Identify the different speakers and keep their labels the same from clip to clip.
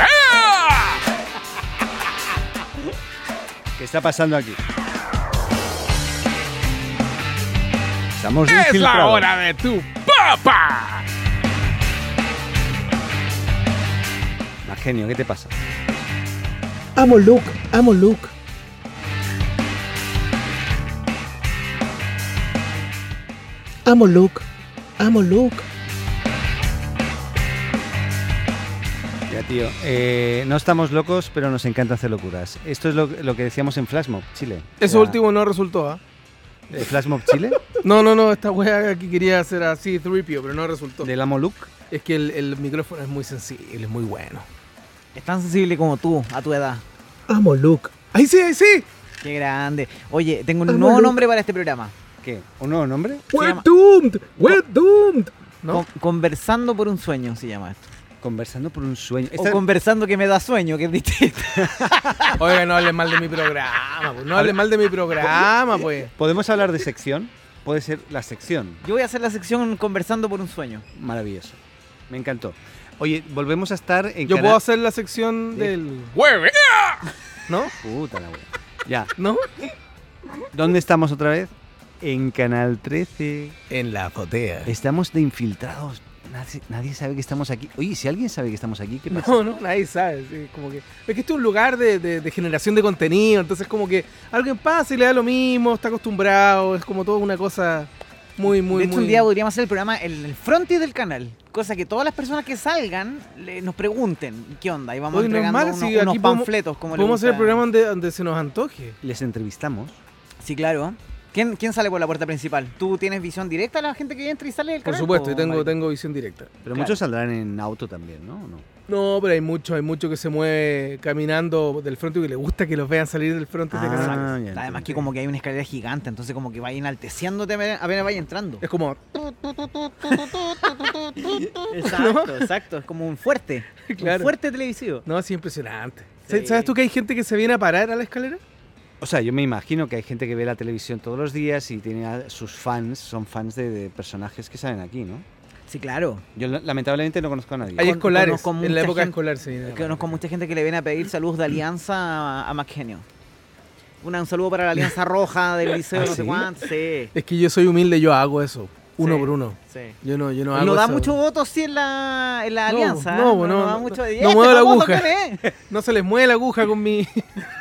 Speaker 1: ¡Ah!
Speaker 2: ¿Qué está pasando aquí? Estamos
Speaker 3: Es la
Speaker 2: infiltrados.
Speaker 3: hora de tu papa.
Speaker 2: Más Ah, genio, ¿qué te pasa?
Speaker 4: Amo Luke, amo Luke. Amo Luke, amo Luke.
Speaker 2: Ya, tío. eh, no estamos locos, pero nos encanta hacer locuras. Esto es lo, lo que decíamos en Flashmob Chile.
Speaker 4: Eso
Speaker 2: Era-
Speaker 4: último no resultó, ¿ah?
Speaker 2: eh, ¿Flashmob Chile?
Speaker 4: No, no, no, esta wea aquí quería hacer así, 3PO, pero no resultó.
Speaker 2: del Amo Luke.
Speaker 4: Es que el, el micrófono es muy sensible, es muy bueno.
Speaker 5: Es tan sensible como tú, a tu edad.
Speaker 4: Amo Luke. Ahí sí, ahí sí.
Speaker 5: Qué grande. Oye, tengo
Speaker 4: Amo
Speaker 5: un nuevo
Speaker 4: Luke.
Speaker 5: nombre para este programa.
Speaker 2: ¿Qué? ¿Un nuevo nombre?
Speaker 4: We're
Speaker 5: llama-
Speaker 4: doomed, we're
Speaker 2: Oh.
Speaker 4: doomed. ¿No?
Speaker 5: Con- conversando por un sueño se llama esto.
Speaker 2: Conversando por un sueño.
Speaker 5: O
Speaker 2: Esta-
Speaker 5: conversando que me da sueño, que es distinto.
Speaker 4: Oiga, no hables mal de mi programa, pues. No hables mal de mi programa, pues.
Speaker 2: ¿Podemos hablar de sección? Puede ser la sección.
Speaker 5: Yo voy a hacer la sección conversando por un sueño.
Speaker 2: Maravilloso. Me encantó. Oye, volvemos a estar en
Speaker 4: Yo
Speaker 2: cana-
Speaker 4: puedo hacer la sección
Speaker 2: Sí.
Speaker 4: del.
Speaker 3: Hueve.
Speaker 4: ¿No?
Speaker 2: Puta la wea. Ya.
Speaker 4: ¿No?
Speaker 2: ¿Dónde estamos otra vez? En Canal 13.
Speaker 4: En la azotea.
Speaker 2: Estamos de infiltrados. Nadie, nadie sabe que estamos aquí. Oye, si alguien sabe que estamos aquí, ¿qué pasa?
Speaker 4: No, no, nadie sabe. sí, como que, es que este es un lugar de, de- de generación de contenido, entonces como que alguien pasa y le da lo mismo, está acostumbrado, es como toda una cosa muy, muy,
Speaker 5: de hecho,
Speaker 4: muy...
Speaker 5: un día podríamos hacer el programa en el frontis del canal. Cosa que todas las personas que salgan le- nos pregunten qué onda. Y vamos
Speaker 4: Oye,
Speaker 5: entregando
Speaker 4: normal,
Speaker 5: unos,
Speaker 4: si aquí
Speaker 5: unos
Speaker 4: podemos-
Speaker 5: panfletos. Como le
Speaker 4: Podemos hacer el
Speaker 5: gusta.
Speaker 4: programa donde, donde se nos antoje.
Speaker 2: Les entrevistamos.
Speaker 5: Sí, claro. ¿Quién, ¿Quién sale por la puerta principal? ¿Tú tienes visión directa a la gente que entra y sale del
Speaker 4: Por
Speaker 5: canal?
Speaker 4: supuesto,
Speaker 5: po,
Speaker 4: y tengo,
Speaker 5: Mario?
Speaker 4: tengo visión directa.
Speaker 2: Pero
Speaker 5: Claro.
Speaker 2: muchos saldrán en auto también, ¿no? ¿O no?
Speaker 4: No, pero hay mucho, hay mucho que se mueve caminando del frente y que le gusta que los vean salir del frente.
Speaker 2: Ah, ya
Speaker 5: Además
Speaker 2: entendí.
Speaker 5: que como que hay una escalera gigante, entonces como que va enalteciéndote apenas apenas vaya entrando.
Speaker 4: Es como,
Speaker 5: Exacto, exacto. Es como un fuerte.
Speaker 4: Claro.
Speaker 5: Un fuerte televisivo.
Speaker 4: no, es impresionante.
Speaker 5: Sí.
Speaker 4: ¿Sabes tú que hay gente que se viene a parar a la escalera?
Speaker 2: O sea, yo me imagino que hay gente que ve la televisión todos los días y tiene a sus fans, son fans de, de personajes que salen aquí, ¿no?
Speaker 5: Sí, claro.
Speaker 2: Yo la- lamentablemente no conozco a nadie.
Speaker 4: Hay
Speaker 5: Con-
Speaker 4: escolares, en
Speaker 5: conozco
Speaker 4: la
Speaker 5: mucha
Speaker 4: época
Speaker 5: gente-
Speaker 4: escolar se viene a parar.
Speaker 5: Conozco mucha gente que le viene a pedir saludos de alianza a, a Macgenio. Una- un saludo para la Alianza Roja del Liceo,
Speaker 2: ¿Ah,
Speaker 5: no sé
Speaker 2: sí?
Speaker 5: cuánto. Sí,
Speaker 4: Es que yo soy humilde, yo hago eso, uno
Speaker 5: Sí.
Speaker 4: por uno.
Speaker 5: sí.
Speaker 4: Yo no, yo no
Speaker 5: No,
Speaker 4: hago
Speaker 5: da
Speaker 4: eso.
Speaker 5: mucho voto sí en la, en la
Speaker 4: No,
Speaker 5: alianza.
Speaker 4: no, pues
Speaker 5: ¿eh?
Speaker 4: no,
Speaker 5: da
Speaker 4: no,
Speaker 5: mucho.
Speaker 4: no
Speaker 5: ¿Y
Speaker 4: mueve
Speaker 5: este
Speaker 4: la
Speaker 5: famoso
Speaker 4: aguja.
Speaker 5: quién es?
Speaker 4: No se les mueve la aguja con mi.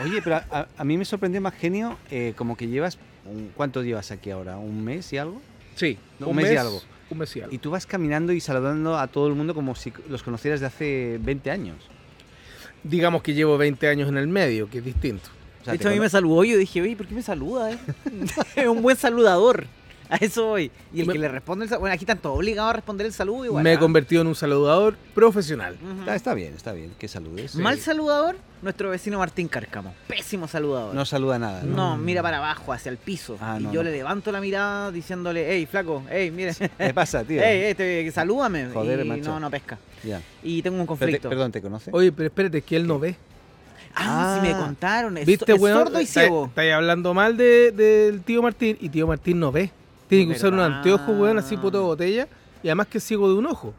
Speaker 2: Oye, pero a, a mí me sorprendió más genio, eh, como que llevas, un- ¿cuánto llevas aquí ahora? ¿Un mes y algo?
Speaker 4: Sí,
Speaker 2: No, un mes y algo.
Speaker 4: Un mes y algo.
Speaker 2: Y tú vas caminando y saludando a todo el mundo como si los conocieras de hace 20 años.
Speaker 4: Digamos que llevo 20 años en el medio, que es distinto.
Speaker 2: O sea,
Speaker 5: De
Speaker 2: te
Speaker 5: hecho, a mí
Speaker 2: cono-
Speaker 5: me saludó y yo dije, oye, ¿por qué me saluda? eh? Es un buen saludador. A eso voy. Y el
Speaker 4: Me-
Speaker 5: que le responde el saludo. Bueno, aquí están todos obligados a responder el saludo igual.
Speaker 4: Me he
Speaker 5: ¿ah?
Speaker 4: convertido en un saludador profesional.
Speaker 5: Ujú.
Speaker 2: Está, está bien, está bien, que saludes. Eh,
Speaker 5: Mal saludador, nuestro vecino Martín Cárcamo. Pésimo saludador.
Speaker 2: No
Speaker 5: No,
Speaker 2: saluda nada. ¿no?
Speaker 5: mira para abajo, hacia el piso.
Speaker 2: Ah,
Speaker 5: y
Speaker 2: no,
Speaker 5: yo
Speaker 2: no.
Speaker 5: le levanto la mirada diciéndole, hey, flaco, hey, mire.
Speaker 2: ¿Qué pasa, tío?
Speaker 5: Ey, ey, te- salúdame.
Speaker 2: Joder,
Speaker 5: y
Speaker 2: macho.
Speaker 5: no, no pesca.
Speaker 2: Ya.
Speaker 5: Y tengo un
Speaker 2: Pero te-
Speaker 5: conflicto.
Speaker 2: perdón, ¿te conoce?
Speaker 4: Oye, pero espérate, que él no ve.
Speaker 5: Ah,
Speaker 2: Ah.
Speaker 5: sí
Speaker 2: Eh,
Speaker 5: me contaron. Es,
Speaker 4: ¿Viste,
Speaker 5: es
Speaker 4: weón?
Speaker 5: sordo y
Speaker 4: Está-
Speaker 5: ciego.
Speaker 4: Estáis hablando mal de- del tío Martín y tío Martín no ve. Tiene que usar un
Speaker 5: Verdad.
Speaker 4: anteojo, weón, así puto de botella. Y además que es ciego de un ojo.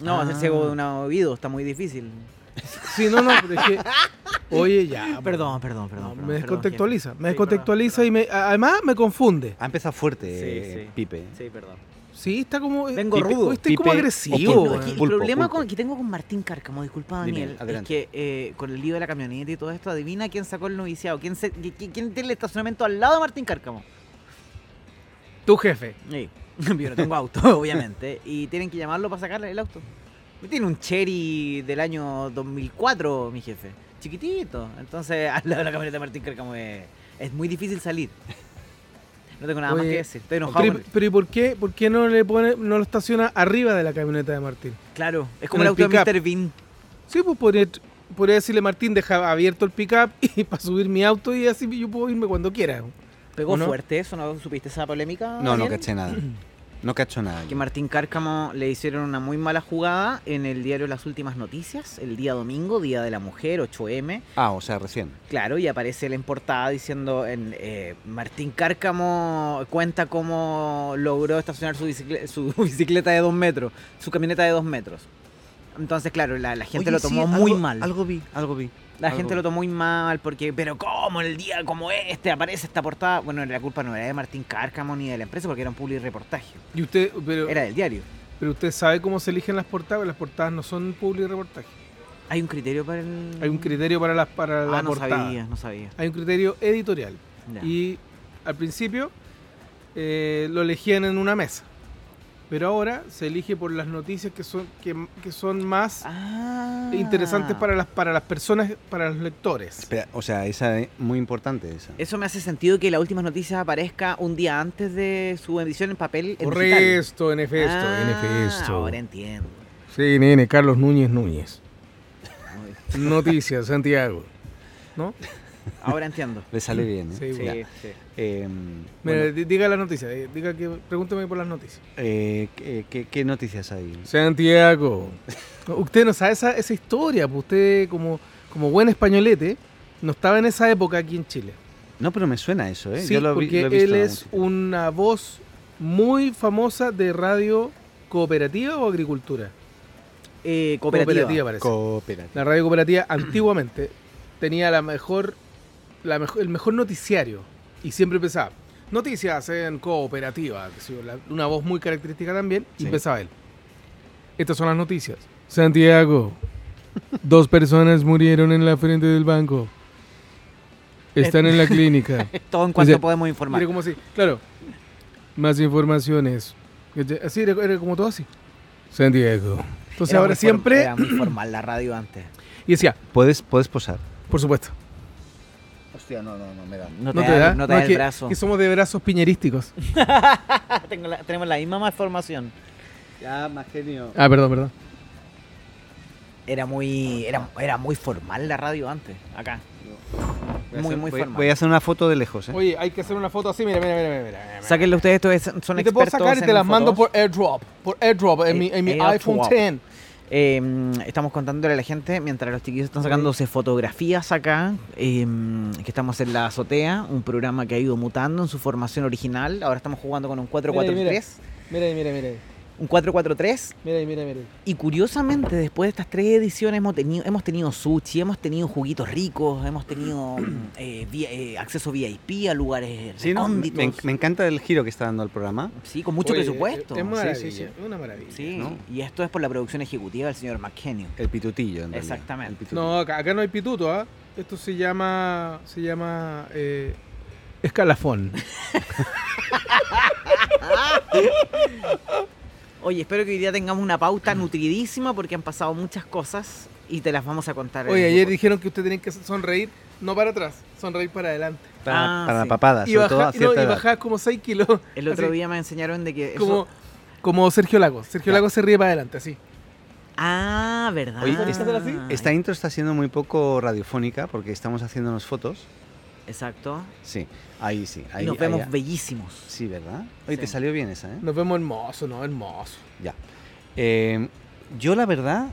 Speaker 5: No,
Speaker 2: Ah.
Speaker 5: es ciego de un oído, está muy difícil.
Speaker 4: Sí, no, no, pero es que. Oye, ya.
Speaker 5: Perdón, perdón, perdón.
Speaker 4: No,
Speaker 5: perdón,
Speaker 4: me
Speaker 5: perdón,
Speaker 4: descontextualiza.
Speaker 5: jefe.
Speaker 4: Me
Speaker 5: Sí, perdón,
Speaker 4: descontextualiza y me, a- además me confunde.
Speaker 2: Ha empezado fuerte,
Speaker 5: Sí,
Speaker 2: eh,
Speaker 5: sí.
Speaker 2: Pipe.
Speaker 5: Sí, perdón.
Speaker 4: Sí, está como. eh,
Speaker 5: Vengo
Speaker 4: Pipe-
Speaker 5: rudo.
Speaker 4: Está como
Speaker 2: Pipe
Speaker 4: agresivo.
Speaker 2: o
Speaker 5: No,
Speaker 2: Pulpo,
Speaker 5: es que
Speaker 4: weón.
Speaker 2: pulpo,
Speaker 5: el problema
Speaker 2: pulpo.
Speaker 5: con- que tengo con Martín Cárcamo, disculpa
Speaker 2: Dime,
Speaker 5: Daniel, es
Speaker 2: adelante.
Speaker 5: que eh, con el lío de la camioneta y todo esto, adivina quién sacó el noviciado, quién, se- qui- qui- quién tiene el estacionamiento al lado de Martín Cárcamo.
Speaker 4: Tu jefe.
Speaker 5: Sí. Yo no tengo auto, obviamente, y tienen que llamarlo para sacarle el auto. Y Tiene un Cherry del año 2004, mi jefe, chiquitito. Entonces, al lado de la camioneta de Martín Cárcamo es, es muy difícil salir. No tengo nada más
Speaker 4: Oye,
Speaker 5: que decir. Estoy enojado.
Speaker 4: Pero,
Speaker 5: con él.
Speaker 4: pero ¿y por qué, por qué no le pone, no lo estaciona arriba de la camioneta de Martín?
Speaker 5: Claro, es como
Speaker 4: en
Speaker 5: el
Speaker 4: el
Speaker 5: auto de
Speaker 4: pick-up.
Speaker 5: Mr. Bean.
Speaker 4: Sí, pues podría, podría decirle Martín, deja abierto el pickup y para subir mi auto y así yo puedo irme cuando quiera.
Speaker 5: Pegó
Speaker 4: ¿O no?
Speaker 5: fuerte eso, ¿no supiste esa polémica?
Speaker 2: No, no
Speaker 5: Daniel?
Speaker 2: caché nada. No cacho nada.
Speaker 5: Que Martín Cárcamo le hicieron una muy mala jugada en el diario Las Últimas Noticias, el día domingo, Día de la Mujer, 8M.
Speaker 2: Ah, o sea, recién.
Speaker 5: Claro, y aparece él en portada diciendo en, eh, Martín Cárcamo cuenta cómo logró estacionar su, bicicle- su bicicleta de dos metros, su camioneta de dos metros. Entonces, claro, la, la gente
Speaker 2: Oye,
Speaker 5: Este lo
Speaker 2: sí,
Speaker 5: tomó
Speaker 2: algo-
Speaker 5: muy mal.
Speaker 2: Algo vi, algo vi.
Speaker 5: la
Speaker 2: algo-
Speaker 5: gente lo tomó muy mal porque, pero ¿cómo en el día como este aparece esta portada? Bueno, la culpa no era de Martín Cárcamo ni de la empresa porque era un public reportaje,
Speaker 4: Y usted, pero,
Speaker 5: era del diario.
Speaker 4: pero usted sabe cómo se eligen las portadas, las portadas no son public reportaje.
Speaker 5: ¿Hay un criterio para el...?
Speaker 4: Hay un criterio para las para la
Speaker 5: Mm. Ah, no
Speaker 4: portada.
Speaker 5: sabía, no sabía.
Speaker 4: Hay un criterio editorial.
Speaker 5: Ya.
Speaker 4: Y al principio eh, lo elegían en una mesa. Pero ahora se elige por las noticias que son, que, que son más
Speaker 5: Ah.
Speaker 4: interesantes para las, para las personas, para los lectores.
Speaker 2: Espera, o sea, esa es muy importante esa.
Speaker 5: Eso me hace sentido que la última noticia aparezca un día antes de su edición en papel. En digital.
Speaker 4: Correcto, NFesto,
Speaker 5: Ah,
Speaker 4: NFesto.
Speaker 5: Ahora entiendo.
Speaker 4: Sí, nene, Carlos Núñez Núñez. Noticias, Santiago. ¿No?
Speaker 5: Ahora entiendo.
Speaker 2: Le sale bien. ¿eh?
Speaker 4: Sí,
Speaker 5: Sí,
Speaker 2: Ya.
Speaker 5: sí.
Speaker 2: Eh,
Speaker 4: Mira,
Speaker 2: bueno,
Speaker 4: di- diga la noticia, eh, diga que pregúnteme por las noticias.
Speaker 2: eh, ¿qué- qué, qué noticias hay?
Speaker 4: Santiago. Usted no sabe esa, esa historia, pues usted como, como buen españolete no estaba en esa época aquí en Chile.
Speaker 2: No, pero me suena eso, ¿eh?
Speaker 4: Sí,
Speaker 2: Yo lo, vi-
Speaker 4: porque
Speaker 2: lo he visto.
Speaker 4: él
Speaker 2: en algún
Speaker 4: es
Speaker 2: sitio.
Speaker 4: una voz muy famosa de radio cooperativa o agricultura.
Speaker 5: Eh, cooperativa.
Speaker 4: parece.
Speaker 2: Cooperativa.
Speaker 4: La radio cooperativa antiguamente tenía la mejor, la mejo- el mejor noticiario y siempre empezaba noticias en cooperativa, qué sé yo, la- una voz muy característica también y
Speaker 2: Sí.
Speaker 4: empezaba él. Estas son las noticias. Santiago, dos personas murieron en la frente del banco. Están en la clínica.
Speaker 5: Todo en cuanto
Speaker 4: Dice-
Speaker 5: podemos informar.
Speaker 4: Era como así, claro. Más informaciones. Así era, era como todo así. Santiago. Entonces
Speaker 5: Era
Speaker 4: ahora
Speaker 5: muy form-
Speaker 4: siempre
Speaker 5: Era muy formal la radio antes.
Speaker 4: y decía,
Speaker 2: ¿Puedes, puedes posar.
Speaker 4: por supuesto.
Speaker 2: Hostia, no, no, no me da.
Speaker 5: No te, da, no te da
Speaker 4: es
Speaker 5: el
Speaker 4: que,
Speaker 5: brazo.
Speaker 4: que somos de brazos piñerísticos.
Speaker 5: Ah, Tengo la- tenemos la misma malformación.
Speaker 2: Ya, más genio.
Speaker 4: Ah, perdón, perdón.
Speaker 5: Era muy, era, era muy formal la radio antes, acá. Muy, muy
Speaker 2: voy,
Speaker 5: formal.
Speaker 2: voy a hacer una foto de lejos, ¿eh?
Speaker 4: Oye, hay que hacer una foto así, mira, mira, mira, mira, mira. mira.
Speaker 5: Sáquenle ustedes, estos es- son
Speaker 4: Y te puedo
Speaker 5: expertos
Speaker 4: sacar y te
Speaker 5: en
Speaker 4: las mando
Speaker 5: fotos.
Speaker 4: por airdrop. Por airdrop en
Speaker 5: Eh,
Speaker 4: mi, en mi
Speaker 5: airdrop.
Speaker 4: iPhone 10.
Speaker 5: Eh, estamos contándole a la gente, mientras los chiquillos están sacándose fotografías acá, eh, que estamos en La Azotea, un programa que ha ido mutando en su formación original. Ahora estamos jugando con un 4-4-3.
Speaker 4: Mira, ahí, mira, ahí, mira. ahí.
Speaker 5: Un 4-4-3.
Speaker 4: Mira, ahí, mira, ahí, mira. ahí.
Speaker 5: Y curiosamente, después de estas tres ediciones hemos tenido, hemos tenido sushi, hemos tenido juguitos ricos, hemos tenido eh, vi- eh, acceso VIP a lugares
Speaker 2: Sí, no, me,
Speaker 5: recónditos.
Speaker 2: me- me encanta el giro que está dando el programa.
Speaker 5: Sí, con mucho
Speaker 4: Oye,
Speaker 5: presupuesto.
Speaker 4: Es una
Speaker 2: Sí,
Speaker 4: maravilla,
Speaker 2: sí, sí.
Speaker 4: es una maravilla.
Speaker 5: Sí,
Speaker 2: ¿no?
Speaker 5: y esto es por la producción ejecutiva del señor McKenny.
Speaker 2: El pitutillo, en realidad.
Speaker 5: Exactamente.
Speaker 2: El pitutillo.
Speaker 4: No, acá, acá no hay pituto, ¿ah? Esto se llama. Se llama. eh, escalafón.
Speaker 5: Oye, espero que hoy día tengamos una pauta nutridísima porque han pasado muchas cosas y te las vamos a contar. en
Speaker 4: Oye,
Speaker 5: el
Speaker 4: ayer
Speaker 5: grupo.
Speaker 4: dijeron que usted tenía que sonreír, no para atrás, sonreír para adelante.
Speaker 2: Para,
Speaker 5: Ah,
Speaker 2: para
Speaker 5: sí.
Speaker 2: la papada,
Speaker 4: Y
Speaker 2: sobre todo a
Speaker 4: bajar
Speaker 2: cierta edad.
Speaker 4: como 6 kilos.
Speaker 5: El otro
Speaker 4: así,
Speaker 5: día me enseñaron de que. eso-
Speaker 4: Como, como Sergio Lago. Sergio Lago se ríe para adelante, así.
Speaker 5: Ah, verdad.
Speaker 2: Oye, ¿es- Esta intro está siendo muy poco radiofónica porque estamos haciéndonos fotos.
Speaker 5: Exacto.
Speaker 2: Sí, ahí sí.
Speaker 5: y
Speaker 2: Ahí,
Speaker 5: nos vemos
Speaker 2: ahí-
Speaker 5: bellísimos.
Speaker 2: Sí, ¿verdad? Oye, te
Speaker 5: Sí.
Speaker 2: salió bien esa, ¿eh?
Speaker 4: Nos vemos hermoso, ¿no? Hermoso.
Speaker 2: Ya. Eh, yo, la verdad,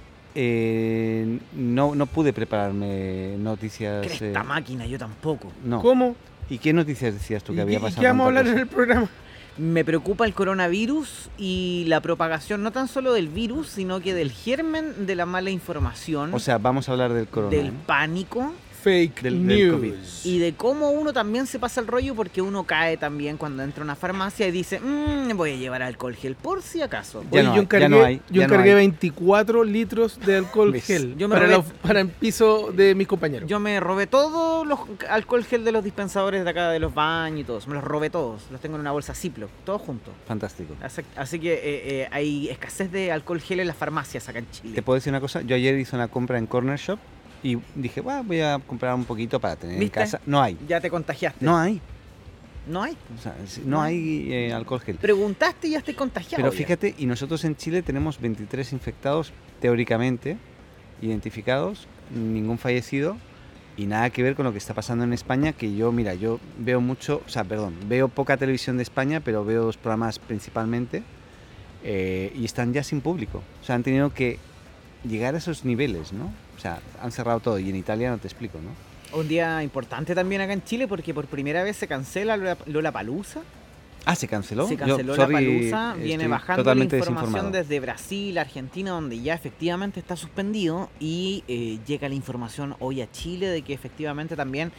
Speaker 2: eh, no, no pude prepararme noticias. eh,
Speaker 5: Cresta máquina, yo tampoco.
Speaker 2: no.
Speaker 4: ¿Cómo?
Speaker 2: ¿Y qué noticias decías tú
Speaker 4: ¿Y
Speaker 2: que había
Speaker 4: qué- y
Speaker 2: pasado?
Speaker 4: qué vamos a
Speaker 2: tanta
Speaker 4: hablar en
Speaker 2: cosa?
Speaker 4: el programa?
Speaker 5: Me preocupa el coronavirus y la propagación no tan solo del virus, sino que del germen de la mala información,
Speaker 2: O sea, vamos a hablar del corona.
Speaker 5: del
Speaker 2: ¿eh?
Speaker 5: pánico
Speaker 4: Fake
Speaker 2: Del- del
Speaker 4: news.
Speaker 2: COVID.
Speaker 5: y de cómo uno también se pasa el rollo porque uno cae también cuando entra a una farmacia y dice, "Mm, voy a llevar alcohol gel por si acaso.
Speaker 2: Ya no
Speaker 4: Oye, yo
Speaker 2: hay, ya
Speaker 4: encargué,
Speaker 2: no hay,
Speaker 4: yo
Speaker 2: ya no
Speaker 4: encargué
Speaker 2: hay.
Speaker 4: 24 litros de alcohol
Speaker 2: ¿Ves?
Speaker 4: gel
Speaker 5: Yo me
Speaker 4: para,
Speaker 5: robé-
Speaker 4: la- para el piso de mis compañeros.
Speaker 5: Yo me robé todos los alcohol gel de los dispensadores de acá, de los baños y todos. Me los robé todos. Los tengo en una bolsa Ziploc, todos juntos.
Speaker 2: Fantástico.
Speaker 5: Así, así que eh, eh, hay escasez de alcohol gel en las farmacias acá en Chile.
Speaker 2: ¿Te puedo decir una cosa? Yo ayer hice una compra en Corner Shop y dije, "Buah, voy a comprar un poquito para tener en
Speaker 5: ¿Viste?
Speaker 2: casa. No hay.
Speaker 5: Ya te contagiaste.
Speaker 2: No hay.
Speaker 5: No hay.
Speaker 2: O sea, es- no hay eh, alcohol gel.
Speaker 5: Preguntaste y ya estoy contagiado.
Speaker 2: Pero
Speaker 5: ya.
Speaker 2: fíjate, y nosotros en Chile tenemos 23 infectados teóricamente identificados, ningún fallecido y nada que ver con lo que está pasando en España, que yo, mira, yo veo mucho, o sea, perdón, veo poca televisión de España, pero veo dos programas principalmente eh, y están ya sin público. O sea, han tenido que llegar a esos niveles, ¿no? O sea, han cerrado todo y en Italia no te explico, ¿no?
Speaker 5: Un día importante también acá en Chile porque por primera vez se cancela Lola Palusa.
Speaker 2: Ah, se canceló.
Speaker 5: Se
Speaker 2: Yo,
Speaker 5: canceló la
Speaker 2: sorry,
Speaker 5: palusa, viene
Speaker 2: estoy
Speaker 5: bajando la
Speaker 2: totalmente
Speaker 5: información
Speaker 2: desinformado.
Speaker 5: desde Brasil, Argentina, donde ya efectivamente está suspendido y eh, llega la información hoy a Chile de que efectivamente también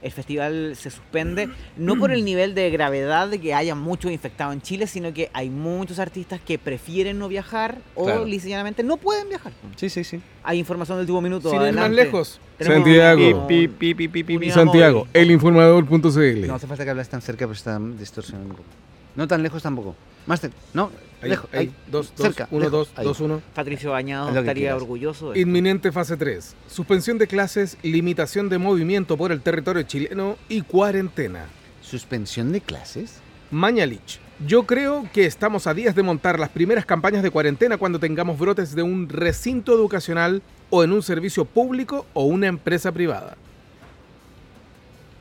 Speaker 5: el festival se suspende, no por el nivel de gravedad de que haya muchos infectados en Chile, sino que hay muchos artistas que prefieren no viajar o
Speaker 2: Claro.
Speaker 5: ligeramente no pueden viajar.
Speaker 2: Sí, sí, sí.
Speaker 5: Hay información del último minuto.
Speaker 4: Sin ir más
Speaker 5: adelante.
Speaker 4: lejos.
Speaker 5: Tenemos-
Speaker 4: Santiago.
Speaker 5: Pi,
Speaker 2: Pi,
Speaker 5: pi,
Speaker 2: pi, pi, pi, pi, pi.
Speaker 5: Unidad
Speaker 4: Santiago,
Speaker 5: móvil.
Speaker 4: elinformador.cl.
Speaker 2: No hace falta que hables tan cerca, pero está distorsionando un poco. No tan lejos tampoco. Máster, no,
Speaker 4: Ahí,
Speaker 2: lejos,
Speaker 4: ahí,
Speaker 2: ahí.
Speaker 4: dos, dos,
Speaker 2: cerca,
Speaker 4: uno,
Speaker 2: lejos,
Speaker 4: dos,
Speaker 2: ahí.
Speaker 4: dos, uno.
Speaker 5: Patricio Bañado
Speaker 2: Es lo que
Speaker 5: estaría
Speaker 2: quieras.
Speaker 5: orgulloso de
Speaker 4: Inminente fase 3. Suspensión de clases, limitación de movimiento por el territorio chileno y cuarentena.
Speaker 2: ¿Suspensión de clases?
Speaker 4: Mañalich. Yo creo que estamos a días de montar las primeras campañas de cuarentena cuando tengamos brotes de un recinto educacional o en un servicio público o una empresa privada.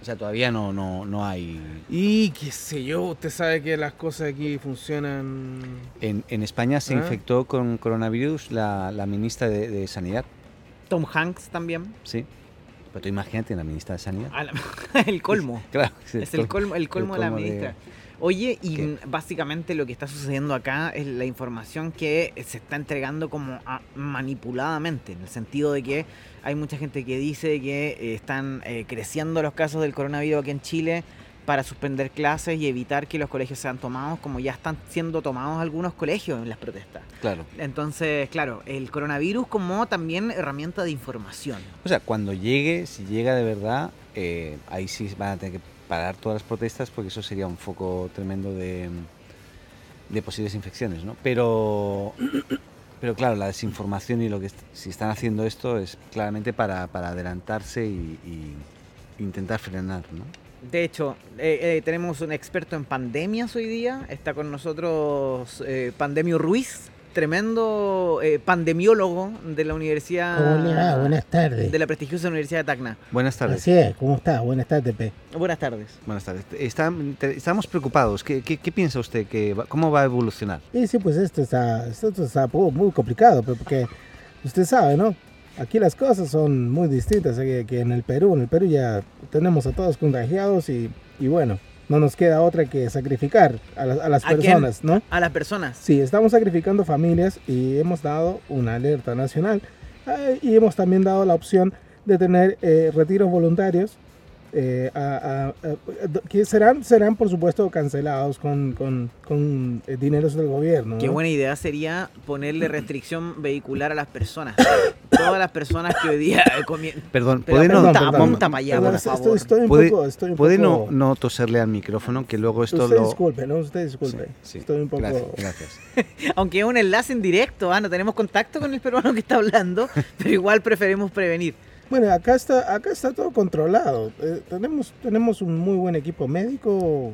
Speaker 2: O sea, todavía no, no, no hay.
Speaker 4: Y qué sé yo, usted sabe que las cosas aquí funcionan.
Speaker 2: En, en España se
Speaker 4: ¿Ah?
Speaker 2: infectó con coronavirus la, la ministra de, de Sanidad,
Speaker 5: Tom Hanks también.
Speaker 2: sí. Pero tú imagínate la ministra de Sanidad.
Speaker 4: Ah.
Speaker 5: A la- el colmo.
Speaker 2: Claro. sí,
Speaker 5: Es el colmo, el colmo de la
Speaker 2: colmo de-
Speaker 5: ministra. Oye, y
Speaker 2: ¿Qué?
Speaker 5: mm, básicamente lo que está sucediendo acá es la información que se está entregando como a- manipuladamente, en el sentido de que hay mucha gente que dice que eh, están eh, creciendo los casos del coronavirus aquí en Chile para suspender clases y evitar que los colegios sean tomados, como ya están siendo tomados algunos colegios en las protestas.
Speaker 2: Claro.
Speaker 5: Entonces, claro, el coronavirus como también herramienta de información.
Speaker 2: O sea, cuando llegue, si llega de verdad, eh, ahí sí van a tener que parar todas las protestas porque eso sería un foco tremendo de, de posibles infecciones, ¿no? Pero, pero claro, la desinformación y lo que est- si están haciendo esto es claramente para, para adelantarse y, y intentar frenar, ¿no?
Speaker 5: De hecho, eh, eh, tenemos un experto en pandemias hoy día. Está con nosotros eh, Pandemio Ruiz, tremendo eh, pandemiólogo de la Universidad.
Speaker 6: Hola,
Speaker 2: Ah.
Speaker 6: buenas tardes.
Speaker 5: De la prestigiosa Universidad de Tacna.
Speaker 2: Buenas tardes.
Speaker 6: Así es, ¿cómo estás? Buenas tardes, Pe.
Speaker 5: Buenas tardes.
Speaker 2: Buenas tardes. Está- te- estamos preocupados. ¿Qué, qué- qué piensa usted? Que va- ¿Cómo va a evolucionar?
Speaker 6: Y sí, pues esto está, esto está po- muy complicado, pe, porque usted sabe, ¿no? Aquí las cosas son muy distintas que, que en el Perú. En el Perú ya tenemos a todos contagiados y, y bueno, no nos queda otra que sacrificar a, las- a las
Speaker 5: ¿A quién?
Speaker 6: personas, ¿no?
Speaker 5: A las personas.
Speaker 6: Sí, estamos sacrificando familias y hemos dado una alerta nacional eh, y hemos también dado la opción de tener eh, retiros voluntarios eh, a- a- a- que serán, serán por supuesto cancelados con, con, con, eh, dineros del gobierno. ¿no?
Speaker 5: Qué buena idea sería ponerle restricción vehicular a las personas. Todas las personas que hoy día eh, comien-
Speaker 2: Perdón,
Speaker 5: Pero
Speaker 2: ¿puede no-
Speaker 5: apunta, apunta para allá,
Speaker 6: Perdón,
Speaker 5: por
Speaker 6: estoy-
Speaker 5: favor.
Speaker 6: Estoy, estoy un
Speaker 2: Puede-
Speaker 6: poco... Estoy un
Speaker 2: ¿Puede no,
Speaker 6: poco-
Speaker 2: no toserle al micrófono? Que luego esto
Speaker 6: usted
Speaker 2: lo...
Speaker 6: disculpe, ¿no? Usted disculpe.
Speaker 2: Sí, sí.
Speaker 6: Estoy un poco...
Speaker 2: Gracias, gracias.
Speaker 5: Aunque es un enlace en directo, ah, no tenemos contacto con el peruano que está hablando, pero igual preferimos prevenir.
Speaker 6: Bueno, acá está, acá está todo controlado. Eh, tenemos, tenemos un muy buen equipo médico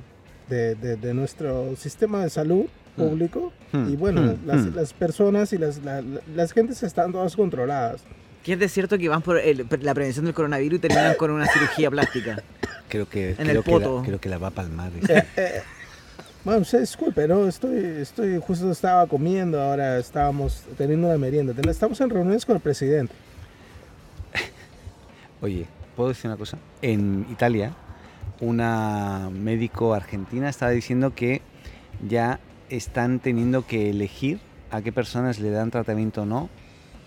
Speaker 6: de, de- de nuestro sistema de salud
Speaker 4: Mm.
Speaker 6: público.
Speaker 2: Hmm,
Speaker 6: Y bueno,
Speaker 2: hmm,
Speaker 6: las,
Speaker 2: hmm.
Speaker 6: las personas y las, la- la- las gentes están todas controladas.
Speaker 5: Que es de cierto que van por el- la prevención del coronavirus y terminan con una cirugía plástica.
Speaker 2: Creo que,
Speaker 5: En
Speaker 2: creo
Speaker 5: el
Speaker 2: que la-
Speaker 5: poto.
Speaker 2: creo que la va a palmar.
Speaker 6: Eh, eh, bueno, usted disculpe, ¿no? Estoy, estoy, justo estaba comiendo, ahora estábamos teniendo una merienda. Ten- Estamos en reuniones con el presidente.
Speaker 2: Oye, ¿puedo decir una cosa? En Italia, una médico argentina estaba diciendo que ya están teniendo que elegir a qué personas le dan tratamiento o no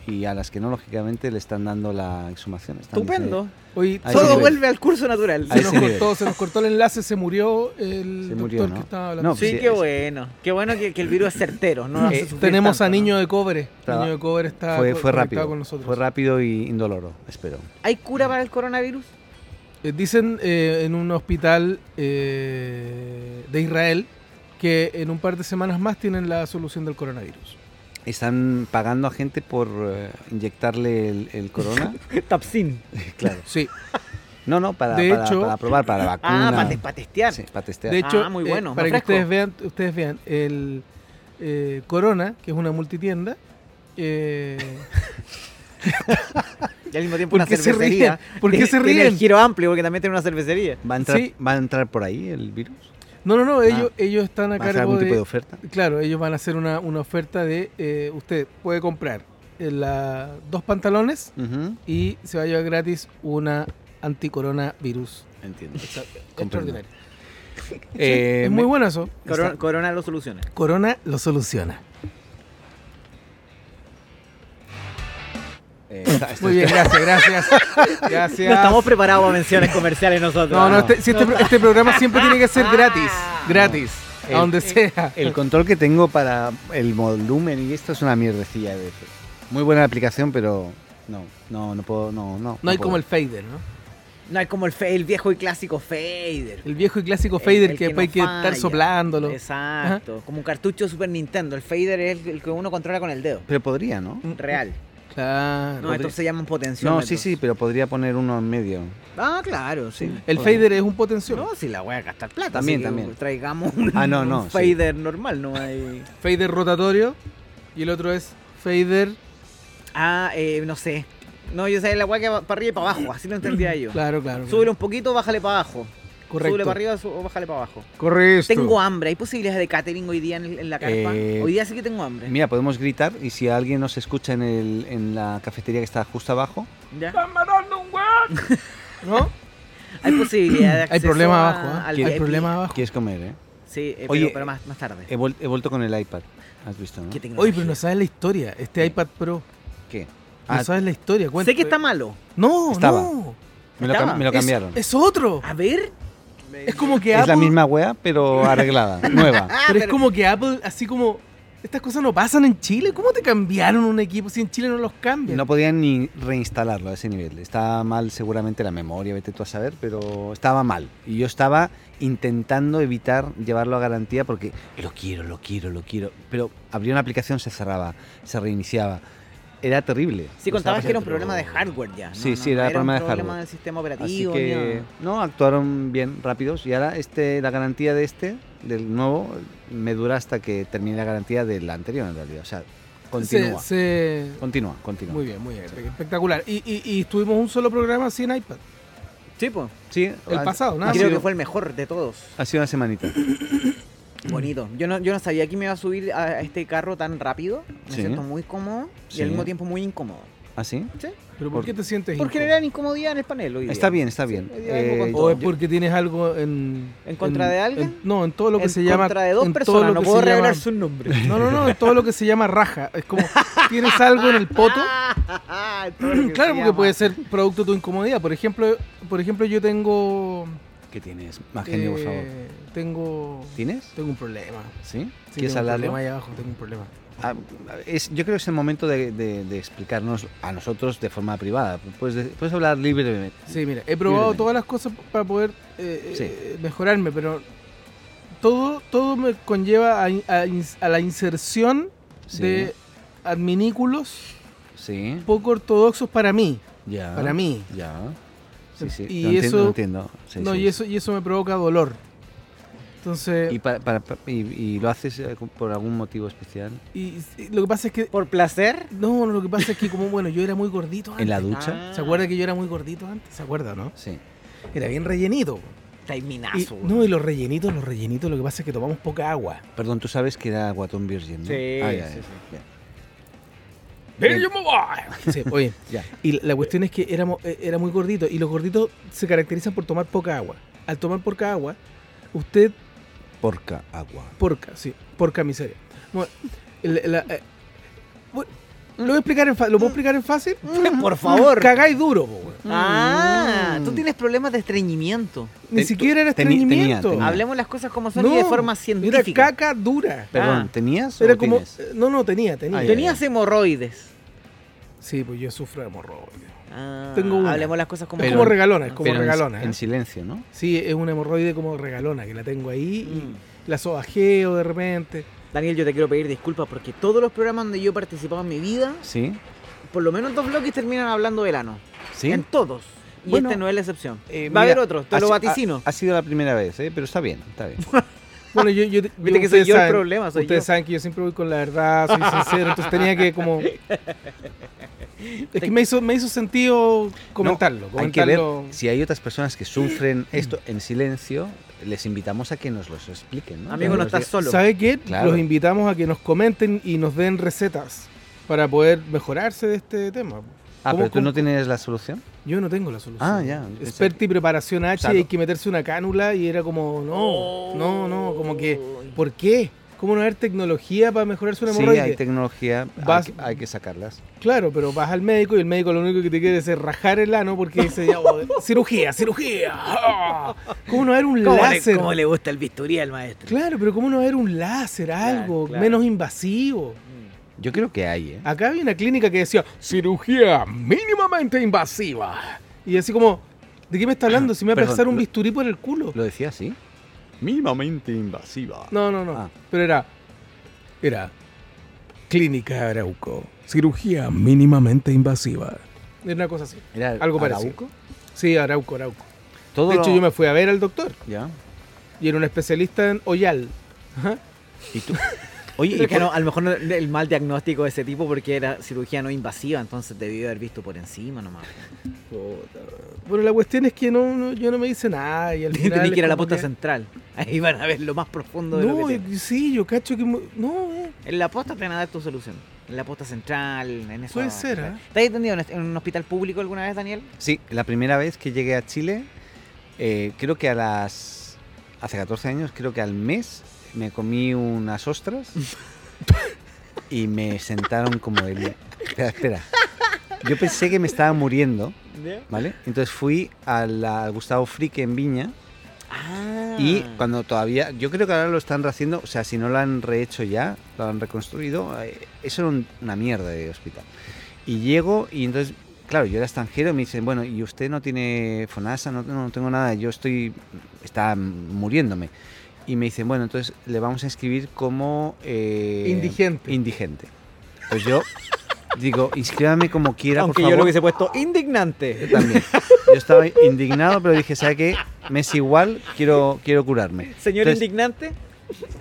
Speaker 2: y a las que no, lógicamente, le están dando la exhumación. Están
Speaker 5: Estupendo.
Speaker 4: Hoy
Speaker 2: Ahí
Speaker 5: Todo
Speaker 2: sí.
Speaker 5: vuelve al curso natural.
Speaker 2: Ahí sí.
Speaker 4: se nos
Speaker 2: ese nivel.
Speaker 4: cortó, se nos cortó el enlace, se murió el
Speaker 2: Se
Speaker 4: doctor
Speaker 2: murió, ¿no?
Speaker 4: que estaba hablando. Ah,
Speaker 2: No,
Speaker 5: Sí,
Speaker 2: Sí,
Speaker 5: qué
Speaker 2: es-
Speaker 5: bueno. Qué bueno que, que el virus es certero. No nos hace
Speaker 2: Eh,
Speaker 5: sufrir
Speaker 4: Tenemos
Speaker 5: tanto,
Speaker 4: a
Speaker 5: ¿no?
Speaker 4: Niño de Cobre.
Speaker 2: Estaba-
Speaker 4: Niño de Cobre está
Speaker 2: Fue,
Speaker 4: co-
Speaker 2: fue
Speaker 4: conectado
Speaker 2: rápido.
Speaker 4: con nosotros.
Speaker 2: Fue rápido y indoloro, espero.
Speaker 5: ¿Hay cura para el coronavirus?
Speaker 4: Eh, Dicen eh, en un hospital eh, de Israel que en un par de semanas más tienen la solución del coronavirus.
Speaker 2: Están pagando a gente por eh, inyectarle el, el corona.
Speaker 5: Tapsin.
Speaker 2: claro.
Speaker 4: Sí.
Speaker 2: No, no, para,
Speaker 4: De
Speaker 2: para-
Speaker 4: hecho-
Speaker 2: para probar, para vacuna.
Speaker 5: Ah, para te- para testear.
Speaker 2: Sí, para testear.
Speaker 4: De hecho,
Speaker 5: Ah, muy
Speaker 4: eh,
Speaker 5: bueno,
Speaker 4: para que
Speaker 5: refresco.
Speaker 4: ustedes vean, ustedes vean el eh, Corona, que es una multitienda. eh,
Speaker 5: Y al mismo tiempo
Speaker 4: ¿Por
Speaker 5: una
Speaker 4: qué se
Speaker 5: cervecería.
Speaker 4: ríen? ¿Por qué
Speaker 5: Tiene-
Speaker 4: se
Speaker 5: Tiene el
Speaker 4: ríen?
Speaker 5: giro amplio porque también tiene una cervecería.
Speaker 2: ¿Va a, entrar,
Speaker 4: sí.
Speaker 2: ¿Va a entrar por ahí el virus?
Speaker 4: no, no, no, ellos, ellos están a
Speaker 2: Ah. ¿Va a hacer
Speaker 4: cargo
Speaker 2: algún
Speaker 4: de,
Speaker 2: tipo de oferta?
Speaker 4: Claro, ellos van a hacer una, una oferta de eh, usted puede comprar eh, la- dos pantalones
Speaker 2: Ujú,
Speaker 4: y se va a llevar gratis una anticoronavirus.
Speaker 2: Entiendo. Comprendo.
Speaker 4: Extraordinario.
Speaker 2: Eh,
Speaker 4: es muy
Speaker 2: me-
Speaker 4: bueno eso.
Speaker 5: Corona, Corona lo soluciona.
Speaker 4: Corona lo soluciona.
Speaker 2: eh, está- está-
Speaker 4: Muy bien, gracias, gracias. Gracias.
Speaker 5: No estamos preparados para menciones comerciales nosotros.
Speaker 4: No, no, Ah. este, si este, pro- este programa siempre tiene que ser gratis. Gratis.
Speaker 2: El-
Speaker 4: a donde sea.
Speaker 2: El control que tengo para el volumen y esto es una mierdecilla de veces. Muy buena la aplicación, pero no, no, no puedo, no, no.
Speaker 4: No hay
Speaker 2: puedo.
Speaker 4: como el fader, ¿no?
Speaker 5: No hay como el, fe- el viejo y clásico fader.
Speaker 4: El viejo y clásico
Speaker 5: El-
Speaker 4: fader
Speaker 5: el
Speaker 4: que
Speaker 5: que
Speaker 4: después hay
Speaker 5: no
Speaker 4: que estar
Speaker 5: falla.
Speaker 4: soplándolo.
Speaker 5: Exacto. Como un cartucho de Super Nintendo. El fader es el, el que uno controla con el dedo.
Speaker 2: Pero podría, ¿no?
Speaker 5: Real.
Speaker 4: Claro.
Speaker 5: No, estos se llaman potenciómetros.
Speaker 2: Mm, No, sí, sí, pero podría poner uno en medio.
Speaker 5: Ah, claro, sí.
Speaker 4: El fader es un potencial.
Speaker 5: No, si la voy a gastar plata.
Speaker 2: También,
Speaker 5: así que
Speaker 2: también.
Speaker 5: Traigamos un,
Speaker 2: Ah, no, no,
Speaker 5: un
Speaker 2: sí.
Speaker 5: fader normal, no hay.
Speaker 4: Fader rotatorio y el otro es fader.
Speaker 5: Ah, eh, no sé. No, yo sé la weá que va para arriba y para abajo, así lo entendía yo.
Speaker 4: Claro, claro.
Speaker 5: Súbele un poquito, bájale para abajo.
Speaker 4: Correcto.
Speaker 5: Súbele para arriba su- o bájale para abajo.
Speaker 4: Correcto.
Speaker 5: Tengo hambre. ¿Hay posibilidades de catering hoy día en, el- en la carpa?
Speaker 2: Eh,
Speaker 5: hoy día sí que tengo hambre.
Speaker 2: Mira, podemos gritar y si alguien nos escucha en, el, en la cafetería que está justo abajo,
Speaker 5: ¿Ya?
Speaker 4: ¿No?
Speaker 5: Hay posibilidad de
Speaker 4: Hay
Speaker 5: acceso
Speaker 4: problemas
Speaker 5: a-
Speaker 4: abajo, ¿ah?
Speaker 5: al
Speaker 4: Hay
Speaker 5: VIP.
Speaker 4: problemas abajo. eh,
Speaker 2: quieres comer, ¿eh?
Speaker 5: Sí, eh,
Speaker 2: Oye,
Speaker 5: pero, pero más, más tarde.
Speaker 2: He, vuel- he vuelto con el iPad, has visto, ¿no?
Speaker 5: ¿Qué
Speaker 2: ¿Qué?
Speaker 4: Oye,
Speaker 5: tecnología?
Speaker 4: pero no sabes la historia. Este iPad Pro. No
Speaker 2: Ah,
Speaker 4: sabes la historia. Cuenta.
Speaker 5: Sé que está malo.
Speaker 4: No,
Speaker 2: Estaba.
Speaker 4: no.
Speaker 2: me, lo cam-
Speaker 5: estaba.
Speaker 2: me lo
Speaker 4: Es-
Speaker 2: cambiaron.
Speaker 4: Es, otro.
Speaker 5: A ver.
Speaker 4: Es como que
Speaker 2: es
Speaker 4: Apple.
Speaker 2: la misma wea, pero arreglada, nueva.
Speaker 5: Ah,
Speaker 4: Pero es
Speaker 5: pero-
Speaker 4: como que Apple, así como. Estas cosas no pasan en Chile. ¿Cómo te cambiaron un equipo si en Chile no los cambian?
Speaker 2: No podían ni reinstalarlo a ese nivel. Estaba mal seguramente la memoria, vete tú a saber, pero estaba mal. Y yo estaba intentando evitar llevarlo a garantía porque lo quiero, lo quiero, lo quiero. Pero abría una aplicación, se cerraba, se reiniciaba. Era terrible.
Speaker 5: Sí,
Speaker 2: Lo estaba
Speaker 5: contabas que era un
Speaker 2: pasando,
Speaker 5: problema de
Speaker 2: pero-
Speaker 5: hardware ya.
Speaker 2: Sí, sí, era problema
Speaker 5: un
Speaker 2: de
Speaker 5: problema
Speaker 2: hardware.
Speaker 5: del sistema
Speaker 2: Así
Speaker 5: operativo.
Speaker 2: que
Speaker 5: ni
Speaker 2: no, actuaron bien, rápidos. Y ahora este, la garantía de este, del nuevo, me dura hasta que termine la garantía del anterior en realidad. O sea, continúa.
Speaker 4: Se- se-
Speaker 2: Continúa, continúa.
Speaker 4: Muy bien, muy bien. Espectacular. Y, y, y tuvimos un solo programa sin iPad.
Speaker 5: nada. Sí, pues.
Speaker 2: Sí, ah,
Speaker 4: El
Speaker 2: ha-
Speaker 4: pasado, nada.
Speaker 5: Creo
Speaker 4: más.
Speaker 5: que fue el mejor de todos.
Speaker 2: ha sido una semanita.
Speaker 4: Mm.
Speaker 5: Bonito. Yo no, yo no sabía que me iba a subir a a este carro tan rápido. Me
Speaker 2: Sí.
Speaker 5: siento muy cómodo y
Speaker 2: Sí.
Speaker 5: al mismo tiempo muy incómodo.
Speaker 2: ¿Así?
Speaker 4: ¿Pero por
Speaker 2: Por-
Speaker 4: qué te sientes
Speaker 5: Por
Speaker 4: incómodo?
Speaker 5: generar incomodidad en el panel hoy día.
Speaker 2: Está bien, está bien.
Speaker 5: hoy día vengo
Speaker 2: Eh,
Speaker 5: con
Speaker 4: ¿O
Speaker 5: todo.
Speaker 4: es porque tienes algo en...
Speaker 5: ¿En contra de alguien?
Speaker 4: en- no, en todo lo que
Speaker 5: En
Speaker 4: se llama...
Speaker 5: contra de dos
Speaker 4: en todo
Speaker 5: personas,
Speaker 4: lo
Speaker 5: no
Speaker 4: que
Speaker 5: puedo
Speaker 4: se llama-
Speaker 5: revelar su nombre.
Speaker 4: No, no, no, en todo lo que se llama raja. Es como, tienes algo en el poto.
Speaker 5: Todo lo
Speaker 4: Claro,
Speaker 5: que se
Speaker 4: porque
Speaker 5: llama.
Speaker 4: puede ser producto de tu incomodidad. Por ejemplo, por ejemplo yo tengo...
Speaker 2: ¿Qué tienes? Más Ah, genio, por favor.
Speaker 4: eh, Tengo...
Speaker 2: ¿Tienes?
Speaker 4: Tengo un problema.
Speaker 2: ¿Sí?
Speaker 4: Sí,
Speaker 2: ¿Quieres
Speaker 4: tengo un
Speaker 2: hablarlo?
Speaker 4: problema ahí abajo, tengo un problema.
Speaker 2: Ah, es- yo creo que es el momento de, de- de explicarnos a nosotros de forma privada. Puedes, de- puedes hablar libremente.
Speaker 4: Sí, mira, he probado
Speaker 2: Libremente.
Speaker 4: todas las cosas para poder eh,
Speaker 2: Sí.
Speaker 4: eh, mejorarme, pero todo, todo me conlleva a, in- a ins- a la inserción
Speaker 2: Sí,
Speaker 4: de adminículos
Speaker 2: sí,
Speaker 4: poco ortodoxos para mí,
Speaker 2: ya.
Speaker 4: para mí.
Speaker 2: Ya. Sí, sí.
Speaker 4: Y
Speaker 2: lo entiendo,
Speaker 4: eso-
Speaker 2: lo entiendo. Sí,
Speaker 4: no,
Speaker 2: sí.
Speaker 4: y eso y eso me provoca dolor. Entonces,
Speaker 2: ¿Y, para- para- para- y- y lo haces eh, por algún motivo especial?
Speaker 4: y- y lo que pasa es que
Speaker 5: ¿Por placer?
Speaker 4: no, no, lo que pasa es que como bueno, yo era muy gordito antes.
Speaker 2: ¿En la ducha?
Speaker 5: Ah,
Speaker 4: ¿Se acuerda que yo era muy gordito antes? ¿Se acuerda, no?
Speaker 2: Sí.
Speaker 4: Era bien rellenito.
Speaker 5: Está ahí
Speaker 4: Y-
Speaker 5: minazo,
Speaker 4: no, y los rellenitos, los rellenitos, lo que pasa es que tomamos poca agua.
Speaker 2: Perdón, tú sabes que era guatón virgen, ¿no?
Speaker 5: Sí,
Speaker 2: Ah, ya,
Speaker 5: sí,
Speaker 2: ya.
Speaker 5: sí.
Speaker 2: Bien.
Speaker 4: There you move on. Sí, oye,
Speaker 2: Ya.
Speaker 4: Y la cuestión es que éramos, eh, era muy gordito y los gorditos se caracterizan por tomar poca agua. Al tomar poca agua, usted
Speaker 2: Porca agua.
Speaker 4: porca, sí, porca miseria. Bueno, el- la- eh, bueno, lo voy a explicar en fa- lo puedo explicar en fácil.
Speaker 5: Por favor.
Speaker 4: Cagáis duro, po, weón.
Speaker 5: Ah,
Speaker 2: Mm.
Speaker 5: tú tienes problemas de estreñimiento.
Speaker 4: Ni
Speaker 2: Te-
Speaker 4: siquiera era
Speaker 2: teni- tenía,
Speaker 4: estreñimiento.
Speaker 2: tenía.
Speaker 5: Hablemos las cosas como son
Speaker 4: No,
Speaker 5: y de forma
Speaker 4: Era
Speaker 5: científica.
Speaker 4: caca dura.
Speaker 2: Perdón,
Speaker 5: Ah.
Speaker 2: ¿tenías? o
Speaker 4: Era como
Speaker 2: tienes?
Speaker 4: eh, no, no tenía, tenía.
Speaker 2: Ah, ya.
Speaker 5: Tenías hemorroides.
Speaker 4: Sí, pues yo sufro de hemorroides.
Speaker 5: Ah,
Speaker 4: Tengo una.
Speaker 5: Hablemos las cosas como
Speaker 4: Es
Speaker 2: Pero-
Speaker 4: como regalona, es como
Speaker 2: Pero en-
Speaker 4: regalona.
Speaker 2: en
Speaker 4: ¿eh?
Speaker 2: silencio, ¿no?
Speaker 4: Sí, es una hemorroide como regalona que la tengo ahí y
Speaker 5: Mm.
Speaker 4: la sobajeo de repente.
Speaker 5: Daniel, yo te quiero pedir disculpas porque todos los programas donde yo he participado en mi vida,
Speaker 2: Sí,
Speaker 5: por lo menos dos bloques terminan hablando del ano.
Speaker 2: sí.
Speaker 5: En todos. Y
Speaker 2: Bueno,
Speaker 5: este no es la excepción.
Speaker 2: Eh, mira,
Speaker 5: Va a
Speaker 2: ah,
Speaker 5: haber otro, te
Speaker 2: ha
Speaker 5: lo
Speaker 2: si- ha-
Speaker 5: vaticino.
Speaker 2: Ha, sido la primera vez, ¿eh? pero está bien, está bien.
Speaker 4: Bueno, yo, yo,
Speaker 5: Viste que soy
Speaker 4: ustedes
Speaker 5: yo el
Speaker 4: saben-
Speaker 5: problema, soy
Speaker 4: Ustedes
Speaker 5: yo.
Speaker 4: saben que yo siempre voy con la verdad, soy sincero, entonces tenía que como... Es que me hizo, me hizo sentido comentarlo.
Speaker 2: hay que ver
Speaker 4: comentarlo.
Speaker 2: si hay otras personas que sufren esto en silencio, les invitamos a que nos los expliquen. ¿no?
Speaker 5: Amigo,
Speaker 2: Que
Speaker 5: no
Speaker 2: nos
Speaker 5: estás solo.
Speaker 4: ¿Sabe qué?
Speaker 2: Claro.
Speaker 4: Los invitamos a que nos comenten y nos den recetas para poder mejorarse de este tema.
Speaker 2: digan- Ah,
Speaker 4: ¿Cómo-
Speaker 2: pero tú
Speaker 4: cómo-
Speaker 2: no tienes la solución.
Speaker 4: Yo no tengo la solución.
Speaker 2: Ah, ya, yo pensé
Speaker 4: Experta y preparación H,
Speaker 2: sea,
Speaker 4: y hay
Speaker 2: no-
Speaker 4: que meterse una cánula y era como, no, no, no, como que, ¿por qué? ¿Cómo no haber tecnología para mejorarse una
Speaker 2: Sí,
Speaker 4: hemorroide?
Speaker 2: hay tecnología, hay
Speaker 4: Vas-
Speaker 2: que- hay, que sacarlas.
Speaker 4: Claro, pero vas al médico y el médico lo único que te quiere es rajar el ano porque dice, ya, oh, cirugía, cirugía. ah". ¿Cómo no haber un
Speaker 5: ¿Cómo
Speaker 4: láser?
Speaker 5: le, cómo le gusta el bisturí al maestro?
Speaker 4: Claro, pero ¿cómo no haber un láser, algo
Speaker 5: claro.
Speaker 4: menos invasivo?
Speaker 2: Yo creo que hay, ¿eh?
Speaker 4: Acá había una clínica que decía, cirugía mínimamente invasiva. Y así como, ¿de qué me está hablando? Si me va a
Speaker 2: Ah, Perdón,
Speaker 4: pasar un
Speaker 2: lo-
Speaker 4: bisturí por el culo.
Speaker 2: Lo decía así. Mínimamente invasiva.
Speaker 4: No, no, no.
Speaker 2: Ah.
Speaker 4: Pero era. Era. Clínica Arauco. Cirugía mínimamente invasiva. Era una cosa así.
Speaker 2: Era
Speaker 4: Algo parecido.
Speaker 2: Arauco.
Speaker 4: Sí, Arauco, Arauco.
Speaker 2: Todo
Speaker 4: de hecho,
Speaker 2: lo-
Speaker 4: yo me fui a ver al doctor
Speaker 2: Ya.
Speaker 4: y era un especialista en Oyal. Ajá.
Speaker 2: ¿Y tú? Oye,
Speaker 5: Creo
Speaker 2: ¿y
Speaker 5: que
Speaker 2: por-
Speaker 5: no, a lo mejor no- el mal diagnóstico de ese tipo porque era cirugía no invasiva, entonces debió haber visto por encima nomás.
Speaker 4: Bueno, la cuestión es que no, no- yo no me hice nada. Y al final
Speaker 5: Tenía
Speaker 4: es
Speaker 5: que ir a la
Speaker 4: como
Speaker 5: posta
Speaker 4: que-
Speaker 5: central. Ahí van a ver lo más profundo de lo
Speaker 4: No,
Speaker 5: que tiene.
Speaker 4: y- sí, yo cacho que. mu- No, eh.
Speaker 2: Ah,
Speaker 5: En la posta te van a dar tu solución. En la posta central, en eso.
Speaker 4: Puede ser, ¿eh?
Speaker 5: ¿Te has atendido en est- en un hospital público alguna vez, Daniel?
Speaker 2: Sí, la primera vez que llegué a Chile, eh, creo que a las. Hace 14 años, creo que al mes, me comí unas ostras y me sentaron como el. Espera, espera. Yo pensé que me estaba muriendo, ¿vale? Entonces fui a la- al Gustavo Frique en Viña
Speaker 5: Ah.
Speaker 2: y cuando todavía. Yo creo que ahora lo están haciendo, o sea, si no lo han rehecho ya, lo han reconstruido. eh, Eso era un- una mierda de hospital. Y llego y entonces, claro, yo era extranjero y me dicen, bueno, ¿y usted no tiene FONASA? No, no tengo nada, yo estoy, está muriéndome. Y me dicen, bueno, entonces le vamos a inscribir como... eh,
Speaker 4: Indigente.
Speaker 2: Indigente. Pues yo digo, inscríbame como quiera, por
Speaker 5: Aunque yo lo
Speaker 2: favor.
Speaker 5: hubiese puesto indignante.
Speaker 2: Yo también. Yo estaba indignado, pero dije, ¿sabe qué? Me es igual, quiero, quiero curarme.
Speaker 5: Señor
Speaker 2: Entonces,
Speaker 5: indignante.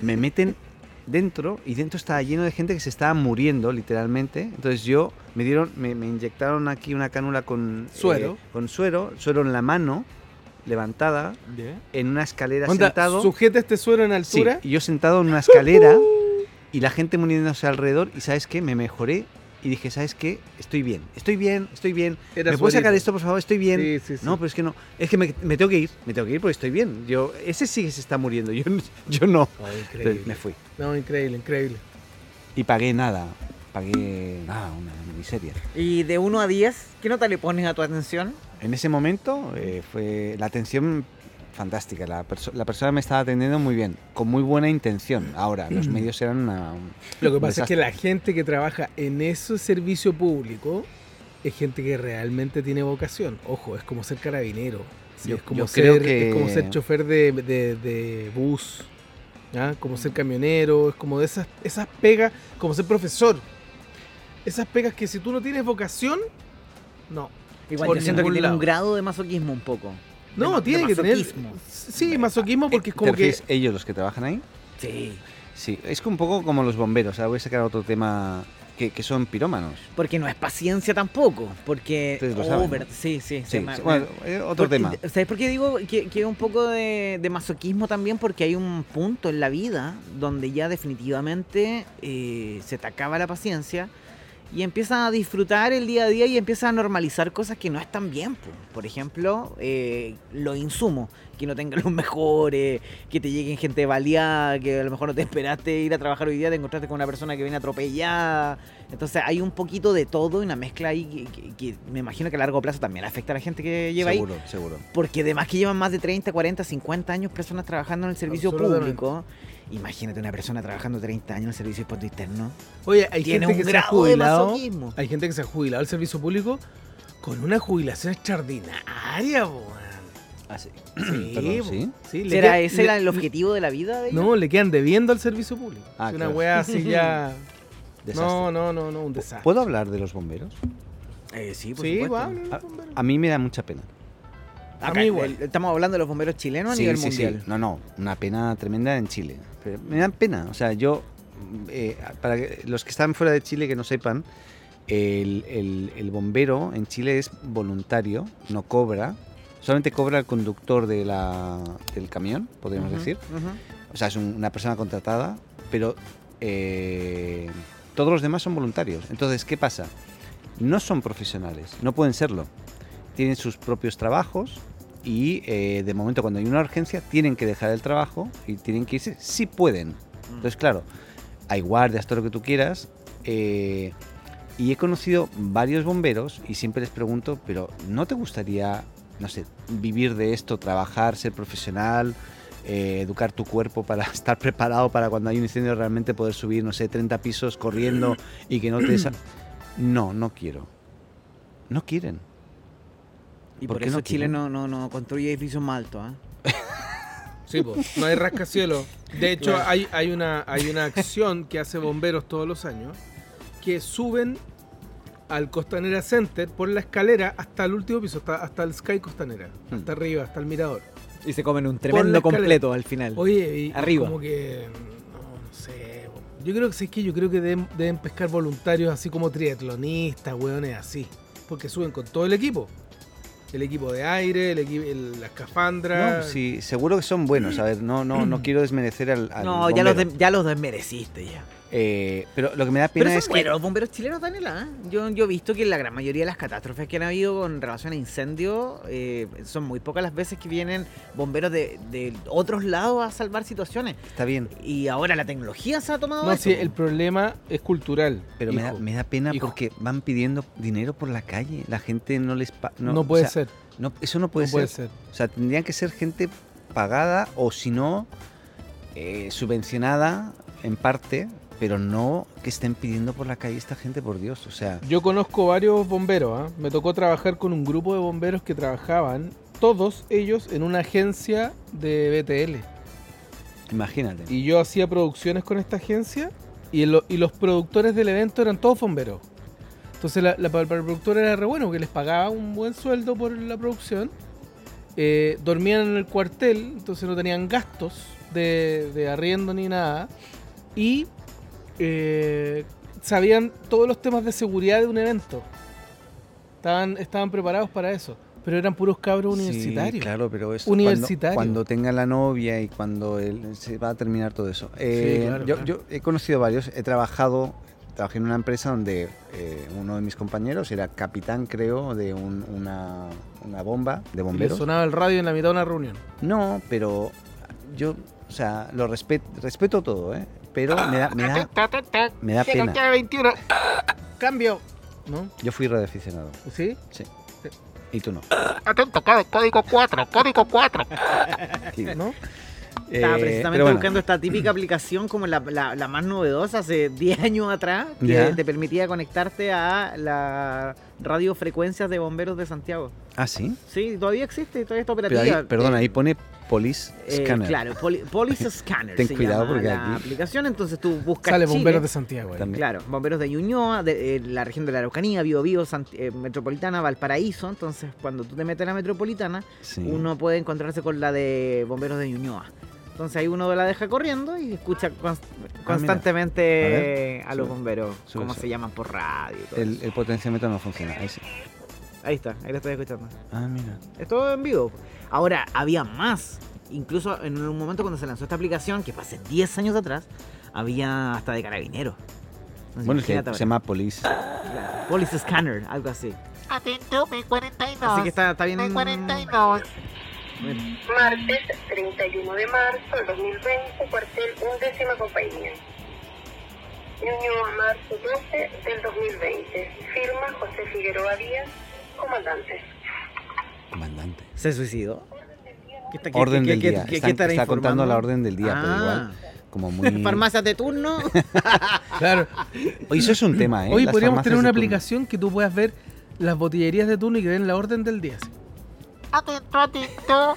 Speaker 2: me meten dentro y dentro estaba lleno de gente que se estaba muriendo literalmente. Entonces yo me dieron, me, me inyectaron aquí una cánula con eh,
Speaker 4: Suero.
Speaker 2: con suero, suero en la mano, levantada, en una escalera
Speaker 4: Onda,
Speaker 2: sentado.
Speaker 4: sujeta este suero en
Speaker 2: Sí,
Speaker 4: altura.
Speaker 2: y yo sentado en una escalera y la gente muriéndose alrededor y sabes qué, me mejoré y dije, ¿sabes qué? Estoy bien, estoy bien, estoy bien.
Speaker 4: Era
Speaker 2: ¿Me puedes sacar
Speaker 4: suerito.
Speaker 2: esto, por favor? Estoy bien.
Speaker 4: Sí, sí, sí.
Speaker 2: No, pero es que no. Es que me, me tengo que ir, me tengo que ir porque estoy bien. Yo, ese sí que se está muriendo, yo, yo no.
Speaker 4: Oh,
Speaker 2: Entonces me
Speaker 4: increíble.
Speaker 2: fui.
Speaker 4: No, increíble, increíble.
Speaker 2: Y pagué nada. Pagué nada, una miseria.
Speaker 5: Y de 1 a 10, ¿qué nota le pones a tu atención?
Speaker 2: En ese momento eh, fue la atención fantástica. La, perso- la persona me estaba atendiendo muy bien, con muy buena intención. Ahora, los medios eran una... un-
Speaker 4: Lo que
Speaker 2: un
Speaker 4: pasa es
Speaker 2: desastre.
Speaker 4: que la gente que trabaja en ese servicio público es gente que realmente tiene vocación. Ojo, es como ser carabinero. sí,
Speaker 2: Yo-
Speaker 4: es, como
Speaker 2: yo
Speaker 4: ser,
Speaker 2: creo que-
Speaker 4: es como ser chofer de, de- de bus, ¿ah? como ser camionero, es como de esas, esas pegas, como ser profesor. Esas pegas que si tú no tienes vocación, no.
Speaker 5: Igual
Speaker 4: Por
Speaker 5: yo siento que
Speaker 4: ningún
Speaker 5: tiene un
Speaker 4: lado.
Speaker 5: grado de masoquismo un poco. De
Speaker 4: No,
Speaker 5: ma- de
Speaker 4: tiene que tener.
Speaker 5: masoquismo.
Speaker 4: Sí, masoquismo porque es
Speaker 2: ¿Te
Speaker 4: como que.
Speaker 2: refieres ellos los que trabajan ahí?
Speaker 5: Sí.
Speaker 2: Sí, es que un poco como los bomberos. Ahora voy a sacar otro tema que, que son pirómanos.
Speaker 5: Porque no es paciencia tampoco. Porque.
Speaker 2: Ustedes lo saben,
Speaker 5: ver-
Speaker 2: ¿no?
Speaker 5: Sí, sí.
Speaker 2: Sí,
Speaker 5: se me-
Speaker 2: sí, bueno, eh, otro
Speaker 5: Porque-
Speaker 2: tema.
Speaker 5: ¿Sabes por qué digo que, que un poco de, de masoquismo también? Porque hay un punto en la vida donde ya definitivamente eh, se te acaba la paciencia y empiezas a disfrutar el día a día y empiezas a normalizar cosas que no están bien. po. Por ejemplo, eh, los insumos, que no tengan los mejores, que te lleguen gente baleada, que a lo mejor no te esperaste ir a trabajar hoy día, te encontraste con una persona que viene atropellada. Entonces hay un poquito de todo y una mezcla ahí que, que- que me imagino que a largo plazo también afecta a la gente que lleva ahí.
Speaker 2: seguro, seguro.
Speaker 5: Porque además que llevan más de 30, 40, 50 años personas trabajando en el servicio
Speaker 4: Absolutamente.
Speaker 5: público. Imagínate una persona trabajando 30 años en el servicio de puesto interno.
Speaker 4: Oye, hay
Speaker 5: Tiene
Speaker 4: gente
Speaker 5: un
Speaker 4: que se ha
Speaker 5: grado de
Speaker 4: jubilado.
Speaker 5: masoquismo.
Speaker 4: Hay gente que se ha jubilado al servicio público con una jubilación extraordinaria, po, weón.
Speaker 2: Así.
Speaker 4: Sí,
Speaker 2: Mm, Perdón,
Speaker 4: po.
Speaker 2: Ah, ¿sí?
Speaker 4: Sí, le
Speaker 5: ¿Será
Speaker 4: queda-
Speaker 5: ese
Speaker 4: le-
Speaker 5: era el objetivo de la vida de ellos?
Speaker 4: No, le quedan debiendo al servicio público.
Speaker 2: Ah,
Speaker 4: Es una
Speaker 2: claro.
Speaker 4: weá así ya.
Speaker 2: Desastre.
Speaker 4: no, no, no, no, un desastre.
Speaker 2: ¿Puedo hablar de los bomberos?
Speaker 5: Eh, sí, por
Speaker 4: Sí,
Speaker 5: supuesto.
Speaker 4: va, no, no,
Speaker 2: Ah,
Speaker 4: bombero.
Speaker 2: A mí me da mucha pena.
Speaker 5: Acá,
Speaker 4: mí igual.
Speaker 5: el- estamos hablando de los bomberos chilenos a nivel mundial.
Speaker 2: No, no, una pena tremenda en Chile. Pero me dan pena. O sea, yo, eh, para que- los que están fuera de Chile que no sepan, el, el- el bombero en Chile es voluntario, no cobra. Solamente cobra el conductor de la, del camión, podríamos
Speaker 5: Ujú,
Speaker 2: decir.
Speaker 5: ujú.
Speaker 2: O sea, es un- una persona contratada, pero eh, todos los demás son voluntarios. Entonces, ¿qué pasa? No son profesionales, no pueden serlo. Tienen sus propios trabajos y eh, de momento cuando hay una urgencia tienen que dejar el trabajo y tienen que irse si pueden. Entonces, claro, hay guardias, todo lo que tú quieras. eh, y he conocido varios bomberos y siempre les pregunto, pero ¿no te gustaría, no sé, vivir de esto, trabajar, ser profesional, eh, educar tu cuerpo para estar preparado para cuando hay un incendio realmente poder subir, no sé, 30 pisos corriendo y que no te... desa- No, no quiero. No quieren.
Speaker 5: Y
Speaker 2: ¿Por
Speaker 5: por,
Speaker 2: qué
Speaker 5: eso
Speaker 2: no
Speaker 5: Chile
Speaker 2: quieren?
Speaker 5: no, no, no construye edificios más altos. ¿ah?
Speaker 4: Sí, po, no hay rascacielos. De hecho, hay, hay, una, hay una acción que hace bomberos todos los años que suben al Costanera Center por la escalera hasta el último piso, hasta, hasta el Sky Costanera,
Speaker 2: Hmm.
Speaker 4: hasta arriba, hasta el mirador.
Speaker 5: Y se comen un
Speaker 4: Por la
Speaker 5: tremendo
Speaker 4: escalera.
Speaker 5: completo al final.
Speaker 4: Oye, y
Speaker 5: Arriba.
Speaker 4: como que. No, no sé. po. Yo creo que sí, es que yo creo que deben, deben pescar voluntarios así como triatlonistas, weones así. Porque suben con todo el equipo. El equipo de aire, el equipo, el- la escafandra.
Speaker 2: No, pues sí, seguro que son buenos. A ver, no, no, no quiero desmerecer al... al
Speaker 5: no, ya los,
Speaker 2: bombero.
Speaker 5: de- ya los desmereciste ya.
Speaker 2: Eh, pero lo que me da
Speaker 5: Pero
Speaker 2: pena
Speaker 5: son
Speaker 2: es que...
Speaker 5: buenos los bomberos chilenos, Daniela. ¿eh? Yo, yo he visto que la gran mayoría de las catástrofes que han habido con relación a incendios eh, son muy pocas las veces que vienen bomberos de, de otros lados a salvar situaciones.
Speaker 2: Está bien,
Speaker 5: Y ahora la tecnología se ha tomado
Speaker 4: No,
Speaker 5: eso.
Speaker 4: sí, el problema es cultural.
Speaker 2: pues. pero me da,
Speaker 4: hijo.
Speaker 2: me da pena
Speaker 4: hijo.
Speaker 2: porque van pidiendo dinero por la calle. La gente no les... pa-
Speaker 4: No,
Speaker 2: o
Speaker 4: puede
Speaker 2: sea,
Speaker 4: ser.
Speaker 2: no, eso no puede
Speaker 4: No puede
Speaker 2: ser.
Speaker 4: ser.
Speaker 2: O sea, tendrían que ser gente pagada o si no, eh, subvencionada en parte, pero no que estén pidiendo por la calle esta gente, por Dios. O sea,
Speaker 4: Yo conozco varios bomberos. ¿ah? Me tocó trabajar con un grupo de bomberos que trabajaban, todos ellos, en una agencia de BTL.
Speaker 2: imagínate.
Speaker 4: Y yo hacía producciones con esta agencia y, lo- y los productores del evento eran todos bomberos. Entonces la, la- para el productor era re bueno, que les pagaba un buen sueldo por la producción. Eh, dormían en el cuartel, entonces no tenían gastos de, de arriendo ni nada. Y eh, sabían todos los temas de seguridad de un evento. Estaban, estaban preparados para eso. Pero eran puros cabros
Speaker 2: Sí,
Speaker 4: universitarios.
Speaker 2: claro, pero es
Speaker 4: Universitario.
Speaker 2: Cuando, cuando tenga la novia y cuando él se va a terminar todo eso. Eh,
Speaker 4: claro,
Speaker 2: yo,
Speaker 4: claro.
Speaker 2: yo he conocido varios, he trabajado, trabajé en una empresa donde eh, uno de mis compañeros era capitán, creo, de un- una, una bomba de
Speaker 4: Y les
Speaker 2: bomberos.
Speaker 4: sonaba el radio en la mitad de una reunión.
Speaker 2: No, pero yo, o sea, lo respet- respeto todo, ¿eh? Pero me da, me da, me da pena.
Speaker 4: Cambio. ¿No?
Speaker 2: Yo fui radioaficionado
Speaker 4: ¿Sí?
Speaker 2: y tú no.
Speaker 3: Atento, código- código 4, código 4.
Speaker 2: Sí.
Speaker 4: ¿No?
Speaker 2: Eh,
Speaker 5: Estaba
Speaker 2: pero
Speaker 5: precisamente
Speaker 2: bueno,
Speaker 5: buscando esta típica aplicación como la, la- la más novedosa hace 10 años atrás que
Speaker 2: Ya.
Speaker 5: te permitía conectarte a las radiofrecuencias de bomberos de Santiago.
Speaker 2: Ah, sí.
Speaker 5: Sí, todavía existe, todavía está
Speaker 2: Pero
Speaker 5: operativa.
Speaker 2: ahí, perdón,
Speaker 5: Eh,
Speaker 2: ahí pone police
Speaker 5: Eh,
Speaker 2: scanner.
Speaker 5: Claro, poli- Police Scanner.
Speaker 2: Ten
Speaker 5: se
Speaker 2: cuidado
Speaker 5: llama
Speaker 2: porque
Speaker 5: la
Speaker 2: aquí-
Speaker 5: aplicación, entonces tú buscas.
Speaker 4: Sale
Speaker 5: Chile,
Speaker 4: Bomberos de Santiago. ahí.
Speaker 2: También.
Speaker 5: Claro, bomberos de Ñuñoa, de, eh, la región de la Araucanía, Bio Bio, Sant- eh, Metropolitana, Valparaíso. Entonces, cuando tú te metes a la Metropolitana,
Speaker 2: Sí.
Speaker 5: uno puede encontrarse con la de bomberos de Ñuñoa. Entonces ahí uno la deja corriendo y escucha cons-
Speaker 2: Ah,
Speaker 5: constantemente a, los
Speaker 2: Sube.
Speaker 5: bomberos,
Speaker 2: Sube,
Speaker 5: cómo
Speaker 2: sube.
Speaker 5: se llaman por radio. y todo
Speaker 2: El,
Speaker 5: eso.
Speaker 2: el potenciómetro no funciona. Ahí sí.
Speaker 5: Ahí está, ahí lo estoy escuchando.
Speaker 2: Ah, mira.
Speaker 5: Es todo en vivo. Ahora, había más. Incluso en un momento cuando se lanzó esta aplicación, que fue hace 10 años atrás, había hasta de carabineros. Entonces,
Speaker 2: Bueno, es que
Speaker 5: imagínate
Speaker 2: se
Speaker 5: ahora.
Speaker 2: llama police.
Speaker 5: Claro, Police Scanner, algo así.
Speaker 7: Atento, B42.
Speaker 5: Así que está, está bien.
Speaker 7: B42.
Speaker 5: Bueno,
Speaker 8: Martes 31 de marzo del 2020, cuartel undécima compañía. Ñuñoa, marzo 12 del 2020. Firma José Figueroa Díaz, comandante.
Speaker 2: Comandante.
Speaker 5: ¿Se suicidó? ¿Qué está- qué-
Speaker 2: Orden
Speaker 5: qué-
Speaker 2: del
Speaker 5: qué-
Speaker 2: día.
Speaker 5: qué- qué
Speaker 2: Están-
Speaker 5: estará
Speaker 2: está contando
Speaker 5: informando?
Speaker 2: la orden del día, pero
Speaker 5: Ah.
Speaker 2: igual. Como muy.
Speaker 5: Farmacias de turno.
Speaker 4: Claro.
Speaker 2: Ah, Oye, eso es un tema, ¿eh?
Speaker 4: Hoy
Speaker 2: Las
Speaker 4: podríamos
Speaker 2: farmacias
Speaker 4: tener
Speaker 2: de
Speaker 4: una
Speaker 2: turno.
Speaker 4: aplicación que tú puedas ver las botillerías de turno y que den la orden del día. así.
Speaker 7: Atento, atento.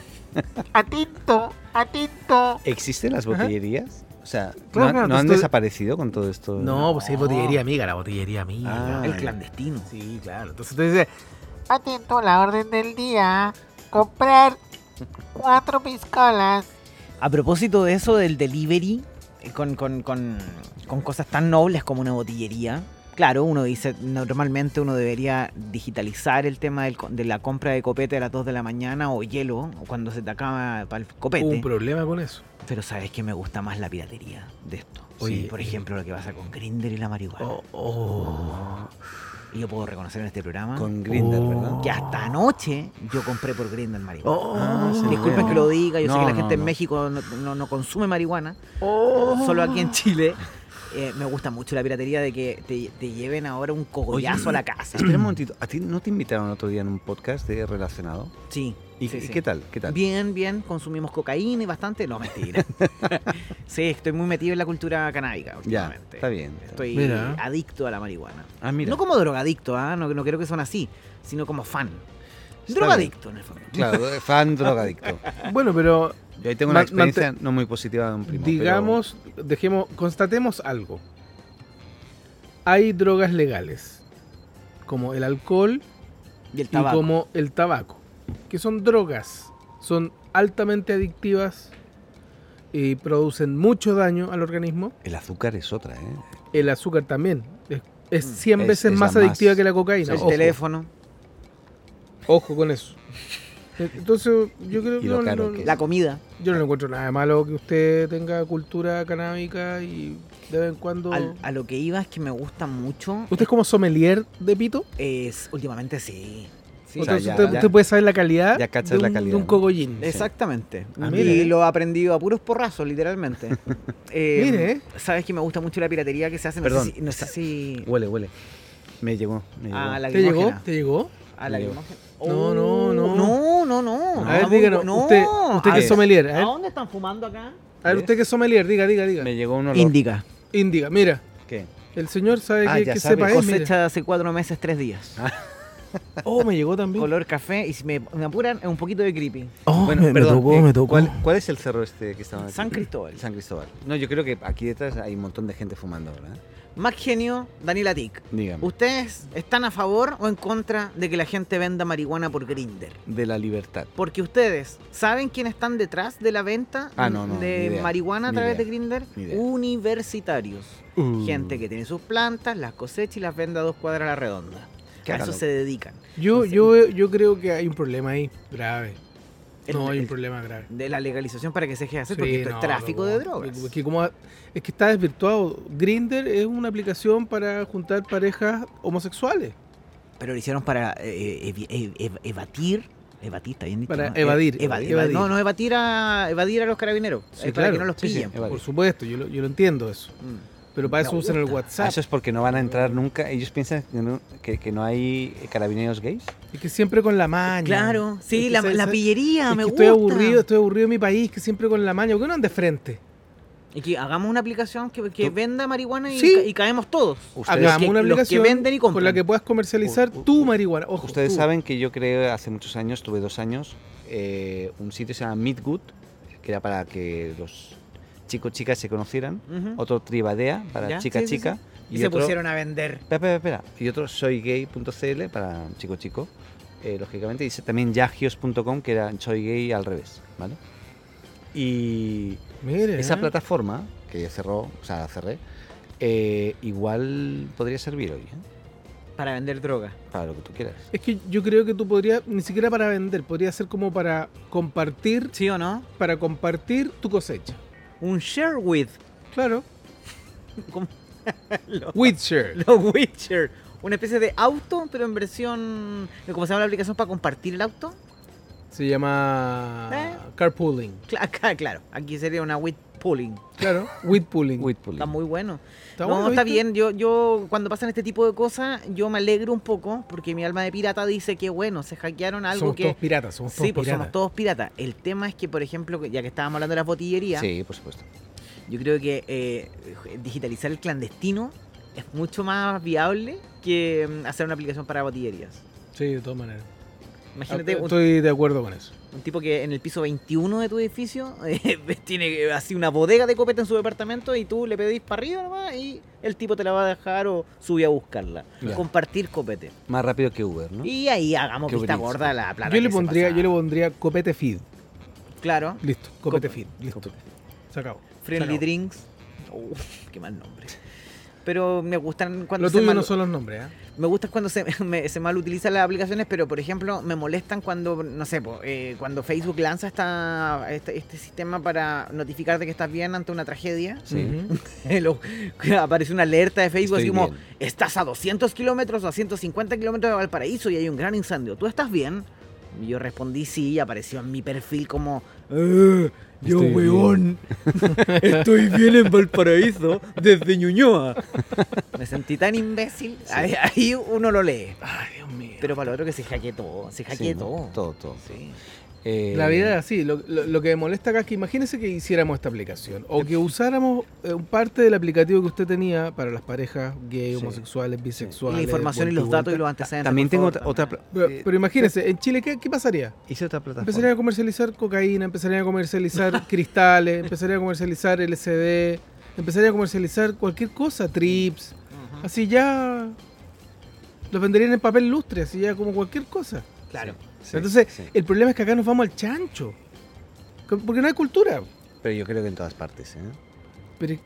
Speaker 7: Atento, atento.
Speaker 2: ¿Existen las
Speaker 4: Ajá.
Speaker 2: botellerías? O sea, ¿no
Speaker 4: Claro,
Speaker 2: han-
Speaker 4: claro,
Speaker 2: ¿no,
Speaker 4: te
Speaker 2: han
Speaker 4: estoy-
Speaker 2: desaparecido con todo esto?
Speaker 4: No, pues si es botillería amiga, la botillería amiga.
Speaker 2: Ah,
Speaker 5: El
Speaker 2: ya.
Speaker 5: clandestino.
Speaker 4: Sí, claro. Entonces tú dices,
Speaker 7: Atento a la orden del día. comprar cuatro piscolas.
Speaker 5: A propósito de eso del delivery, eh, con, con- con- con cosas tan nobles como una botillería, claro, uno dice, normalmente uno debería digitalizar el tema del co- de la compra de copete a las 2 de la mañana o hielo o cuando se te acaba para el copete.
Speaker 4: Hubo un problema con eso.
Speaker 5: Pero sabes que me gusta más la piratería de esto.
Speaker 4: Oye,
Speaker 5: Sí, por
Speaker 4: eh,
Speaker 5: ejemplo, lo que pasa con Grinder y la
Speaker 2: Ah.
Speaker 5: marihuana.
Speaker 2: oh.
Speaker 4: Oh,
Speaker 5: Y yo puedo reconocer en este programa Oh.
Speaker 2: Con Grindr, ¿verdad?
Speaker 5: que hasta anoche yo compré por Grindr marihuana.
Speaker 2: Ah, se
Speaker 5: Disculpen
Speaker 2: entiende.
Speaker 5: que lo diga, yo sé
Speaker 2: No,
Speaker 5: que la
Speaker 2: no,
Speaker 5: gente en
Speaker 2: no.
Speaker 5: México no, no- no consume marihuana,
Speaker 4: Oh,
Speaker 2: Oh.
Speaker 5: solo aquí en Chile. Eh, me gusta mucho la piratería de que te, te lleven ahora un cogollazo a la casa.
Speaker 2: Espera un momentito, ¿a ti no te invitaron otro día en un podcast de relacionado?
Speaker 5: Sí.
Speaker 2: ¿Y,
Speaker 5: sí,
Speaker 2: y
Speaker 5: sí.
Speaker 2: qué tal? ¿Qué tal?
Speaker 5: Bien, bien, consumimos cocaína y bastante. No, mentira. sí, estoy muy metido en la cultura canábica
Speaker 2: Ya,
Speaker 5: últimamente.
Speaker 2: está bien.
Speaker 5: Estoy
Speaker 4: Mira.
Speaker 5: adicto a la marihuana.
Speaker 2: Ah, mira.
Speaker 5: No como drogadicto, ¿ah? no, no creo que son así, sino como fan.
Speaker 2: Está
Speaker 5: Drogadicto, en el fondo.
Speaker 2: Claro, eh, fan drogadicto.
Speaker 4: Bueno, pero
Speaker 2: Yo ahí tengo una
Speaker 4: Man-
Speaker 2: experiencia no muy positiva de un primo. pero-
Speaker 4: digamos, dejemos, constatemos algo. Hay drogas legales, como el alcohol
Speaker 5: Y el
Speaker 4: y
Speaker 5: tabaco.
Speaker 4: como el tabaco, que son drogas, son altamente adictivas y producen mucho daño al organismo.
Speaker 2: El azúcar es otra, ¿eh?
Speaker 4: El azúcar también es, es 100
Speaker 2: Mm. Es-
Speaker 4: veces
Speaker 2: es la
Speaker 4: más adictiva
Speaker 2: más-
Speaker 4: que la cocaína.
Speaker 5: el
Speaker 4: Ojo,
Speaker 5: teléfono,
Speaker 4: ojo con eso. Entonces, yo creo
Speaker 2: Y lo
Speaker 4: no-
Speaker 2: caro
Speaker 4: no-
Speaker 2: que es.
Speaker 5: la comida,
Speaker 4: yo no le encuentro nada de malo que usted tenga cultura canábica y de vez en cuando.
Speaker 5: al- a lo que iba es que me gusta mucho.
Speaker 4: ¿Usted es como sommelier de pito?
Speaker 5: Es, últimamente sí. Sí.
Speaker 2: O sea,
Speaker 4: Entonces
Speaker 2: ya-
Speaker 4: usted,
Speaker 2: ya-
Speaker 4: usted puede saber la calidad,
Speaker 2: ya cachas
Speaker 4: de un,
Speaker 2: la calidad,
Speaker 4: de un
Speaker 2: ¿no?
Speaker 4: cogollín.
Speaker 5: Exactamente.
Speaker 4: Ah,
Speaker 5: y
Speaker 4: mira, eh.
Speaker 5: lo he aprendido a puros porrazos, literalmente. Eh,
Speaker 4: Mire, eh.
Speaker 5: Sabes que me gusta mucho la piratería que se hace. No
Speaker 2: Perdón.
Speaker 5: sé si. No sé si-
Speaker 2: Huele, huele. Me llegó, me llegó.
Speaker 5: a Ah, la
Speaker 4: ¿Te llegó?
Speaker 5: lacrimógena.
Speaker 4: ¿Te llegó?
Speaker 5: A la
Speaker 2: Llegó.
Speaker 5: lacrimógena.
Speaker 4: No, no, no.
Speaker 5: No, no, no.
Speaker 4: a ver,
Speaker 5: Está Ah, muy
Speaker 4: díganos.
Speaker 5: bu-
Speaker 4: Usted,
Speaker 5: no.
Speaker 4: usted
Speaker 5: ¿A,
Speaker 4: que es sommelier. A
Speaker 5: ¿A
Speaker 4: ver,
Speaker 5: dónde están fumando acá?
Speaker 4: a ver, usted que es sommelier, diga, diga, diga.
Speaker 2: Me llegó uno.
Speaker 5: Indica.
Speaker 4: Indica, mira,
Speaker 2: ¿Qué?
Speaker 4: el señor sabe
Speaker 2: Ah,
Speaker 4: que,
Speaker 2: ya
Speaker 4: que
Speaker 2: sabe.
Speaker 4: sepa él, mira.
Speaker 5: Cosecha de hace cuatro meses, tres días.
Speaker 4: Ah, Oh, me llegó también.
Speaker 5: Color café y si me, me apuran es un poquito de creepy.
Speaker 4: Oh,
Speaker 2: Bueno,
Speaker 4: me, me
Speaker 2: perdón,
Speaker 4: tocó,
Speaker 2: eh,
Speaker 4: me tocó.
Speaker 2: ¿cuál, cuál es el cerro este que estaba aquí?
Speaker 5: San Cristóbal.
Speaker 2: San Cristóbal. No, yo creo que aquí detrás hay un montón de gente fumando, ¿verdad?
Speaker 5: Más genio, Daniela Tic.
Speaker 2: Dígame.
Speaker 5: ¿Ustedes están a favor o en contra de que la gente venda marihuana por Grinder?
Speaker 2: De la libertad.
Speaker 5: Porque ustedes saben quién están detrás de la venta
Speaker 2: Ah, no, no,
Speaker 5: de
Speaker 2: ni idea,
Speaker 5: marihuana a
Speaker 2: ni
Speaker 5: través
Speaker 2: idea,
Speaker 5: de Grinder.
Speaker 2: ni idea.
Speaker 5: Universitarios.
Speaker 4: Uh.
Speaker 5: Gente que tiene sus plantas, las cosecha y las vende a dos cuadras a la redonda.
Speaker 2: Qué
Speaker 5: a eso
Speaker 2: raro.
Speaker 5: se dedican.
Speaker 4: Yo,
Speaker 5: no sé.
Speaker 4: yo, yo creo que hay un problema ahí, grave.
Speaker 5: El-
Speaker 4: no, hay un
Speaker 5: el-
Speaker 4: problema grave.
Speaker 5: de la legalización para que se deje de hacer,
Speaker 4: Sí,
Speaker 5: porque esto
Speaker 4: no,
Speaker 5: es tráfico
Speaker 4: pero
Speaker 5: de
Speaker 4: como-
Speaker 5: drogas.
Speaker 4: Es que, como, es que está desvirtuado. Grinder es una aplicación para juntar parejas homosexuales.
Speaker 5: Pero lo hicieron para eh, evi- ev- ev- evadir. Evadir, está bien dicho.
Speaker 4: Para
Speaker 5: ¿no?
Speaker 4: evadir,
Speaker 5: Eva- eva-
Speaker 4: evadir.
Speaker 5: No, no, evadir a, evadir a los carabineros.
Speaker 4: Sí,
Speaker 5: eh, para que
Speaker 4: claro,
Speaker 5: no los
Speaker 4: sí, sí,
Speaker 5: pillen.
Speaker 2: Evadir.
Speaker 4: Por supuesto, yo lo, yo lo entiendo eso.
Speaker 5: Mm.
Speaker 4: Pero para
Speaker 5: Me
Speaker 4: eso usan el
Speaker 2: Ah,
Speaker 5: gusta.
Speaker 4: WhatsApp.
Speaker 2: eso es porque no van a entrar nunca. Ellos piensan que no, que- que no hay carabineros gays.
Speaker 4: Es que siempre con la maña.
Speaker 5: Claro,
Speaker 4: Ah, Es
Speaker 5: sí,
Speaker 4: que
Speaker 5: la,
Speaker 4: se-
Speaker 5: la
Speaker 4: se-
Speaker 5: pillería,
Speaker 4: es
Speaker 5: Ah, me
Speaker 4: que
Speaker 5: gusta.
Speaker 4: estoy aburrido, estoy aburrido en mi país, que siempre con la maña. ¿Por qué no andan de frente?
Speaker 5: Y que hagamos una aplicación que, que
Speaker 2: Tú-
Speaker 5: venda marihuana y,
Speaker 4: Sí.
Speaker 5: ca- y caemos todos.
Speaker 2: Ustedes-
Speaker 4: Hagamos
Speaker 5: que-
Speaker 4: una
Speaker 5: los que
Speaker 4: aplicación
Speaker 5: venden y
Speaker 4: con la
Speaker 5: compran.
Speaker 4: que puedas comercializar
Speaker 2: U- u-
Speaker 4: tu
Speaker 2: u-
Speaker 4: marihuana. Ojo,
Speaker 2: Ustedes
Speaker 4: tú.
Speaker 2: saben que yo creo hace muchos años, tuve dos años, eh, un sitio que se llama Meet Good, que era para que los chicos chicas se conocieran,
Speaker 5: Ujú.
Speaker 2: otro Tribadea para
Speaker 5: Ya,
Speaker 2: chica
Speaker 5: sí, sí,
Speaker 2: chica
Speaker 5: Y,
Speaker 2: y
Speaker 5: se
Speaker 2: otro
Speaker 5: pusieron a vender.
Speaker 2: espera, espera, espera, y otro soygay.cl para chico chico, eh, lógicamente dice también yagios.com que era soy gay al revés, ¿vale? Y
Speaker 4: Mire,
Speaker 2: esa
Speaker 4: ¿eh?
Speaker 2: plataforma que ya cerró, o sea, la cerré, eh, igual podría servir hoy, ¿eh?
Speaker 5: Para vender droga.
Speaker 2: para lo que tú quieras.
Speaker 4: Es que yo creo que tú podrías, ni siquiera para vender, podría ser como para compartir,
Speaker 5: ¿Sí o no?
Speaker 4: para compartir tu cosecha.
Speaker 5: Un share with.
Speaker 4: Claro.
Speaker 5: ¿Cómo? Lo-
Speaker 4: Witcher.
Speaker 5: Los Witcher. Una especie de auto, pero en versión. ¿Cómo se llama la aplicación para compartir el auto?
Speaker 4: Se llama
Speaker 5: ¿Eh?
Speaker 4: carpooling.
Speaker 5: Cla- acá, claro. Aquí sería una with pulling.
Speaker 4: Claro, whitpooling.
Speaker 2: With pulling.
Speaker 5: Está muy bueno. no,
Speaker 4: bueno,
Speaker 5: está
Speaker 4: ¿viste?
Speaker 5: bien. Yo, yo, cuando pasan este tipo de cosas, yo me alegro un poco porque mi alma de pirata dice que bueno, se hackearon algo
Speaker 4: somos
Speaker 5: que.
Speaker 4: todos piratas, somos todos
Speaker 5: sí, pues
Speaker 4: piratas.
Speaker 5: somos todos piratas. El tema es que, por ejemplo, que ya que estábamos hablando de las botillerías,
Speaker 2: Sí, por supuesto.
Speaker 5: yo creo que eh, digitalizar el clandestino es mucho más viable que mm, hacer una aplicación para botillerías.
Speaker 4: Sí, de todas maneras.
Speaker 5: Imagínate un,
Speaker 4: Ah, Estoy de acuerdo con eso.
Speaker 5: un tipo que en el piso 21 de tu edificio eh, tiene así una bodega de copete en su departamento y tú le pedís para arriba nomás y el tipo te la va a dejar o sube a buscarla.
Speaker 2: Ya.
Speaker 5: Compartir copete.
Speaker 2: Más rápido que Uber, ¿no?
Speaker 5: Y ahí hagamos
Speaker 2: Qué
Speaker 5: vista
Speaker 2: bonito.
Speaker 5: gorda a la plata.
Speaker 4: Yo le
Speaker 5: que se
Speaker 4: pondría,
Speaker 5: pasaba.
Speaker 4: yo le pondría copete feed.
Speaker 5: Claro.
Speaker 4: Listo, copete
Speaker 5: Cop-
Speaker 4: feed. Listo. Se acabó.
Speaker 5: Friendly
Speaker 4: acabó.
Speaker 5: Drinks. Uf, qué mal nombre. Pero me gustan cuando
Speaker 4: Lo
Speaker 5: se
Speaker 4: tuyo
Speaker 5: mal-
Speaker 4: no son los nombres, ¿ah?
Speaker 5: me gustan cuando se, me- se mal utilizan las aplicaciones, pero por ejemplo me molestan cuando, no sé, po, eh, cuando Facebook lanza esta, este, este sistema para notificarte que estás bien ante una tragedia.
Speaker 2: Sí.
Speaker 4: Ujú.
Speaker 5: Lo- aparece una alerta de Facebook así
Speaker 2: Estoy
Speaker 5: como,
Speaker 2: bien.
Speaker 5: estás a 200 kilómetros o a 150 kilómetros de Valparaíso y hay un gran incendio. ¿Tú estás bien? Y yo respondí sí y apareció en mi perfil como, "Eh, yo
Speaker 2: Estoy
Speaker 5: weón, estoy bien en Valparaíso desde Ñuñoa. Me sentí tan imbécil. Ahí, ahí uno lo lee.
Speaker 4: Ay, Dios mío.
Speaker 5: Pero para lo otro que se hackeó todo, se hackeó
Speaker 2: Sí, ¿no?
Speaker 5: todo.
Speaker 2: Todo, todo.
Speaker 5: Sí.
Speaker 2: Eh,
Speaker 4: La vida es así. Lo, lo- lo que me molesta acá es que imagínese que hiciéramos esta aplicación o que usáramos eh, un parte del aplicativo que usted tenía para las parejas gay,
Speaker 2: Sí.
Speaker 4: homosexuales,
Speaker 5: Y
Speaker 4: bisexuales.
Speaker 5: la información y
Speaker 4: vuelta
Speaker 5: los datos y los
Speaker 4: vuelta.
Speaker 5: antecedentes.
Speaker 2: También tengo
Speaker 5: por favor,
Speaker 2: otra...
Speaker 5: también.
Speaker 2: otra pla-
Speaker 4: Pero, pero imagínese, en Chile, ¿qué, qué pasaría?
Speaker 2: hice otra plataforma.
Speaker 4: Empezarían a comercializar cocaína, empezarían a comercializar cristales, empezarían a comercializar LCD, empezarían a comercializar cualquier cosa, trips.
Speaker 5: Ujú.
Speaker 4: Así ya los venderían en papel lustre, así ya como cualquier cosa.
Speaker 5: Claro.
Speaker 2: Eh, Sí,
Speaker 4: Entonces,
Speaker 2: sí.
Speaker 4: el problema es que acá nos vamos al chancho. Co- Porque no hay cultura.
Speaker 2: Pero yo creo que en todas partes, ¿eh?
Speaker 4: Pero, eh,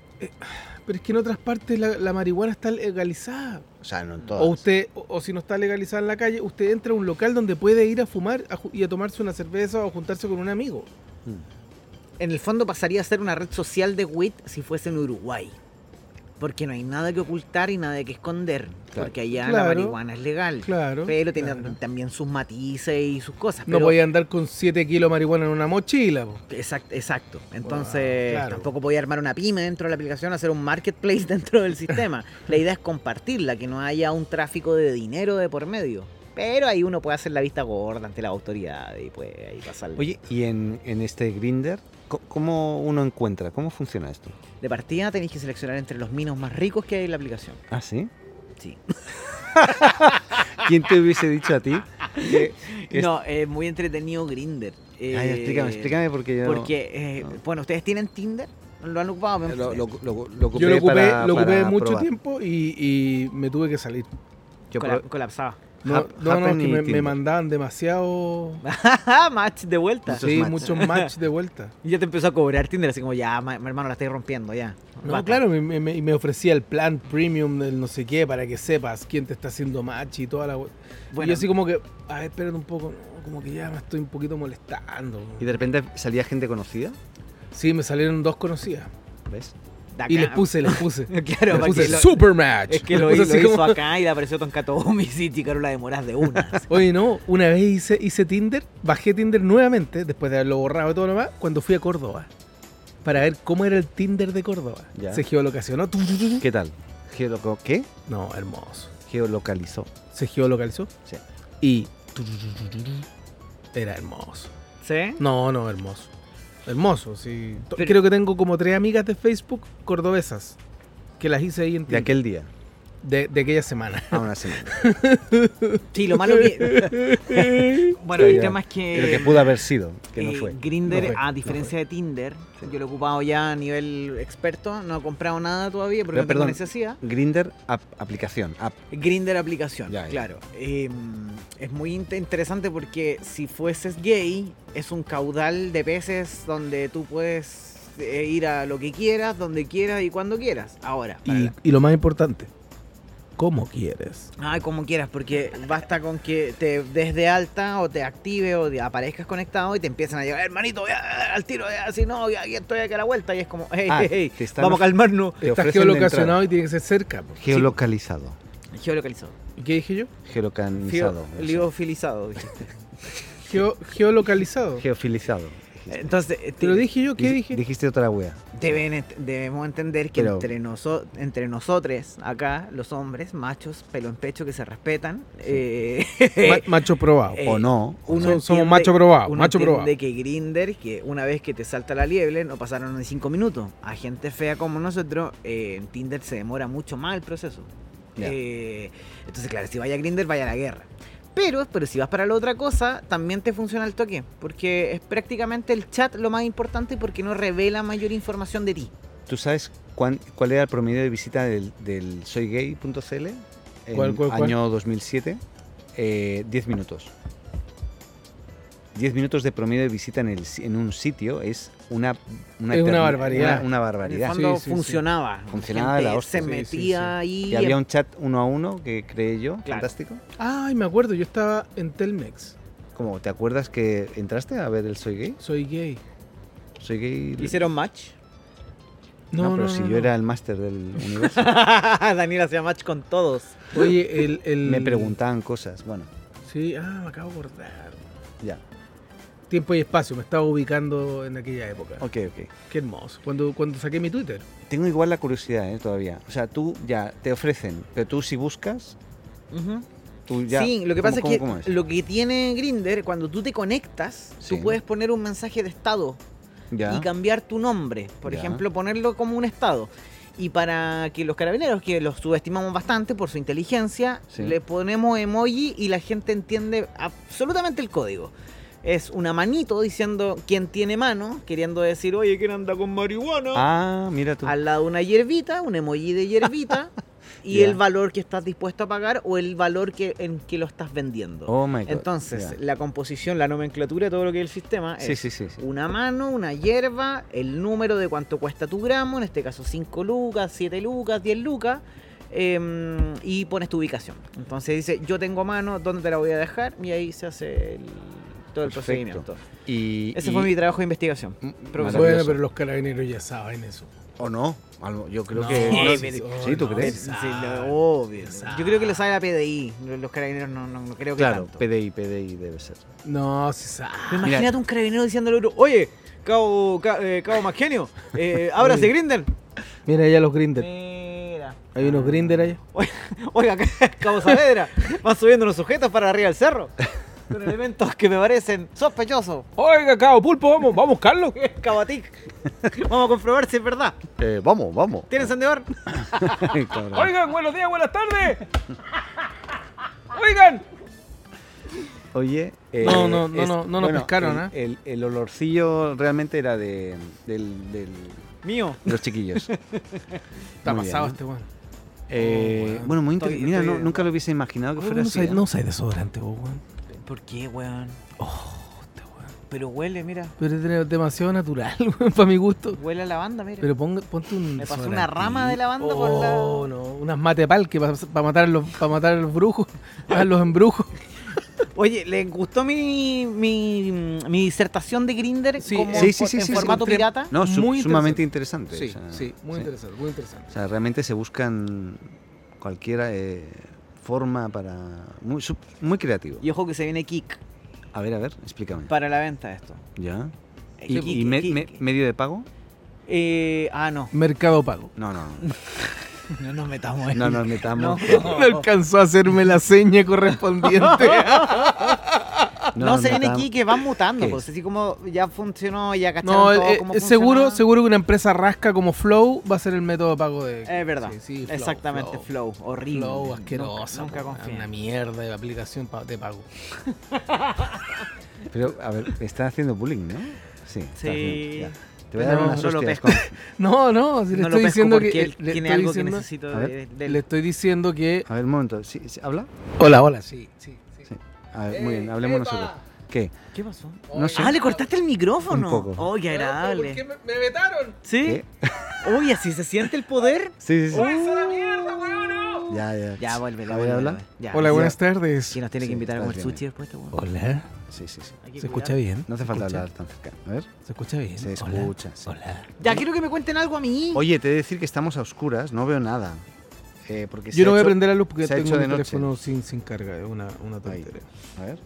Speaker 4: pero es que en otras partes la, la marihuana está legalizada.
Speaker 2: O sea, no en todas.
Speaker 4: O usted, o, o si no está legalizada en la calle, usted entra a un local donde puede ir a fumar a ju- y a tomarse una cerveza o juntarse con un amigo.
Speaker 2: Mm.
Speaker 5: En el fondo pasaría a ser una red social de WIT si fuese en Uruguay. Porque no hay nada que ocultar y nada que esconder.
Speaker 2: Claro.
Speaker 5: Porque allá
Speaker 4: Claro.
Speaker 5: la marihuana es legal.
Speaker 4: Claro.
Speaker 5: Pero tiene
Speaker 4: claro.
Speaker 5: también sus matices y sus cosas.
Speaker 4: No
Speaker 5: pero-
Speaker 4: podía andar con 7 kilos de marihuana en una mochila. po.
Speaker 5: Exact- exacto. Entonces,
Speaker 4: claro.
Speaker 5: tampoco podía armar una pyme dentro de la aplicación, hacer un marketplace dentro del sistema. la idea es compartirla, que no haya un tráfico de dinero de por medio. Pero ahí uno puede hacer la vista gorda ante las autoridades y puede ahí pasarle.
Speaker 2: Oye, ¿y en, en este Grinder? ¿Cómo uno encuentra? ¿Cómo funciona esto?
Speaker 5: De partida tenéis que seleccionar entre los minos más ricos que hay en la aplicación.
Speaker 2: ¿Ah, sí?
Speaker 5: Sí.
Speaker 2: ¿Quién te hubiese dicho a ti? que es-
Speaker 5: No, es muy entretenido Grinder.
Speaker 2: Ay, explícame, explícame porque yo... no-
Speaker 5: Porque, eh,
Speaker 2: no. Eh,
Speaker 5: bueno, ¿ustedes tienen Tinder? ¿Lo han ocupado? Me- eh,
Speaker 2: Lo, lo- lo- lo ocupé
Speaker 4: Yo lo ocupé,
Speaker 2: para-
Speaker 4: lo ocupé
Speaker 2: para
Speaker 4: mucho
Speaker 2: probar.
Speaker 4: tiempo y, y me tuve que salir.
Speaker 2: Yo
Speaker 5: cola-
Speaker 2: probé-
Speaker 5: colapsaba.
Speaker 4: No,
Speaker 2: Hap-
Speaker 4: no, no, es
Speaker 2: Happen
Speaker 4: que
Speaker 2: y
Speaker 4: me, me
Speaker 2: Tinder.
Speaker 4: mandaban demasiado.
Speaker 5: Match de vuelta.
Speaker 2: Muchos
Speaker 4: sí,
Speaker 2: match.
Speaker 4: muchos match de vuelta.
Speaker 5: Y ya te empezó a cobrar Tinder, así como ya, ma- mi hermano, la estáis rompiendo ya.
Speaker 4: No,
Speaker 5: Basta.
Speaker 4: claro, me, me- me- y me ofrecía el plan premium del no sé qué para que sepas quién te está haciendo match y toda la. we-
Speaker 5: Bueno,
Speaker 4: y yo así como que, a ver, espérate un poco, no, como que ya me estoy un poquito molestando.
Speaker 2: Y de repente salía gente conocida,
Speaker 4: Sí, me salieron dos conocidas.
Speaker 2: ¿ves?
Speaker 5: de
Speaker 4: Y
Speaker 5: acá-
Speaker 4: les puse, les puse.
Speaker 5: Claro,
Speaker 4: les
Speaker 5: para
Speaker 4: puse
Speaker 5: que lo-
Speaker 4: super match.
Speaker 5: es que lo,
Speaker 4: Les puse
Speaker 5: lo
Speaker 4: así
Speaker 5: hizo
Speaker 4: como-
Speaker 5: acá y le apareció Oh, Tonka Tomi, sí, chica, la demoras de una.
Speaker 4: Oye, no, una vez hice, hice Tinder, bajé Tinder nuevamente, después de haberlo borrado y todo lo demás, cuando fui a Córdoba. Para ver cómo era el Tinder de Córdoba.
Speaker 2: Ya.
Speaker 4: Se geolocacionó. tu, tu, tu, tu.
Speaker 2: ¿Qué tal? Geoloco- ¿Qué?
Speaker 4: No, hermoso.
Speaker 2: Geolocalizó.
Speaker 4: Se geolocalizó.
Speaker 2: Sí.
Speaker 4: Y. tu, tu, tu, tu, tu, tu. Era hermoso.
Speaker 5: ¿Sí?
Speaker 4: No, no, hermoso. Hermoso, sí. To-
Speaker 5: Pero-
Speaker 4: Creo que tengo como tres amigas de Facebook cordobesas que las hice ahí en
Speaker 2: De
Speaker 4: Tinder.
Speaker 2: aquel día
Speaker 4: de- de aquella semana.
Speaker 2: a una semana.
Speaker 5: Sí, lo malo que. bueno, el
Speaker 2: Pero-
Speaker 5: tema es que.
Speaker 2: Lo que pudo haber sido, que no
Speaker 5: eh,
Speaker 2: fue.
Speaker 5: Grindr,
Speaker 4: No fue,
Speaker 5: a
Speaker 4: no
Speaker 5: diferencia de Tinder, yo lo he ocupado ya a nivel experto, no he comprado nada todavía porque
Speaker 2: Pero,
Speaker 5: no
Speaker 2: perdón.
Speaker 5: tengo necesidad.
Speaker 2: Grinder aplicación, app.
Speaker 5: Grinder aplicación,
Speaker 2: Ya, ya.
Speaker 5: claro. Eh, es muy inte- interesante porque si fueses gay, es un caudal de peces donde tú puedes eh, ir a lo que quieras, donde quieras y cuando quieras. Ahora, para
Speaker 4: Y,
Speaker 5: la-
Speaker 4: y lo más importante, ¿cómo quieres?
Speaker 5: Ah, como quieras, porque basta con que te des de alta o te active o te aparezcas conectado y te empiezan a llegar, hermanito, ya, al tiro, ya, si no, ya, ya estoy aquí a la vuelta y es como, hey,
Speaker 2: Ah,
Speaker 5: hey, hey,
Speaker 2: te están
Speaker 5: vamos a
Speaker 2: of-
Speaker 5: calmarnos.
Speaker 2: Te
Speaker 4: Está
Speaker 2: ofrecen de
Speaker 4: geolocacionado
Speaker 2: entrada.
Speaker 4: y tiene que ser cerca. po.
Speaker 2: Geolocalizado.
Speaker 5: Geolocalizado.
Speaker 4: ¿Y qué dije yo?
Speaker 2: Geolocalizado. no sé.
Speaker 5: Liofilizado. dije.
Speaker 4: Geo- geolocalizado.
Speaker 2: Geofilizado.
Speaker 5: Entonces,
Speaker 4: Te lo dije yo, ¿qué
Speaker 2: Dij-
Speaker 4: dije?
Speaker 2: Dijiste otra wea.
Speaker 5: Deben ent- debemos entender que
Speaker 2: Pero-
Speaker 5: entre, noso- entre nosotros, acá, los hombres, machos, pelo en pecho, que se respetan, eh,
Speaker 4: Ma- macho probado.
Speaker 5: Eh,
Speaker 2: o no.
Speaker 5: uno
Speaker 4: Som- somos
Speaker 5: entiende-
Speaker 4: macho probado,
Speaker 5: uno
Speaker 4: macho probado.
Speaker 5: entiende que Grinder, que una vez que te salta la liebre, no pasaron ni cinco minutos. A gente fea como nosotros, eh, en Tinder se demora mucho más el proceso.
Speaker 2: Ya.
Speaker 5: Eh, entonces, claro, si vaya a Grinder, vaya a la guerra. Pero, pero si vas para la otra cosa, también te funciona el toque, porque es prácticamente el chat lo más importante porque no revela mayor información de ti.
Speaker 2: ¿Tú sabes cuán- cuál era el promedio de visita del, del soygay.cl en
Speaker 4: ¿Cuál, cuál, cuál?
Speaker 2: año 2007? Eh, 10 minutos. 10 minutos de promedio de visita en, el, si- en un sitio es una,
Speaker 4: Es una
Speaker 2: eterni- Una, una
Speaker 4: barbaridad.
Speaker 5: En el
Speaker 2: barbaridad.
Speaker 5: fondo
Speaker 4: Sí, sí, sí.
Speaker 5: funcionaba.
Speaker 2: Funcionaba
Speaker 5: Gente
Speaker 2: la hostia,
Speaker 5: Se
Speaker 4: sí, sí,
Speaker 5: metía
Speaker 4: sí.
Speaker 5: ahí.
Speaker 2: Y había un chat uno a uno que creé yo,
Speaker 5: Claro.
Speaker 2: fantástico.
Speaker 4: Ay, me acuerdo, yo estaba en Telmex.
Speaker 2: Como, ¿te acuerdas que entraste a ver el Soy Gay?
Speaker 4: Soy gay.
Speaker 2: Soy gay.
Speaker 5: ¿Hicieron match?
Speaker 2: No, pero si yo
Speaker 4: no.
Speaker 2: era el máster del universo.
Speaker 5: Daniel hacía match con todos.
Speaker 4: Oye, el, el-
Speaker 2: me preguntaban cosas. Bueno,
Speaker 4: Sí, ah, me acabo de acordar.
Speaker 2: ya.
Speaker 4: Tiempo y espacio, me estaba ubicando en aquella época.
Speaker 2: Ok, ok.
Speaker 4: Qué hermoso. Cuando, cuando saqué mi Twitter.
Speaker 2: Tengo igual la curiosidad ¿eh? todavía. O sea, tú ya te ofrecen, pero tú si buscas, tú ya.
Speaker 5: sí, lo que
Speaker 2: ¿cómo-
Speaker 5: pasa
Speaker 2: cómo-
Speaker 5: es que
Speaker 2: cómo
Speaker 5: lo que tiene Grinder, cuando tú te conectas,
Speaker 2: Sí.
Speaker 5: tú puedes poner un mensaje de estado
Speaker 2: Ya.
Speaker 5: y cambiar tu nombre. Por
Speaker 2: Ya.
Speaker 5: ejemplo, ponerlo como un estado. Y para que los carabineros, que los subestimamos bastante por su inteligencia,
Speaker 2: Sí.
Speaker 5: le ponemos emoji y la gente entiende absolutamente el código. Es una manito diciendo quién tiene mano, queriendo decir, oye, ¿quién anda con marihuana?
Speaker 2: Ah, mira tú.
Speaker 5: al lado una hierbita, un emoji de hierbita, y
Speaker 2: Ya.
Speaker 5: el valor que estás dispuesto a pagar o el valor que, en que lo estás vendiendo.
Speaker 2: Oh my god.
Speaker 5: Entonces,
Speaker 2: ya.
Speaker 5: la composición, la nomenclatura, todo lo que es el sistema
Speaker 2: Sí,
Speaker 5: es
Speaker 2: sí, sí. sí.
Speaker 5: una mano, una hierba, el número de cuánto cuesta tu gramo, en este caso 5 lucas, 7 lucas, 10 lucas, em, y pones tu ubicación. Entonces dice, yo tengo mano, ¿dónde te la voy a dejar? Y ahí se hace el- todo el
Speaker 2: Perfecto.
Speaker 5: procedimiento.
Speaker 2: Y,
Speaker 5: Ese
Speaker 2: y-
Speaker 5: fue mi trabajo de investigación.
Speaker 2: M-
Speaker 4: Bueno,
Speaker 5: profesor.
Speaker 2: maravilloso.
Speaker 4: pero los carabineros ya saben eso.
Speaker 2: O no. a lo- Yo creo
Speaker 4: No,
Speaker 2: que.
Speaker 4: sí,
Speaker 2: sí,
Speaker 4: sí,
Speaker 2: sí, ¿tú
Speaker 4: no,
Speaker 2: crees?
Speaker 4: sí.
Speaker 5: Sí, lo- obvio.
Speaker 4: Exacto.
Speaker 5: Yo creo que lo sabe la PDI. lo- Los carabineros no, no, no creo que
Speaker 2: Claro,
Speaker 5: tanto.
Speaker 2: PDI, PDI debe ser.
Speaker 4: No, se sabe.
Speaker 5: Pero imagínate un carabinero diciéndole a otro, oye, cabo, ca- eh, cabo más genio, eh, ábrase Grinder.
Speaker 4: Mira allá los Grinder.
Speaker 5: Mira.
Speaker 4: Hay unos Grinder allá.
Speaker 5: Oiga, ca- cabo Saavedra, van subiendo unos sujetos para arriba del cerro. Con elementos que me parecen sospechosos.
Speaker 4: Oiga, cabo, pulpo, vamos, vamos, Carlos.
Speaker 5: Cabatic. Vamos a comprobar si es verdad.
Speaker 2: Eh, vamos, vamos.
Speaker 5: ¿Tienen sendedor?
Speaker 2: Cabrón.
Speaker 4: Oigan, buenos días, buenas tardes. Oigan.
Speaker 2: Oye. eh,
Speaker 4: No, no, no,
Speaker 2: es-
Speaker 4: no, no nos pescaron,
Speaker 2: el,
Speaker 5: ¿eh?
Speaker 2: el, el olorcillo realmente era de, del- del-
Speaker 5: Mío.
Speaker 2: de los chiquillos.
Speaker 4: Está
Speaker 2: Muy bien,
Speaker 4: pasado
Speaker 2: ¿eh?
Speaker 4: este weón.
Speaker 2: Eh,
Speaker 4: Oh, weón.
Speaker 2: Bueno, muy interesante.
Speaker 5: Estoy-
Speaker 2: Mira,
Speaker 5: estoy-
Speaker 2: no- nunca lo hubiese imaginado que
Speaker 4: Oye,
Speaker 2: fuera
Speaker 4: Oh, no
Speaker 2: así.
Speaker 4: usai-
Speaker 2: ¿eh?
Speaker 4: No usáis desodorante vos, weón.
Speaker 5: ¿Por qué, weón?
Speaker 4: Este weón.
Speaker 5: Pero huele, mira.
Speaker 4: Pero es de- demasiado natural, weón, para mi gusto.
Speaker 5: Huele a lavanda, mira.
Speaker 4: Pero ponga- ponte un.
Speaker 5: Me pasó una rama de lavanda
Speaker 4: oh,
Speaker 5: por la-
Speaker 4: no, unas matepal que para matar a los, para matar a los brujos, a los embrujos.
Speaker 5: Oye, ¿les gustó mi, mi, mi disertación de Grinder
Speaker 4: Sí,
Speaker 5: como
Speaker 2: sí,
Speaker 5: en,
Speaker 2: sí,
Speaker 5: for-
Speaker 2: sí,
Speaker 5: en
Speaker 2: sí,
Speaker 5: formato
Speaker 4: sí.
Speaker 5: pirata?
Speaker 2: No, su-
Speaker 4: Muy
Speaker 2: sumamente interesante.
Speaker 4: Sí,
Speaker 2: o sea,
Speaker 4: sí, muy
Speaker 2: sí.
Speaker 4: interesante, muy interesante.
Speaker 2: O sea, realmente se buscan cualquier eh, forma para... Muy, su- muy creativo.
Speaker 5: Y ojo que se viene Kik
Speaker 2: A ver, a ver, explícame.
Speaker 5: para la venta esto.
Speaker 2: ¿Ya?
Speaker 5: Eh,
Speaker 2: ¿Y,
Speaker 5: Kik,
Speaker 2: y me-
Speaker 5: Kik.
Speaker 2: me- medio de pago?
Speaker 5: Eh, ah, no.
Speaker 4: Mercado Pago.
Speaker 2: No, no, no.
Speaker 5: No nos metamos en
Speaker 2: No nos metamos.
Speaker 4: No
Speaker 5: No.
Speaker 4: alcanzó a hacerme la seña correspondiente.
Speaker 5: No,
Speaker 2: nos
Speaker 5: se viene
Speaker 2: metamos.
Speaker 5: Kik, que van mutando.
Speaker 2: ¿Qué?
Speaker 5: Pues así como ya funcionó, ya cacharon
Speaker 4: no,
Speaker 5: todo
Speaker 4: eh,
Speaker 5: cómo
Speaker 4: eh, seguro,
Speaker 5: funcionaba.
Speaker 4: seguro que una empresa rasca como Flow va a ser el método de pago de.
Speaker 5: Es verdad.
Speaker 4: Sí, sí, Flow,
Speaker 5: Exactamente,
Speaker 4: Flow.
Speaker 5: flow, horrible.
Speaker 4: Flow
Speaker 5: Nunca-
Speaker 4: asqueroso.
Speaker 5: Nunca,
Speaker 4: Una
Speaker 5: confía.
Speaker 4: mierda de aplicación pa- de pago.
Speaker 2: Pero, a ver, está haciendo bullying, ¿no? Sí. está
Speaker 5: Sí.
Speaker 2: haciendo- ya. Te voy a dar
Speaker 4: No,
Speaker 2: unas
Speaker 5: no lo
Speaker 2: hostias.
Speaker 5: pesco.
Speaker 2: con-
Speaker 4: No, no, si le
Speaker 5: No lo
Speaker 4: estoy
Speaker 5: pesco
Speaker 4: diciendo que.
Speaker 5: porque él
Speaker 4: le
Speaker 5: tiene
Speaker 4: estoy
Speaker 5: algo
Speaker 4: diciendo-
Speaker 5: que necesito
Speaker 2: A
Speaker 5: de,
Speaker 2: ver,
Speaker 5: de-
Speaker 4: Le estoy diciendo que.
Speaker 2: A ver, un momento. ¿Sí, sí, habla
Speaker 4: Hola, hola, sí, sí. sí.
Speaker 2: Sí. A ver, muy bien, hablemos
Speaker 4: Eh, ¡Epa!
Speaker 2: nosotros. ¿Qué?
Speaker 5: ¿Qué pasó?
Speaker 2: No sé.
Speaker 5: Ah, le cortaste el micrófono.
Speaker 2: Un poco.
Speaker 5: Oh,
Speaker 4: ¿Por
Speaker 5: qué
Speaker 4: qué
Speaker 5: agradable.
Speaker 4: me, me vetaron?
Speaker 5: ¿Sí?
Speaker 2: ¿Qué?
Speaker 5: Oye, así se siente el poder.
Speaker 2: Sí, sí, sí.
Speaker 4: ¡Ay, esa la mierda, weón!
Speaker 2: Ya, ya.
Speaker 5: Ya, vuelve,
Speaker 2: A ver, habla.
Speaker 4: Hola, buenas tardes.
Speaker 5: Si nos tiene
Speaker 2: Sí,
Speaker 5: que invitar a
Speaker 2: estás
Speaker 5: comer
Speaker 2: bien.
Speaker 5: sushi después, este weón.
Speaker 4: Hola,
Speaker 2: Sí, sí, sí.
Speaker 5: Hay que
Speaker 4: ¿se
Speaker 5: cuidar.
Speaker 4: escucha bien?
Speaker 2: No hace falta
Speaker 4: ¿Se escucha?
Speaker 2: hablar tan cerca. A ver.
Speaker 4: ¿Se escucha bien?
Speaker 2: Se
Speaker 4: Hola,
Speaker 2: escucha, sí.
Speaker 4: Hola.
Speaker 5: Ya quiero que me cuenten algo a mí.
Speaker 2: Oye, te he de decir que estamos a oscuras, no veo nada. Eh, porque se
Speaker 4: Yo
Speaker 2: ha
Speaker 4: no voy a
Speaker 2: hecho-
Speaker 4: prender la luz porque
Speaker 2: se ha
Speaker 4: tengo
Speaker 2: hecho
Speaker 4: mi
Speaker 2: de noche.
Speaker 4: teléfono sin, sin carga, es una, una
Speaker 2: Ahí.
Speaker 4: tontería.
Speaker 2: A ver.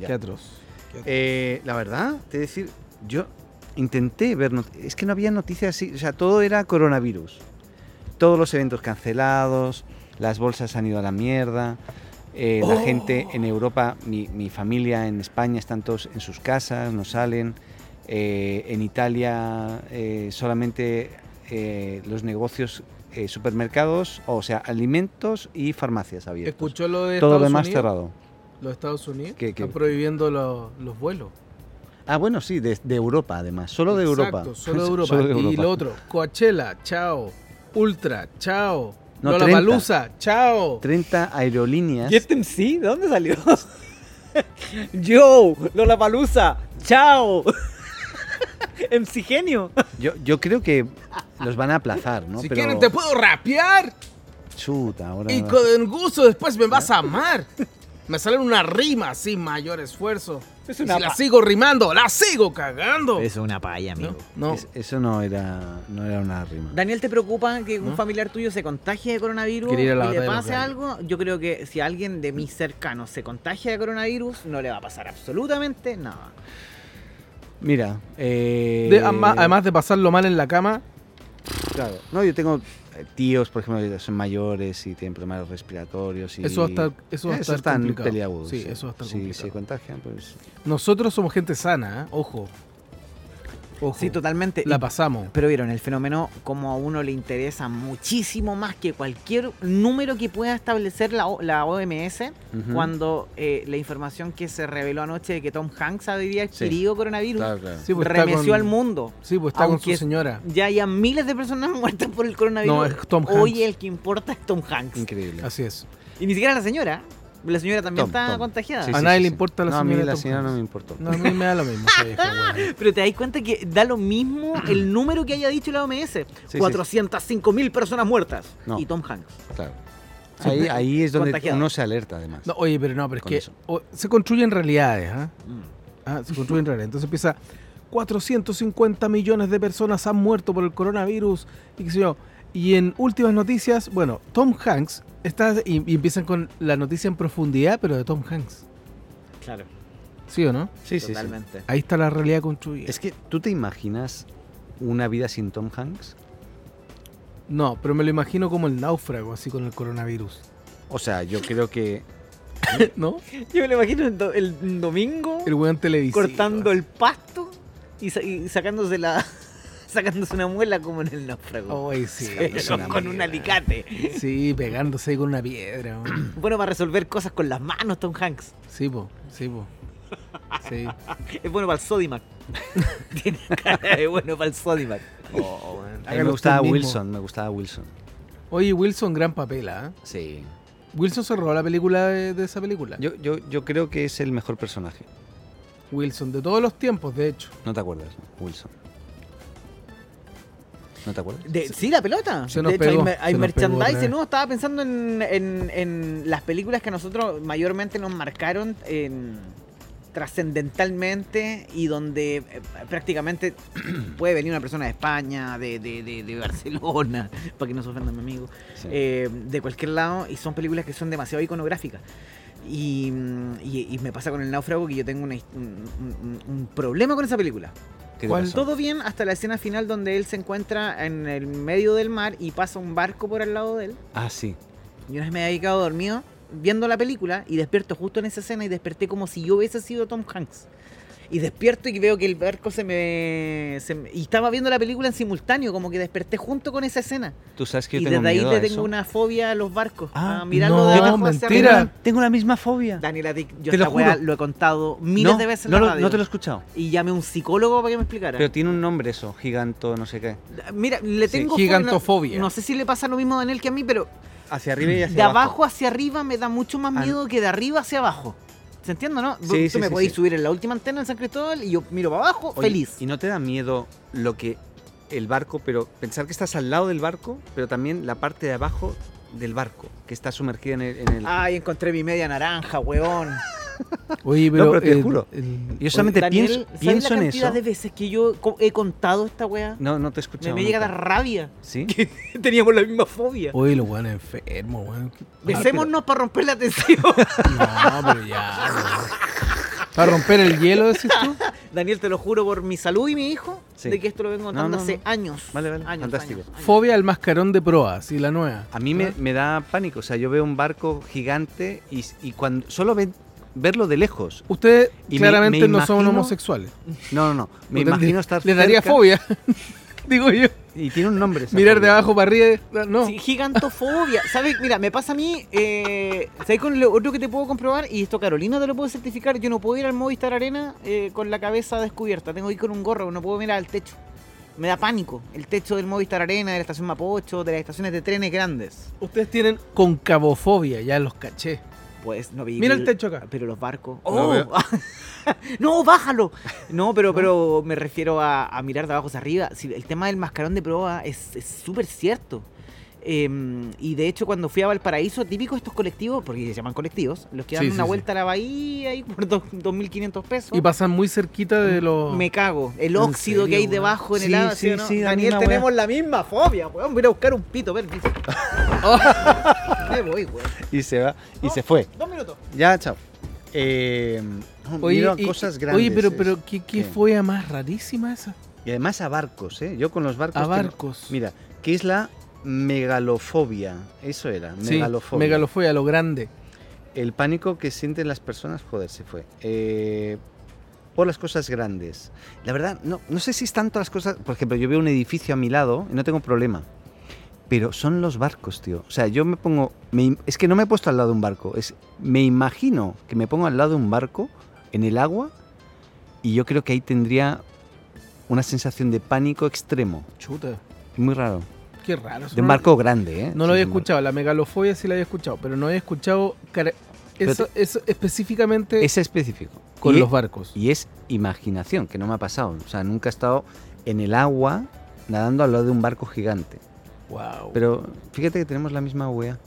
Speaker 2: Ya.
Speaker 4: Qué atroz.
Speaker 2: Eh, la verdad, te he de decir, yo intenté ver. not- Es que no había noticias así. O sea, todo era coronavirus. Todos los eventos cancelados, las bolsas han ido a la mierda. eh, La
Speaker 4: Oh.
Speaker 2: gente en Europa, mi, mi familia en España, están todos en sus casas, no salen. Eh, en Italia eh, solamente eh, los negocios, eh, supermercados, o sea, alimentos y farmacias abiertos.
Speaker 4: ¿Escuchó lo de
Speaker 2: Todo lo
Speaker 4: Estados
Speaker 2: demás
Speaker 4: Unidos?
Speaker 2: cerrado.
Speaker 4: los Estados Unidos
Speaker 2: ¿Qué- qué?
Speaker 4: están prohibiendo lo- los vuelos.
Speaker 2: Ah, bueno, sí, de, de Europa además, solo de Europa.
Speaker 4: Exacto, solo de Europa. Y
Speaker 2: Europa.
Speaker 4: lo otro, Coachella, chao. Ultra, chao.
Speaker 2: No,
Speaker 4: Lola Palusa, chao.
Speaker 2: 30 aerolíneas.
Speaker 5: MC? este ¿De dónde salió? Yo, Lollapalooza, chao. MC Genio.
Speaker 2: Yo, yo creo que los van a aplazar, ¿no?
Speaker 4: si
Speaker 2: Pero-
Speaker 4: quieren te puedo rapear
Speaker 2: Chuta, ahora.
Speaker 4: y
Speaker 2: no.
Speaker 4: con gusto después me vas a amar. Me salen una rima sin mayor esfuerzo.
Speaker 5: Es
Speaker 4: Y
Speaker 5: una
Speaker 4: si la
Speaker 5: pa-
Speaker 4: sigo rimando, la sigo cagando.
Speaker 5: Es una paya, amigo.
Speaker 4: No, no.
Speaker 2: Es- eso no era, no era una rima.
Speaker 5: Daniel, ¿te preocupa que un
Speaker 4: ¿No?
Speaker 5: familiar tuyo se contagie de coronavirus
Speaker 4: Quiere ir a la
Speaker 5: y
Speaker 4: batalla
Speaker 5: le
Speaker 4: de los
Speaker 5: pase
Speaker 4: gallos.
Speaker 5: algo? Yo creo que si alguien de mis cercanos se contagia de coronavirus, no le va a pasar absolutamente nada.
Speaker 2: Mira, eh,
Speaker 4: De- ama- además de pasarlo mal en la cama,
Speaker 2: claro. No, yo tengo eh, tíos, por ejemplo, que son mayores y tienen problemas respiratorios. Y...
Speaker 4: eso va a estar, eso va a
Speaker 2: Esos
Speaker 4: estar
Speaker 2: están
Speaker 4: complicado.
Speaker 2: peliagudos,
Speaker 4: Sí, eso va a estar
Speaker 2: Si
Speaker 4: complicado.
Speaker 2: se contagian, pues.
Speaker 4: Nosotros somos gente sana, ¿eh? ojo. Ojo.
Speaker 5: Sí, totalmente.
Speaker 4: La
Speaker 5: Y-
Speaker 4: pasamos.
Speaker 5: Pero vieron, el fenómeno como a uno le interesa muchísimo más que cualquier número que pueda establecer la, O- la OMS
Speaker 2: Ujú.
Speaker 5: cuando eh, la información que se reveló anoche de que Tom Hanks había adquirido coronavirus
Speaker 2: Claro, claro.
Speaker 4: Sí, pues está
Speaker 5: remeció
Speaker 4: con-
Speaker 5: al mundo.
Speaker 4: Sí, pues está con
Speaker 5: Aunque-
Speaker 4: su señora.
Speaker 5: Ya hay miles de personas muertas por el coronavirus.
Speaker 4: No, es Tom Hanks.
Speaker 5: Hoy el que importa es Tom Hanks.
Speaker 2: Increíble.
Speaker 4: Así es.
Speaker 5: Y ni siquiera la señora. La señora también
Speaker 2: Tom,
Speaker 5: está
Speaker 2: Tom.
Speaker 5: contagiada.
Speaker 2: Sí,
Speaker 4: a
Speaker 2: sí,
Speaker 4: nadie
Speaker 2: sí,
Speaker 4: le
Speaker 2: sí.
Speaker 4: importa la
Speaker 2: no,
Speaker 4: señora
Speaker 2: A mí la
Speaker 4: Tom
Speaker 2: señora no
Speaker 4: Hands.
Speaker 2: me importó.
Speaker 4: No, a mí me da lo mismo. esa vieja, weón.
Speaker 5: Pero te das cuenta que da lo mismo el número que haya dicho la OMS.
Speaker 2: sí.
Speaker 5: 405 mil personas muertas.
Speaker 2: No.
Speaker 5: Y Tom Hanks.
Speaker 2: Claro. Ahí, ahí es donde
Speaker 5: Contagiado.
Speaker 2: uno se alerta, además.
Speaker 4: No, oye, pero no, pero es
Speaker 2: Con
Speaker 4: que
Speaker 2: eso.
Speaker 4: o- se construyen realidades. ¿ah?
Speaker 5: Mm.
Speaker 4: Ah, se construyen realidades. Entonces empieza 450 millones de personas han muerto por el coronavirus y qué sé yo. Y en últimas noticias, bueno, Tom Hanks está y, y empiezan con la noticia en profundidad, pero de Tom Hanks.
Speaker 5: Claro,
Speaker 4: ¿Sí o no?
Speaker 2: sí, sí, sí.
Speaker 5: totalmente.
Speaker 4: Ahí está la realidad construida.
Speaker 2: Es que tú te imaginas una vida sin Tom Hanks.
Speaker 4: No, pero me lo imagino como el náufrago, así con el coronavirus.
Speaker 2: O sea, yo creo que
Speaker 4: ¿No?
Speaker 5: Yo me lo imagino el, do- el domingo
Speaker 4: El weón televisivo.
Speaker 5: cortando el pasto y, sa- y sacándose la sacándose una muela como en el náufrago.
Speaker 4: Ay, Oh, sí.
Speaker 5: Pero
Speaker 2: es una
Speaker 5: con un
Speaker 2: mierda.
Speaker 5: alicate.
Speaker 4: Sí, pegándose ahí con una piedra. weón.
Speaker 5: Bueno, para resolver cosas con las manos, Tom Hanks.
Speaker 4: Sí, po, sí, po. Sí.
Speaker 5: Es bueno para el Sodimac. Tiene cara de bueno para el Sodimac.
Speaker 2: a mí me gustaba Wilson, me gustaba Wilson.
Speaker 4: Oye, Wilson, gran papel, ¿ah?
Speaker 2: Sí.
Speaker 4: Wilson se robó la película de, de esa película.
Speaker 2: Yo, yo, yo creo que es el mejor personaje.
Speaker 4: Wilson, de todos los tiempos, de hecho.
Speaker 2: No te acuerdas, ¿no? Wilson. ¿No te acuerdas?
Speaker 5: De- sí, la pelota.
Speaker 4: Se nos
Speaker 5: de hecho, hay
Speaker 4: pegó,
Speaker 5: mer- hay,
Speaker 4: se nos pegó otra vez.
Speaker 5: merchandising. No, estaba pensando en, en- en las películas que a nosotros mayormente nos marcaron en- trascendentalmente y donde eh, prácticamente puede venir una persona de España, de, de- de- de Barcelona, para que no se ofendan, mi amigo,
Speaker 2: Sí.
Speaker 5: eh, de cualquier lado, y son películas que son demasiado iconográficas. Y, mm, y- y me pasa con El Náufrago que yo tengo una his- un- un- un- un problema con esa película.
Speaker 2: ¿Qué te
Speaker 4: ¿cuál?
Speaker 2: pasó?
Speaker 5: Todo bien hasta la escena final donde él se encuentra en el medio del mar y pasa un barco por al lado de él.
Speaker 2: Ah, sí.
Speaker 5: Y una vez me había quedado dormido viendo la película y despierto justo en esa escena y desperté como si yo hubiese sido Tom Hanks. Y despierto y veo que el barco se me... se me- y estaba viendo la película en simultáneo, como que desperté junto con esa escena.
Speaker 2: Tú sabes que yo
Speaker 5: Y
Speaker 2: tengo
Speaker 5: desde ahí
Speaker 2: miedo
Speaker 5: le
Speaker 2: a
Speaker 5: tengo
Speaker 2: eso.
Speaker 5: una fobia a los barcos.
Speaker 2: Ah,
Speaker 5: a mirarlo
Speaker 4: no,
Speaker 5: de abajo hacia
Speaker 4: mentira.
Speaker 5: arriba.
Speaker 2: Tengo la misma fobia.
Speaker 5: Daniela Dick, yo
Speaker 2: Te lo
Speaker 5: esta weá
Speaker 2: juro.
Speaker 5: lo he contado miles
Speaker 2: no,
Speaker 5: de veces en
Speaker 2: no,
Speaker 5: la
Speaker 2: lo-
Speaker 5: radio.
Speaker 2: no te lo he escuchado.
Speaker 5: Y llamé a un psicólogo para que me explicara.
Speaker 2: Pero tiene un nombre eso, giganto, no sé qué.
Speaker 5: Mira, le tengo fo-
Speaker 4: gigantofobia.
Speaker 5: No, no sé si le pasa lo mismo a Daniel que a mí, pero
Speaker 2: Hacia arriba y hacia
Speaker 5: de abajo.
Speaker 2: abajo.
Speaker 5: hacia arriba me da mucho más
Speaker 2: Ah,
Speaker 5: miedo que de arriba hacia abajo. ¿Se entiende, no? Tú
Speaker 2: Sí, sí,
Speaker 5: me
Speaker 2: sí,
Speaker 5: podéis
Speaker 2: sí.
Speaker 5: subir en la última antena en San Cristóbal y yo miro para abajo,
Speaker 2: Oye,
Speaker 5: feliz.
Speaker 2: ¿Y no te da miedo lo que el barco, pero pensar que estás al lado del barco, pero también la parte de abajo del barco, que está sumergida en el... en el-
Speaker 5: Ay, encontré mi media naranja, weón.
Speaker 4: Oye,
Speaker 2: No, pero te juro.
Speaker 4: el-
Speaker 2: Yo solamente
Speaker 5: Daniel,
Speaker 2: pienso,
Speaker 5: ¿sabes
Speaker 2: pienso
Speaker 5: la
Speaker 2: en
Speaker 5: cantidad
Speaker 2: eso.
Speaker 5: de veces que yo co- he contado esta weá?
Speaker 2: No, no te he
Speaker 5: Me,
Speaker 2: escuchado.
Speaker 5: me llega
Speaker 2: nunca.
Speaker 5: a
Speaker 2: Oh,
Speaker 5: dar rabia.
Speaker 2: ¿Sí?
Speaker 5: Teníamos la misma fobia.
Speaker 4: Oye, lo weón enfermo, weón.
Speaker 5: Besémonos para romper la tensión.
Speaker 4: No, pero ya. weón. ¿Para romper el hielo, decís tú?
Speaker 5: Daniel, te lo juro por mi salud y mi hijo,
Speaker 2: Sí.
Speaker 5: de que esto lo vengo contando
Speaker 2: No, no,
Speaker 5: hace
Speaker 2: no.
Speaker 5: años.
Speaker 2: Vale, vale,
Speaker 5: Años,
Speaker 2: fantástico.
Speaker 5: años, años.
Speaker 4: Fobia al mascarón de proas y la nueva.
Speaker 2: A mí me, me da pánico. O sea, yo veo un barco gigante y, y cuando solo ven, verlo de lejos.
Speaker 4: Ustedes
Speaker 2: Y me-
Speaker 4: claramente
Speaker 2: me
Speaker 4: no son
Speaker 2: imagino-
Speaker 4: homosexuales.
Speaker 2: No, no, no. Me
Speaker 4: Ustedes
Speaker 2: imagino
Speaker 4: le-
Speaker 2: estar
Speaker 4: Les daría
Speaker 2: cerca.
Speaker 4: fobia, digo yo.
Speaker 2: Y tiene un nombre. esa
Speaker 4: Mirar de
Speaker 2: fobia.
Speaker 4: abajo para arriba. eh, No.
Speaker 5: Sí, gigantofobia. ¿Sabes? Mira, me pasa a mí. Eh, ¿Sabes con lo otro que te puedo comprobar? Y esto, Carolina, te lo puedo certificar. Yo no puedo ir al Movistar Arena eh, con la cabeza descubierta. Tengo que ir con un gorro. No puedo mirar al techo. Me da pánico. El techo del Movistar Arena, de la estación Mapocho, de las estaciones de trenes grandes.
Speaker 4: Ustedes tienen concavofobia, ya los caché.
Speaker 5: Pues no vi.
Speaker 4: Mira
Speaker 5: que
Speaker 4: el techo acá.
Speaker 5: Pero los barcos.
Speaker 2: No
Speaker 5: ¡Oh!
Speaker 2: veo.
Speaker 5: no, bájalo. No, pero, pero me refiero a, a mirar de abajo hacia arriba. Sí, el tema del mascarón de proa es es súper cierto. Em, y de hecho, cuando fui a Valparaíso, típico estos colectivos, porque se llaman colectivos, los que dan
Speaker 4: Sí, sí,
Speaker 5: una
Speaker 4: sí.
Speaker 5: vuelta a la bahía ahí por dos- 2.500 pesos.
Speaker 4: Y pasan muy cerquita
Speaker 2: Mm,
Speaker 4: de los.
Speaker 5: Me cago. El
Speaker 4: ¿En
Speaker 5: óxido que
Speaker 4: serio,
Speaker 5: hay
Speaker 4: weón?
Speaker 5: debajo en
Speaker 2: Sí,
Speaker 5: el agua.
Speaker 2: sí,
Speaker 5: o no?
Speaker 2: sí, la
Speaker 5: Daniel,
Speaker 2: misma
Speaker 5: tenemos la misma fobia, weón. Voy a ir a buscar un pito, permiso. Me voy, weón.
Speaker 2: Y se va. Y
Speaker 5: No.
Speaker 2: se fue.
Speaker 5: Dos minutos.
Speaker 2: Ya, chao. Eh, no, miro a
Speaker 4: y-
Speaker 2: cosas
Speaker 4: y-
Speaker 2: grandes.
Speaker 4: Oye, pero,
Speaker 2: eh.
Speaker 4: pero ¿qué, qué
Speaker 2: ¿Qué?
Speaker 4: fobia más rarísima esa?
Speaker 2: Y además a barcos, ¿eh? Yo con los barcos.
Speaker 4: A
Speaker 2: tengo-
Speaker 4: barcos.
Speaker 2: Mira, que es la megalofobia. Eso era,
Speaker 4: Sí,
Speaker 2: megalofobia.
Speaker 4: megalofobia, lo grande.
Speaker 2: El pánico que sienten las personas, joder, se fue. Eh, por las cosas grandes. La verdad, no, no sé si es tanto las cosas. Por ejemplo, yo veo un edificio a mi lado y no tengo problema. Pero son los barcos, tío. O sea, yo me pongo. me im- es que no me he puesto al lado de un barco. Es, me imagino que me pongo al lado de un barco en el agua y yo creo que ahí tendría una sensación de pánico extremo.
Speaker 4: Chuta,
Speaker 2: Muy raro.
Speaker 4: qué raro. eso
Speaker 2: De un
Speaker 4: no-
Speaker 2: barco grande, ¿eh?
Speaker 4: No
Speaker 2: Sí,
Speaker 4: lo había
Speaker 2: de un barco.
Speaker 4: escuchado, la megalofobia sí la había escuchado, pero no había escuchado cara-
Speaker 2: Pero
Speaker 4: eso, eso específicamente
Speaker 2: Es específico.
Speaker 4: con
Speaker 2: Y-
Speaker 4: los barcos.
Speaker 2: Y es imaginación, que no me ha pasado. O sea, nunca he estado en el agua nadando al lado de un barco gigante.
Speaker 4: Wow.
Speaker 2: Pero fíjate que tenemos la misma wea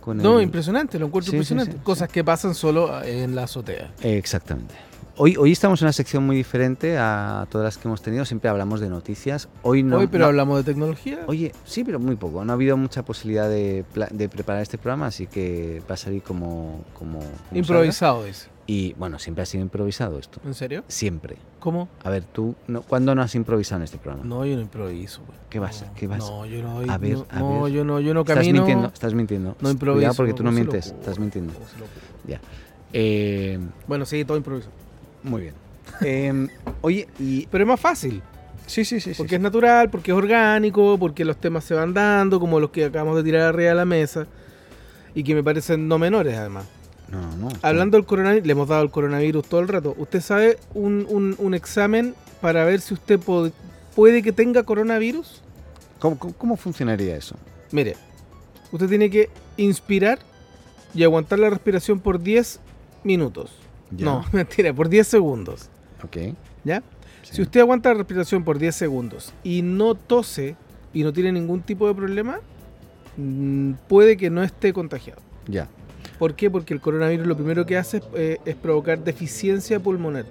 Speaker 2: con el-
Speaker 4: no, impresionante, lo encuentro
Speaker 2: Sí, sí,
Speaker 4: impresionante.
Speaker 2: sí, sí.
Speaker 4: Cosas que pasan solo en la azotea.
Speaker 2: Eh, Exactamente. Hoy, hoy estamos en una sección muy diferente a todas las que hemos tenido. Siempre hablamos de noticias. Hoy no.
Speaker 4: Hoy, pero
Speaker 2: no-
Speaker 4: hablamos de tecnología.
Speaker 2: Oye, sí, pero muy poco. No ha habido mucha posibilidad de, pla- de preparar este programa, así que va a salir como. como, como salga.
Speaker 4: improvisado, dice.
Speaker 2: Y bueno, siempre ha sido improvisado esto.
Speaker 4: ¿En serio?
Speaker 2: Siempre.
Speaker 4: ¿Cómo?
Speaker 2: A ver, tú, no, ¿cuándo no has improvisado en este programa?
Speaker 4: No, yo no improviso. güey.
Speaker 2: ¿Qué vas a-
Speaker 4: No,
Speaker 2: qué vas
Speaker 4: No, yo no doy-
Speaker 2: a ver,
Speaker 4: no,
Speaker 2: a
Speaker 4: no,
Speaker 2: ver?
Speaker 4: yo no, yo no
Speaker 2: Estás
Speaker 4: camino.
Speaker 2: mintiendo, estás mintiendo.
Speaker 4: No
Speaker 2: Cuidado
Speaker 4: improviso.
Speaker 2: porque tú no
Speaker 4: ¿cómo se le
Speaker 2: mientes,
Speaker 4: ocurre?
Speaker 2: estás mintiendo.
Speaker 4: ¿Cómo se le ocurre?
Speaker 2: Eh,
Speaker 4: Bueno, sí, todo improviso.
Speaker 2: muy bien.
Speaker 4: Em,
Speaker 2: Eh, oye, y...
Speaker 4: Pero es más fácil.
Speaker 2: Sí, sí, sí.
Speaker 4: Porque es natural, porque es orgánico, porque los temas se van dando, como los que acabamos de tirar arriba de la mesa, y que me parecen no menores además.
Speaker 2: No, no.
Speaker 4: Hablando del coronavirus, le hemos dado el coronavirus todo el rato. Usted sabe un, un- un examen para ver si usted pod- puede que tenga coronavirus.
Speaker 2: ¿Cómo, cómo, cómo funcionaría eso?
Speaker 4: Mire, usted tiene que inspirar y aguantar la respiración por 10 minutos.
Speaker 2: Ya,
Speaker 4: No, mentira, por 10 segundos.
Speaker 2: Ok.
Speaker 4: ¿Ya?
Speaker 2: sí.
Speaker 4: Si usted aguanta la respiración por 10 segundos y no tose y no tiene ningún tipo de problema, mm, puede que no esté contagiado.
Speaker 2: Ya.
Speaker 4: ¿Por qué? Porque el coronavirus lo primero que hace es, eh, es provocar deficiencia pulmonar.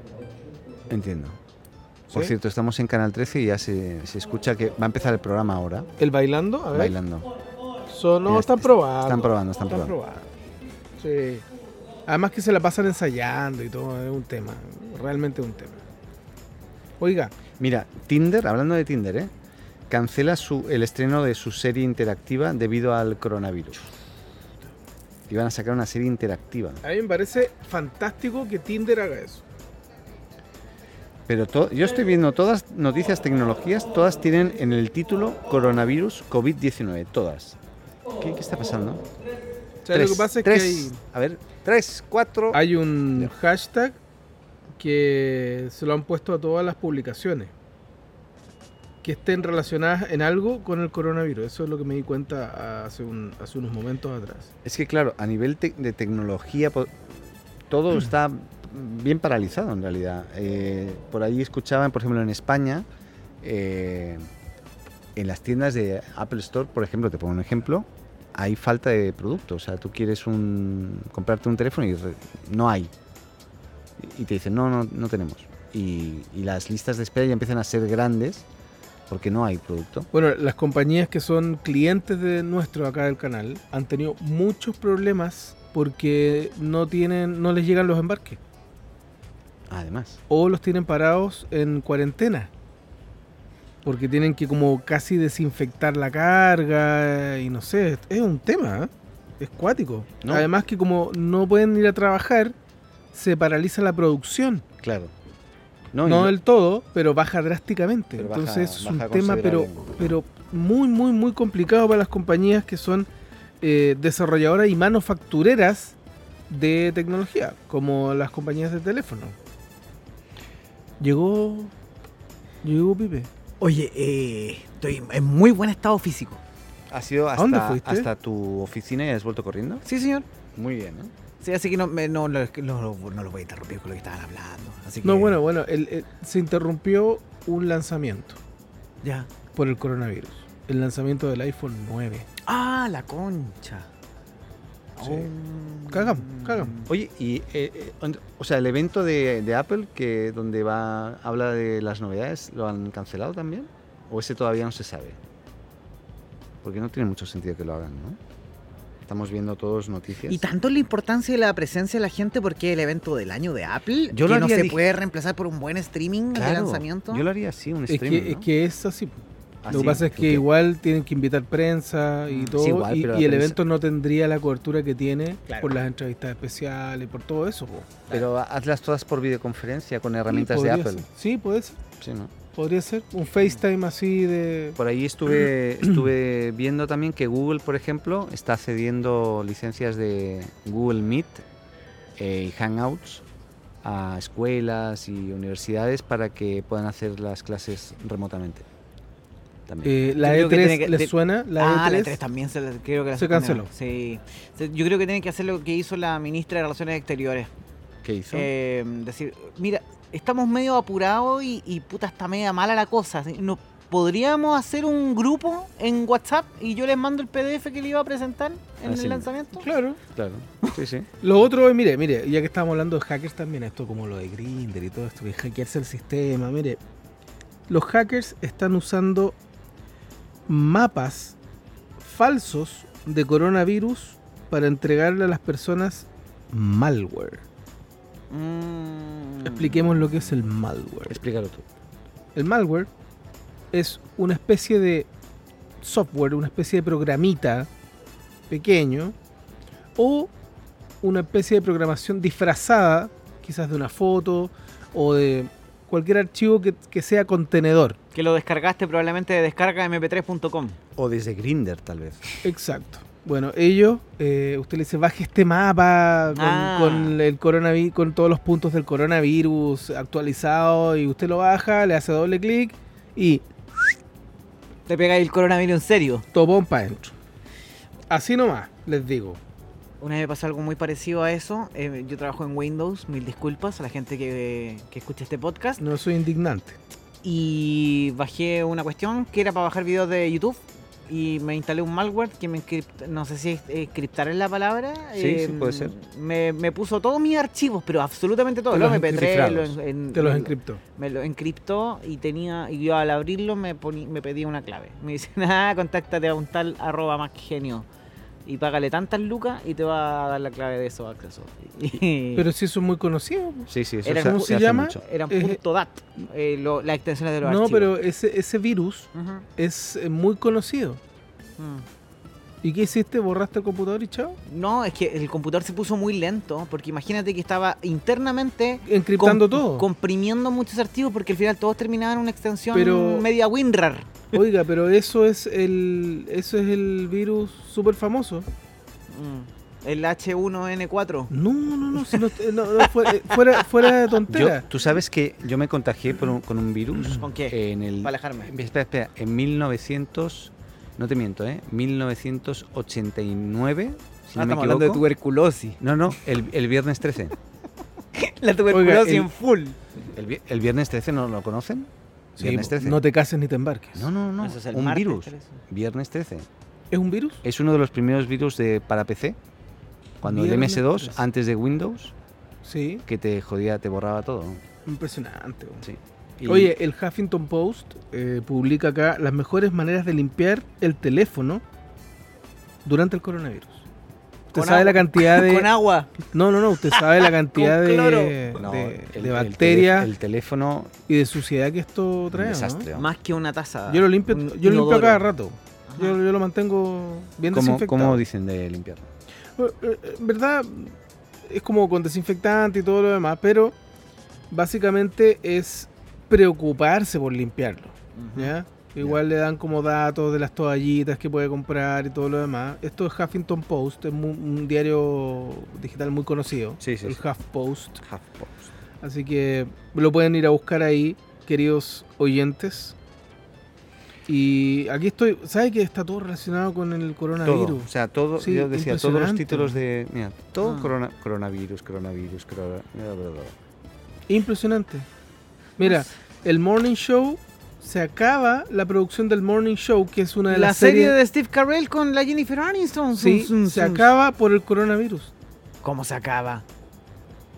Speaker 2: Entiendo. Por
Speaker 4: ¿sí?
Speaker 2: cierto, estamos en Canal 13 y ya se, se escucha que va a empezar el programa ahora,
Speaker 4: El bailando, a ver.
Speaker 2: bailando.
Speaker 4: So- no,
Speaker 2: Ya,
Speaker 4: están
Speaker 2: est-
Speaker 4: probando.
Speaker 2: están probando, están probando.
Speaker 4: Sí. Además que se la pasan ensayando y todo, es un tema, realmente un tema. Oiga,
Speaker 2: Mira, Tinder, hablando de Tinder, ¿eh? Cancela su, el estreno de su serie interactiva debido al coronavirus. Iban a sacar una serie interactiva.
Speaker 4: a mí me parece fantástico que Tinder haga eso.
Speaker 2: Pero to- yo estoy viendo todas noticias, tecnologías, todas tienen en el título coronavirus COVID-19, todas. ¿Qué, qué está pasando?
Speaker 4: O sea, lo que pasa es
Speaker 2: tres,
Speaker 4: que hay...
Speaker 2: A ver, tres, cuatro...
Speaker 4: Hay un
Speaker 2: Ya.
Speaker 4: hashtag que se lo han puesto a todas las publicaciones que estén relacionadas en algo con el coronavirus. Eso es lo que me di cuenta hace, un- hace unos momentos atrás.
Speaker 2: Es que claro, a nivel tec- de tecnología, po- todo está bien paralizado en realidad. Eh, por ahí escuchaban, por ejemplo, en España, eh, en las tiendas de Apple Store, por ejemplo, te pongo un ejemplo, hay falta de producto. O sea, tú quieres un, comprarte un teléfono y re- no hay. Y te dicen, no, no, no tenemos. Y, y las listas de espera ya empiezan a ser grandes porque no hay producto.
Speaker 4: Bueno, las compañías que son clientes de nuestro acá del canal han tenido muchos problemas porque no tienen, no les llegan los embarques
Speaker 2: Además.
Speaker 4: o los tienen parados en cuarentena. Porque tienen que como casi desinfectar la carga y no sé, es un tema, ¿eh? es cuático.
Speaker 2: No.
Speaker 4: Además que como no pueden ir a trabajar, se paraliza la producción.
Speaker 2: Claro. No,
Speaker 4: No,
Speaker 2: y-
Speaker 4: del todo, pero baja drásticamente.
Speaker 2: Pero baja-
Speaker 4: Entonces es
Speaker 2: baja
Speaker 4: un tema, pero,
Speaker 2: considerablemente.
Speaker 4: pero muy, muy, muy complicado para las compañías que son eh, desarrolladoras y manufactureras de tecnología, como las compañías de teléfono. Llegó. Llegó Pipe.
Speaker 5: Oye, eh, estoy en muy buen estado físico.
Speaker 2: ¿Has ido hasta,
Speaker 4: dónde fuiste?
Speaker 2: hasta tu oficina y has vuelto corriendo?
Speaker 5: Sí, señor.
Speaker 2: Muy bien, ¿eh? ¿no?
Speaker 5: Sí, así que no, me- no, lo- no lo- no lo voy a interrumpir con lo que estaban hablando. Así que,
Speaker 4: No, bueno, bueno, el- el- se interrumpió un lanzamiento
Speaker 5: Ya.
Speaker 4: por el coronavirus. El lanzamiento del iPhone 9.
Speaker 5: Ah, la concha.
Speaker 4: Sí.
Speaker 5: Oh.
Speaker 4: Cagamos, cagamos.
Speaker 2: Oye, y, eh, eh, on- o sea, el evento de, de Apple, que donde va habla de las novedades, ¿lo han cancelado también? ¿O ese todavía no se sabe? Porque no tiene mucho sentido que lo hagan, ¿no? Estamos viendo todos noticias.
Speaker 5: Y tanto la importancia de la presencia de la gente porque el evento del año de Apple
Speaker 2: Yo lo
Speaker 5: que no
Speaker 2: había
Speaker 5: se
Speaker 2: dij-
Speaker 5: puede reemplazar por un buen streaming de
Speaker 2: Claro,
Speaker 5: lanzamiento.
Speaker 2: Yo lo haría así, un
Speaker 4: Es
Speaker 2: streaming.
Speaker 4: que, es
Speaker 2: ¿no?
Speaker 4: que es así.
Speaker 2: Así,
Speaker 4: Lo que pasa es que
Speaker 2: tú
Speaker 4: igual tienen que invitar prensa y
Speaker 5: Mm,
Speaker 4: todo.
Speaker 2: sí, igual,
Speaker 4: y
Speaker 2: pero la
Speaker 4: y el
Speaker 2: prensa-
Speaker 4: evento no tendría la cobertura que tiene
Speaker 5: Claro.
Speaker 4: por las entrevistas especiales, por todo eso. po.
Speaker 2: Pero hazlas todas por videoconferencia con herramientas
Speaker 4: Sí,
Speaker 2: de
Speaker 4: podría
Speaker 2: Apple.
Speaker 4: ser. Sí, puede ser.
Speaker 2: Sí, ¿no?
Speaker 4: Podría ser un FaceTime así de.
Speaker 2: Por ahí estuve, estuve viendo también que Google, por ejemplo, está cediendo licencias de Google Meet eh, y Hangouts a escuelas y universidades para que puedan hacer las clases remotamente. También.
Speaker 4: Eh, la
Speaker 5: Yo creo que
Speaker 4: E3,
Speaker 5: tiene que-
Speaker 4: ¿les
Speaker 5: de-
Speaker 4: suena?
Speaker 5: ah,
Speaker 4: La E
Speaker 5: la
Speaker 4: E3.
Speaker 5: E3 también se, la- creo que la
Speaker 4: se
Speaker 5: suspendieron.
Speaker 4: canceló.
Speaker 5: Sí. Se- Yo creo que tienen que hacer lo que hizo la ministra de Relaciones Exteriores.
Speaker 2: ¿Qué hizo?
Speaker 5: Eh, decir, mira, estamos medio apurados y, y puta, está media mala la cosa. así, ¿No podríamos hacer un grupo en WhatsApp y yo les mando el PDF que le iba a presentar en
Speaker 2: Así
Speaker 5: el
Speaker 2: mismo.
Speaker 5: lanzamiento?
Speaker 4: Claro.
Speaker 2: Ah, Claro. Sí, sí.
Speaker 4: Lo otro es, mire, mire, ya que estábamos hablando de hackers también, esto como lo de Grindr y todo esto, que hackearse el sistema, mire. Los hackers están usando mapas falsos de coronavirus para entregarle a las personas malware.
Speaker 5: Mm.
Speaker 4: Expliquemos lo que es el malware.
Speaker 2: Explícalo tú.
Speaker 4: El malware es una especie de software, una especie de programita pequeño o una especie de programación disfrazada, quizás de una foto o de cualquier archivo que, que sea contenedor.
Speaker 5: Que lo descargaste probablemente de descargamp3.com.
Speaker 2: O desde Grinder, tal vez.
Speaker 4: Exacto. Bueno, ellos, eh, usted le dice, baje este mapa con,
Speaker 5: Ah.
Speaker 4: con el coronavirus, con todos los puntos del coronavirus actualizado y usted lo baja, le hace doble clic y
Speaker 5: Te pegáis el coronavirus en serio.
Speaker 4: topón para adentro. Así nomás, les digo.
Speaker 5: Una vez me pasó algo muy parecido a eso. eh, yo trabajo en Windows, mil disculpas a la gente que, que escucha este podcast.
Speaker 4: No soy indignante.
Speaker 5: Y bajé una cuestión que era para bajar videos de YouTube. Y me instalé un malware que me encript- no sé si encriptar es la palabra. em,
Speaker 2: Sí, sí, puede ser.
Speaker 5: Me, me puso todos mis archivos, pero absolutamente todos.
Speaker 4: Te
Speaker 5: Los
Speaker 4: los
Speaker 5: MP3,
Speaker 2: encriptados.
Speaker 5: los en-
Speaker 4: Te los
Speaker 5: en-
Speaker 4: encriptó.
Speaker 5: me lo encriptó y tenía y yo al abrirlo me poní- me pedía una clave. Me dice, ah, contáctate a un tal arroba más genio y págale tantas lucas y te va a dar la clave de esos accesos. Y-
Speaker 4: Pero si eso es muy conocido.
Speaker 2: Sí, sí, eso
Speaker 5: Era-
Speaker 2: se-
Speaker 5: ¿Cómo
Speaker 2: se
Speaker 4: se
Speaker 2: hace
Speaker 4: llama?
Speaker 2: mucho.
Speaker 5: eran
Speaker 4: eh,
Speaker 5: punto dat eh, lo- las extensiones de los
Speaker 4: No,
Speaker 5: archivos.
Speaker 4: pero ese, ese virus
Speaker 5: Ujú,
Speaker 4: es eh, muy conocido.
Speaker 5: mm.
Speaker 4: ¿Y qué hiciste? ¿Borraste el computador y chao?
Speaker 5: No, es que el computador se puso muy lento porque imagínate que estaba internamente
Speaker 4: Encriptando
Speaker 5: comp-
Speaker 4: todo.
Speaker 5: comprimiendo muchos archivos porque al final todos terminaban en una extensión
Speaker 4: Pero-
Speaker 5: media WinRAR.
Speaker 4: Oiga, pero eso es el eso es el virus súper famoso.
Speaker 5: Mm. El H1N4.
Speaker 4: No, no, no, si no, eh, no, no, fuera, fuera, fuera de tontera.
Speaker 2: Yo- tú sabes que yo me contagié por un- con un virus.
Speaker 5: ¿Con qué?
Speaker 2: En el,
Speaker 5: Para alejarme.
Speaker 2: Espera, espera, en 1900, no te miento, ¿eh? 1989, si
Speaker 4: Ah,
Speaker 2: no me equivoco.
Speaker 5: tuberculosis.
Speaker 2: No, no, el, el viernes 13.
Speaker 5: La tuberculosis
Speaker 4: Oiga, el-
Speaker 5: en full.
Speaker 2: El, vi- el viernes 13 no lo conocen?
Speaker 4: Sí,
Speaker 2: viernes 13.
Speaker 4: no te cases ni te embarques.
Speaker 2: No, no, no,
Speaker 5: Eso es el
Speaker 2: un
Speaker 5: martes
Speaker 2: virus.
Speaker 5: 13.
Speaker 2: Viernes 13.
Speaker 4: ¿Es un virus?
Speaker 2: Es uno de los primeros virus de para PC. Cuando el
Speaker 4: Viernes
Speaker 2: MS2
Speaker 4: 13.
Speaker 2: antes de Windows
Speaker 4: Sí,
Speaker 2: que te jodía, te borraba todo.
Speaker 4: impresionante. güey.
Speaker 2: Sí. Y-
Speaker 4: Oye, el Huffington Post eh, publica acá las mejores maneras de limpiar el teléfono durante el coronavirus. Usted
Speaker 5: Con
Speaker 4: sabe la
Speaker 5: agua.
Speaker 4: cantidad de.
Speaker 5: Con agua.
Speaker 4: No, no, no. Usted sabe la cantidad de,
Speaker 5: cloro.
Speaker 4: de,
Speaker 2: no,
Speaker 4: de
Speaker 2: el- el
Speaker 4: bacterias
Speaker 2: telé- El teléfono,
Speaker 4: y de suciedad que esto
Speaker 2: un
Speaker 4: trae. ¿no?
Speaker 2: desastre.
Speaker 5: Más que una taza.
Speaker 4: Yo lo limpio,
Speaker 5: Un
Speaker 4: yo lo limpio
Speaker 5: inodoro.
Speaker 4: cada rato.
Speaker 5: Ajá.
Speaker 4: Yo, yo lo mantengo bien
Speaker 2: ¿Cómo,
Speaker 4: desinfectado.
Speaker 2: ¿Cómo dicen de limpiar?
Speaker 4: Eh, eh, En verdad, es como con desinfectante y todo lo demás, pero básicamente es preocuparse por limpiarlo.
Speaker 5: Ujú.
Speaker 4: ¿ya? Igual le dan como datos de las toallitas que puede comprar y todo lo demás. Esto es Huffington Post, es mu- un diario digital muy conocido,
Speaker 2: Sí, sí,
Speaker 4: el
Speaker 2: sí.
Speaker 4: HuffPost.
Speaker 2: HuffPost.
Speaker 4: Así que lo pueden ir a buscar ahí, queridos oyentes. Y aquí estoy, ¿sabe que está todo relacionado con el coronavirus?
Speaker 2: Todo, o sea, todo,
Speaker 4: Sí,
Speaker 2: yo decía, todos los
Speaker 4: impresionante.
Speaker 2: títulos de... Mira, todo
Speaker 5: Ah.
Speaker 2: corona- coronavirus, coronavirus, corona- bla, bla, bla.
Speaker 4: Impresionante. Mira, el Morning Show se acaba la producción del Morning Show, que es una de
Speaker 5: La,
Speaker 4: las
Speaker 5: serie
Speaker 4: series-
Speaker 5: de Steve Carell con la Jennifer Aniston.
Speaker 4: Sí,
Speaker 5: Zum, zum,
Speaker 4: se
Speaker 5: zum.
Speaker 4: acaba por el coronavirus.
Speaker 5: ¿Cómo se acaba?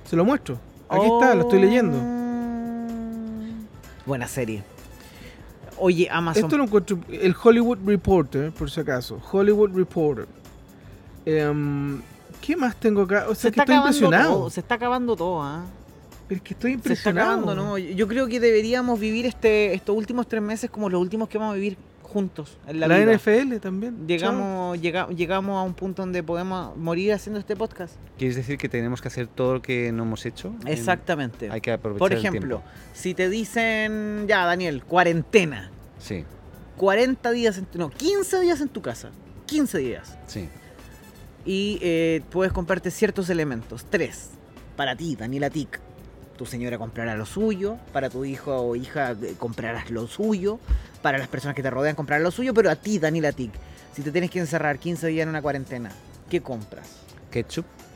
Speaker 4: Se lo muestro. Aquí está, lo estoy leyendo.
Speaker 5: Oh, Buena serie. Oye, Amazon.
Speaker 4: Esto lo encuentro. El Hollywood Reporter, por si acaso. Hollywood Reporter. Em, ¿Qué más tengo acá? O sea, que estoy impresionado.
Speaker 5: todo, se está acabando todo, ¿ah?
Speaker 4: Pero es que estoy
Speaker 5: Se está
Speaker 4: impresionado.
Speaker 5: acabando, ¿no? Yo creo que deberíamos vivir este, estos últimos tres meses como los últimos que vamos a vivir juntos en la,
Speaker 4: La,
Speaker 5: vida.
Speaker 4: NFL también.
Speaker 5: Llegamos, llega- llegamos a un punto donde podemos morir haciendo este podcast.
Speaker 2: ¿Quieres decir que tenemos que hacer todo lo que no hemos hecho? En-
Speaker 5: Exactamente.
Speaker 2: Hay que aprovechar
Speaker 5: Por
Speaker 2: el
Speaker 5: ejemplo,
Speaker 2: tiempo.
Speaker 5: si te dicen, ya Daniel, cuarentena,
Speaker 2: Sí,
Speaker 5: 40 días, en tu- no, 15 días en tu casa, 15 días,
Speaker 2: sí.
Speaker 5: y eh, puedes comprarte ciertos elementos, tres, para ti, Daniela Tic. Tu señora comprará lo suyo, para tu hijo o hija eh, comprarás lo suyo, para las personas que te rodean comprarás lo suyo, pero a ti, Daniela Tic, si te tienes que encerrar 15 días en una cuarentena, ¿qué compras?
Speaker 2: Ketchup.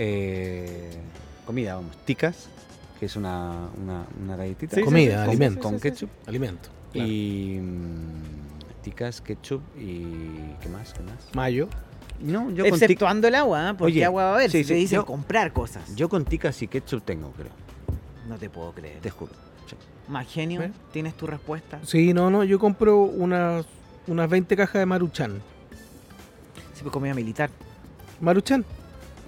Speaker 2: Eh, comida, vamos. Ticas, que es una, una, una galletita.
Speaker 4: Sí, sí, Comida, sí, sí,
Speaker 2: con,
Speaker 4: alimento.
Speaker 2: con
Speaker 4: sí, sí,
Speaker 2: ketchup.
Speaker 4: Chao. Alimento. Y
Speaker 2: Y mm, ticas, ketchup y... ¿Qué más? ¿Qué más?
Speaker 4: mayo.
Speaker 2: No, yo con, tic-
Speaker 5: Exceptuando el agua, ¿ah? porque
Speaker 2: Oye,
Speaker 5: agua va a haber,
Speaker 2: sí,
Speaker 5: si te
Speaker 2: sí,
Speaker 5: dicen
Speaker 2: yo-
Speaker 5: comprar cosas.
Speaker 2: yo con ticas y ketchup tengo, creo.
Speaker 5: no te puedo creer.
Speaker 2: Te juro. sí.
Speaker 5: Más genio,
Speaker 2: ¿Eh?
Speaker 4: ¿Ves?
Speaker 5: ¿tienes tu respuesta?
Speaker 4: Sí, no, no. Yo compro unas, unas 20 cajas de Maruchan.
Speaker 5: Sí, pues comida militar.
Speaker 4: Maruchan.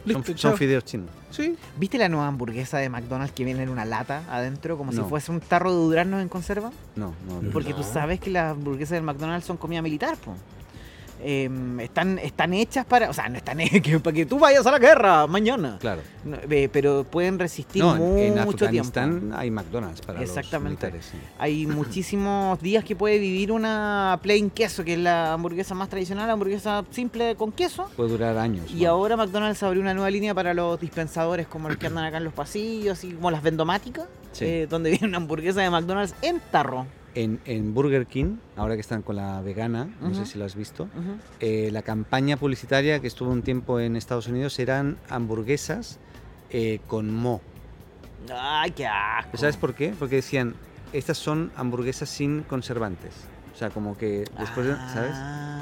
Speaker 2: Son,
Speaker 4: Listo,
Speaker 2: son
Speaker 4: chao.
Speaker 2: fideos chinos.
Speaker 4: Sí.
Speaker 5: ¿Viste la nueva hamburguesa de McDonald's que viene en una lata adentro, como
Speaker 2: No.
Speaker 5: si fuese un tarro de duraznos en conserva?
Speaker 2: No, no, no.
Speaker 5: Porque tú sabes que las hamburguesas del McDonald's son comida militar, po. Em, están, están hechas para. O sea, no están hechas que- para que tú vayas a la guerra mañana.
Speaker 2: Claro.
Speaker 5: No, eh, pero pueden resistir
Speaker 2: No,
Speaker 5: mu-
Speaker 2: en, en
Speaker 5: mucho tiempo.
Speaker 2: Afganistán hay McDonald's para
Speaker 5: Exactamente.
Speaker 2: los militares. sí.
Speaker 5: Hay muchísimos días que puede vivir una plain queso, que es la hamburguesa más tradicional, la hamburguesa simple con queso.
Speaker 2: Puede durar años.
Speaker 5: Y
Speaker 2: ¿no?
Speaker 5: ahora McDonald's abrió una nueva línea para los dispensadores como los que andan acá en los pasillos y como las vendomáticas,
Speaker 2: Sí.
Speaker 5: eh, donde viene una hamburguesa de McDonald's en tarro.
Speaker 2: En, en Burger King, ahora que están con la vegana, no sé
Speaker 5: Ujú.
Speaker 2: si lo has visto, eh, la campaña publicitaria que estuvo un tiempo en Estados Unidos eran hamburguesas eh, con mo.
Speaker 5: Ay, qué asco.
Speaker 2: ¿Sabes por qué? Porque decían, estas son hamburguesas sin conservantes. O sea, como que después, de- ¿sabes?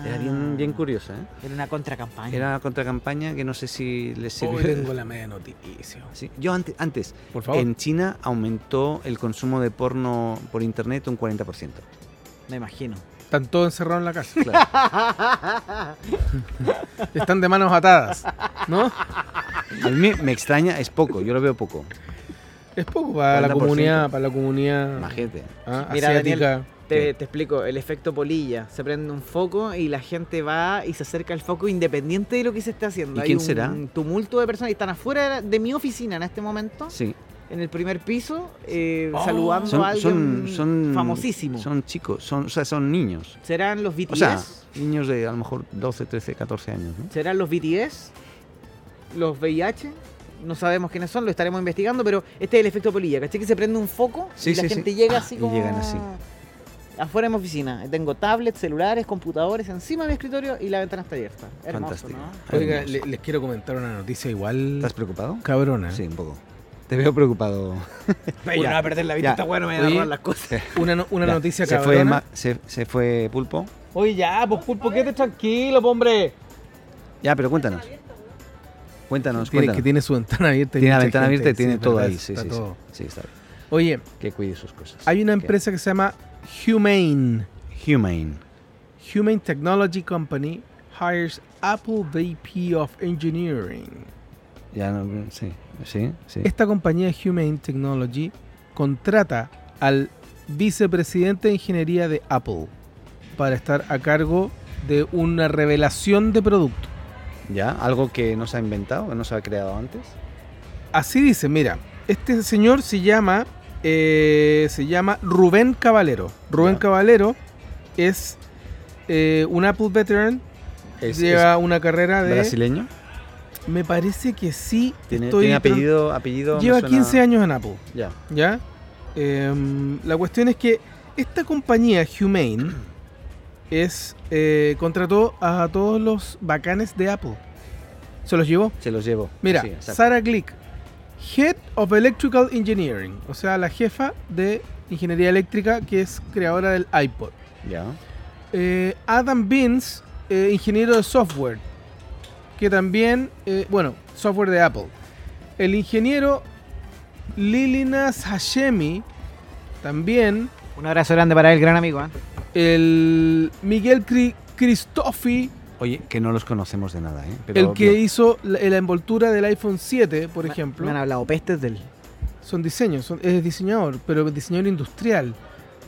Speaker 2: Era bien, bien curiosa, ¿eh?
Speaker 5: Ah. Era una contracampaña.
Speaker 2: Era una contracampaña que no sé si les
Speaker 4: Hoy tengo
Speaker 2: sirvió.
Speaker 4: la media noticia.
Speaker 2: Sí, Yo antes, antes
Speaker 4: Por favor.
Speaker 2: en China aumentó el consumo de porno por internet un 40%.
Speaker 5: Me imagino.
Speaker 4: Están todos encerrados en la casa.
Speaker 2: Claro.
Speaker 4: Están de manos atadas. ¿No?
Speaker 2: A mí me extraña, es poco, yo lo veo poco.
Speaker 4: Es poco para la
Speaker 2: 40%.
Speaker 4: comunidad, para la comunidad
Speaker 2: Majete.
Speaker 4: ah,
Speaker 5: Mira, Daniel.
Speaker 4: asiática.
Speaker 5: Te, te explico, el efecto polilla. Se prende un foco y la gente va y se acerca al foco independiente de lo que se esté haciendo.
Speaker 2: ¿Y
Speaker 5: Hay
Speaker 2: quién
Speaker 5: un
Speaker 2: será?
Speaker 5: tumulto de personas y están afuera de la- de mi oficina en este momento.
Speaker 2: Sí.
Speaker 5: en el primer piso eh,
Speaker 4: Oh.
Speaker 5: saludando a
Speaker 2: Son,
Speaker 5: alguien
Speaker 2: son, son
Speaker 5: famosísimo.
Speaker 2: Son chicos, son, o sea, son niños.
Speaker 5: ¿Serán los BTS?
Speaker 2: O sea, niños de a lo mejor 12, 13, 14 años, ¿no?
Speaker 5: ¿Serán los BTS? ¿Los VIH? No sabemos quiénes son, lo estaremos investigando, pero este es el efecto polilla. ¿Caché que se prende un foco
Speaker 2: Sí,
Speaker 5: Ah, y la
Speaker 2: sí, sí.
Speaker 5: gente llega así
Speaker 2: Y
Speaker 5: como...
Speaker 2: llegan así.
Speaker 5: Afuera de mi oficina. Tengo tablets, celulares, computadores encima de mi escritorio y la ventana está abierta. Hermoso,
Speaker 2: Fantástico.
Speaker 5: ¿no?
Speaker 4: Oiga,
Speaker 2: Hermoso.
Speaker 4: le- les quiero comentar una noticia igual
Speaker 2: ¿Estás preocupado?
Speaker 4: cabrona. ¿eh?
Speaker 2: Sí, un poco. Te veo preocupado.
Speaker 5: Ay,
Speaker 2: Ya,
Speaker 5: no va a perder la
Speaker 2: ya.
Speaker 5: vista, esta weá, no me
Speaker 4: Oye.
Speaker 5: voy a robar las cosas.
Speaker 4: Una, no- una
Speaker 2: Ya,
Speaker 4: noticia
Speaker 2: se
Speaker 4: cabrona.
Speaker 2: fue, ma- se, se fue Pulpo.
Speaker 5: Oye, ya, pues pulpo, quédate tranquilo, po, hombre.
Speaker 2: Ya, pero cuéntanos. Cuéntanos,
Speaker 4: Tiene,
Speaker 2: cuéntanos.
Speaker 4: que tiene su ventana abierta. y
Speaker 2: Tiene la
Speaker 4: mucha
Speaker 2: ventana
Speaker 4: gente,
Speaker 2: abierta y
Speaker 4: sí,
Speaker 2: tiene
Speaker 4: es
Speaker 2: todo
Speaker 4: verdad,
Speaker 2: ahí. Sí,
Speaker 4: está
Speaker 2: sí, sí,
Speaker 4: todo.
Speaker 2: sí. está bien.
Speaker 4: Oye,
Speaker 2: Que cuide sus cosas.
Speaker 4: hay una
Speaker 2: Que-
Speaker 4: empresa que se llama Humane.
Speaker 2: Humane.
Speaker 4: Humane Technology Company hires Apple VP of Engineering.
Speaker 2: Ya no, sí, sí, sí.
Speaker 4: Esta compañía Humane Technology contrata al vicepresidente de ingeniería de Apple para estar a cargo de una revelación de producto.
Speaker 2: Ya, algo que no se ha inventado, que no se ha creado antes.
Speaker 4: Así dice, mira, Este señor se llama, eh, se llama Rubén Caballero. Rubén
Speaker 2: Ya.
Speaker 4: Caballero es eh, un Apple veteran.
Speaker 2: Es,
Speaker 4: lleva una carrera
Speaker 2: es
Speaker 4: de.
Speaker 2: brasileño.
Speaker 4: Me parece que sí.
Speaker 2: Tiene,
Speaker 4: estoy-
Speaker 2: tiene apellido, apellido. me
Speaker 4: Lleva
Speaker 2: suena-
Speaker 4: 15 años en Apple.
Speaker 2: Ya.
Speaker 4: ¿Ya? Em, la cuestión es que esta compañía, Humane, es, eh, contrató a todos los bacanes de Apple. Se los llevó.
Speaker 2: Se los llevo.
Speaker 4: Mira,
Speaker 2: Sí, exacto.
Speaker 4: Sarah Glick, Head of Electrical Engineering, o sea, la jefa de ingeniería eléctrica que es creadora del iPod.
Speaker 2: Ya.
Speaker 4: Eh, Adam Beans, eh, ingeniero de software, que también, eh, bueno, software de Apple. El ingeniero Lilinas Hashemi, también.
Speaker 5: Un abrazo grande para el gran amigo. ¿eh?
Speaker 4: El Miguel Cri Cristofi,
Speaker 2: Oye, que no los conocemos de nada, ¿eh? Pero
Speaker 4: el que
Speaker 2: bien.
Speaker 4: hizo la, la envoltura del iPhone 7, por ejemplo.
Speaker 5: Me han hablado pestes del.
Speaker 4: Son diseños, son- es diseñador, pero diseñador industrial.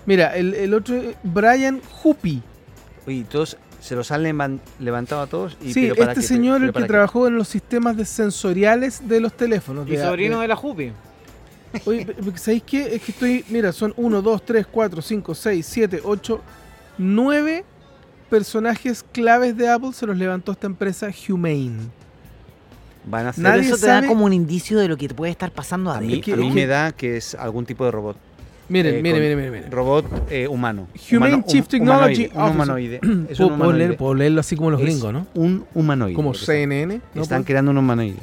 Speaker 4: Mira, el, el otro, eh, Brian Huppy.
Speaker 2: Oye, todos se los han levan- levantado a todos. Y,
Speaker 4: Sí,
Speaker 2: pero para
Speaker 4: este
Speaker 2: qué,
Speaker 4: señor
Speaker 2: pero
Speaker 4: el que
Speaker 2: para qué.
Speaker 4: trabajó en los sistemas de sensoriales de los teléfonos. de- de-
Speaker 5: de la Jupi.
Speaker 4: Oye, pe- pe- ¿sabéis qué? Es que estoy, mira, son 1, 2, 3, 4, 5, 6, 7, 8, 9 personajes claves de Apple se los levantó esta empresa Humane.
Speaker 2: Van a hacer
Speaker 4: Nadie
Speaker 5: eso te
Speaker 4: sabe-
Speaker 5: da como un indicio de lo que te puede estar pasando
Speaker 2: A mí,
Speaker 5: adentro.
Speaker 2: a mí
Speaker 4: que-
Speaker 2: me da que es algún tipo de robot.
Speaker 4: Miren,
Speaker 2: Eh,
Speaker 4: miren,
Speaker 2: con-
Speaker 4: miren, miren, miren.
Speaker 2: Robot eh, humano.
Speaker 4: Humane
Speaker 2: Humano-
Speaker 4: Chief
Speaker 2: hum-
Speaker 4: Technology
Speaker 2: humanoide, un humanoide. Es un
Speaker 4: Puedo- puedo, leer-
Speaker 2: humanoide.
Speaker 4: puedo leerlo así como los
Speaker 2: Es
Speaker 4: gringos, ¿no?
Speaker 2: Un humanoide.
Speaker 4: Como
Speaker 2: lo que están-
Speaker 4: CNN. ¿no?
Speaker 2: Están
Speaker 4: Puedo-
Speaker 2: creando un humanoide.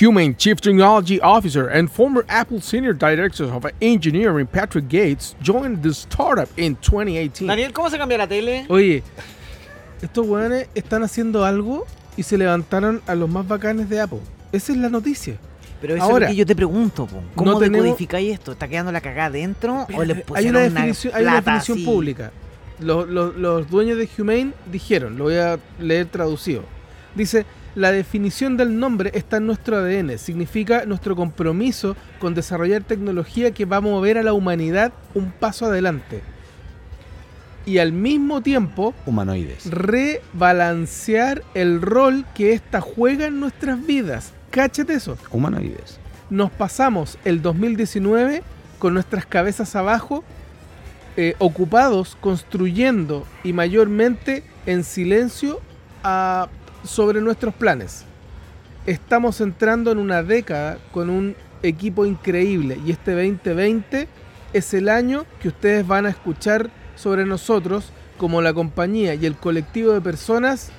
Speaker 4: Humane Chief Technology Officer and former Apple Senior Director of Engineering Patrick Gates joined the startup in 2018.
Speaker 5: ¿cómo se cambia la tele?
Speaker 4: Oye, estos weones están haciendo algo y se levantaron a los más bacanes de Apple. Esa es la noticia.
Speaker 5: Pero eso
Speaker 4: Ahora,
Speaker 5: es lo que yo te pregunto, po. ¿cómo
Speaker 4: no tenemos-
Speaker 5: decodificáis esto? ¿Está quedando la cagada adentro? ¿O le pusieron
Speaker 4: hay una definición, hay una
Speaker 5: plata
Speaker 4: definición
Speaker 5: así?
Speaker 4: pública. Los, los- los dueños de Humane dijeron, lo voy a leer traducido. Dice, la definición del nombre está en nuestro ADN. Significa nuestro compromiso con desarrollar tecnología que va a mover a la humanidad un paso adelante. Y al mismo tiempo
Speaker 2: Humanoides.
Speaker 4: rebalancear el rol que esta juega en nuestras vidas. Cáchate eso.
Speaker 2: Humanoides.
Speaker 4: Nos pasamos el 2019 con nuestras cabezas abajo, eh, ocupados construyendo y mayormente en silencio a- sobre nuestros planes. Estamos entrando en una década con un equipo increíble y este 2020 es el año que ustedes van a escuchar sobre nosotros como la compañía y el colectivo de personas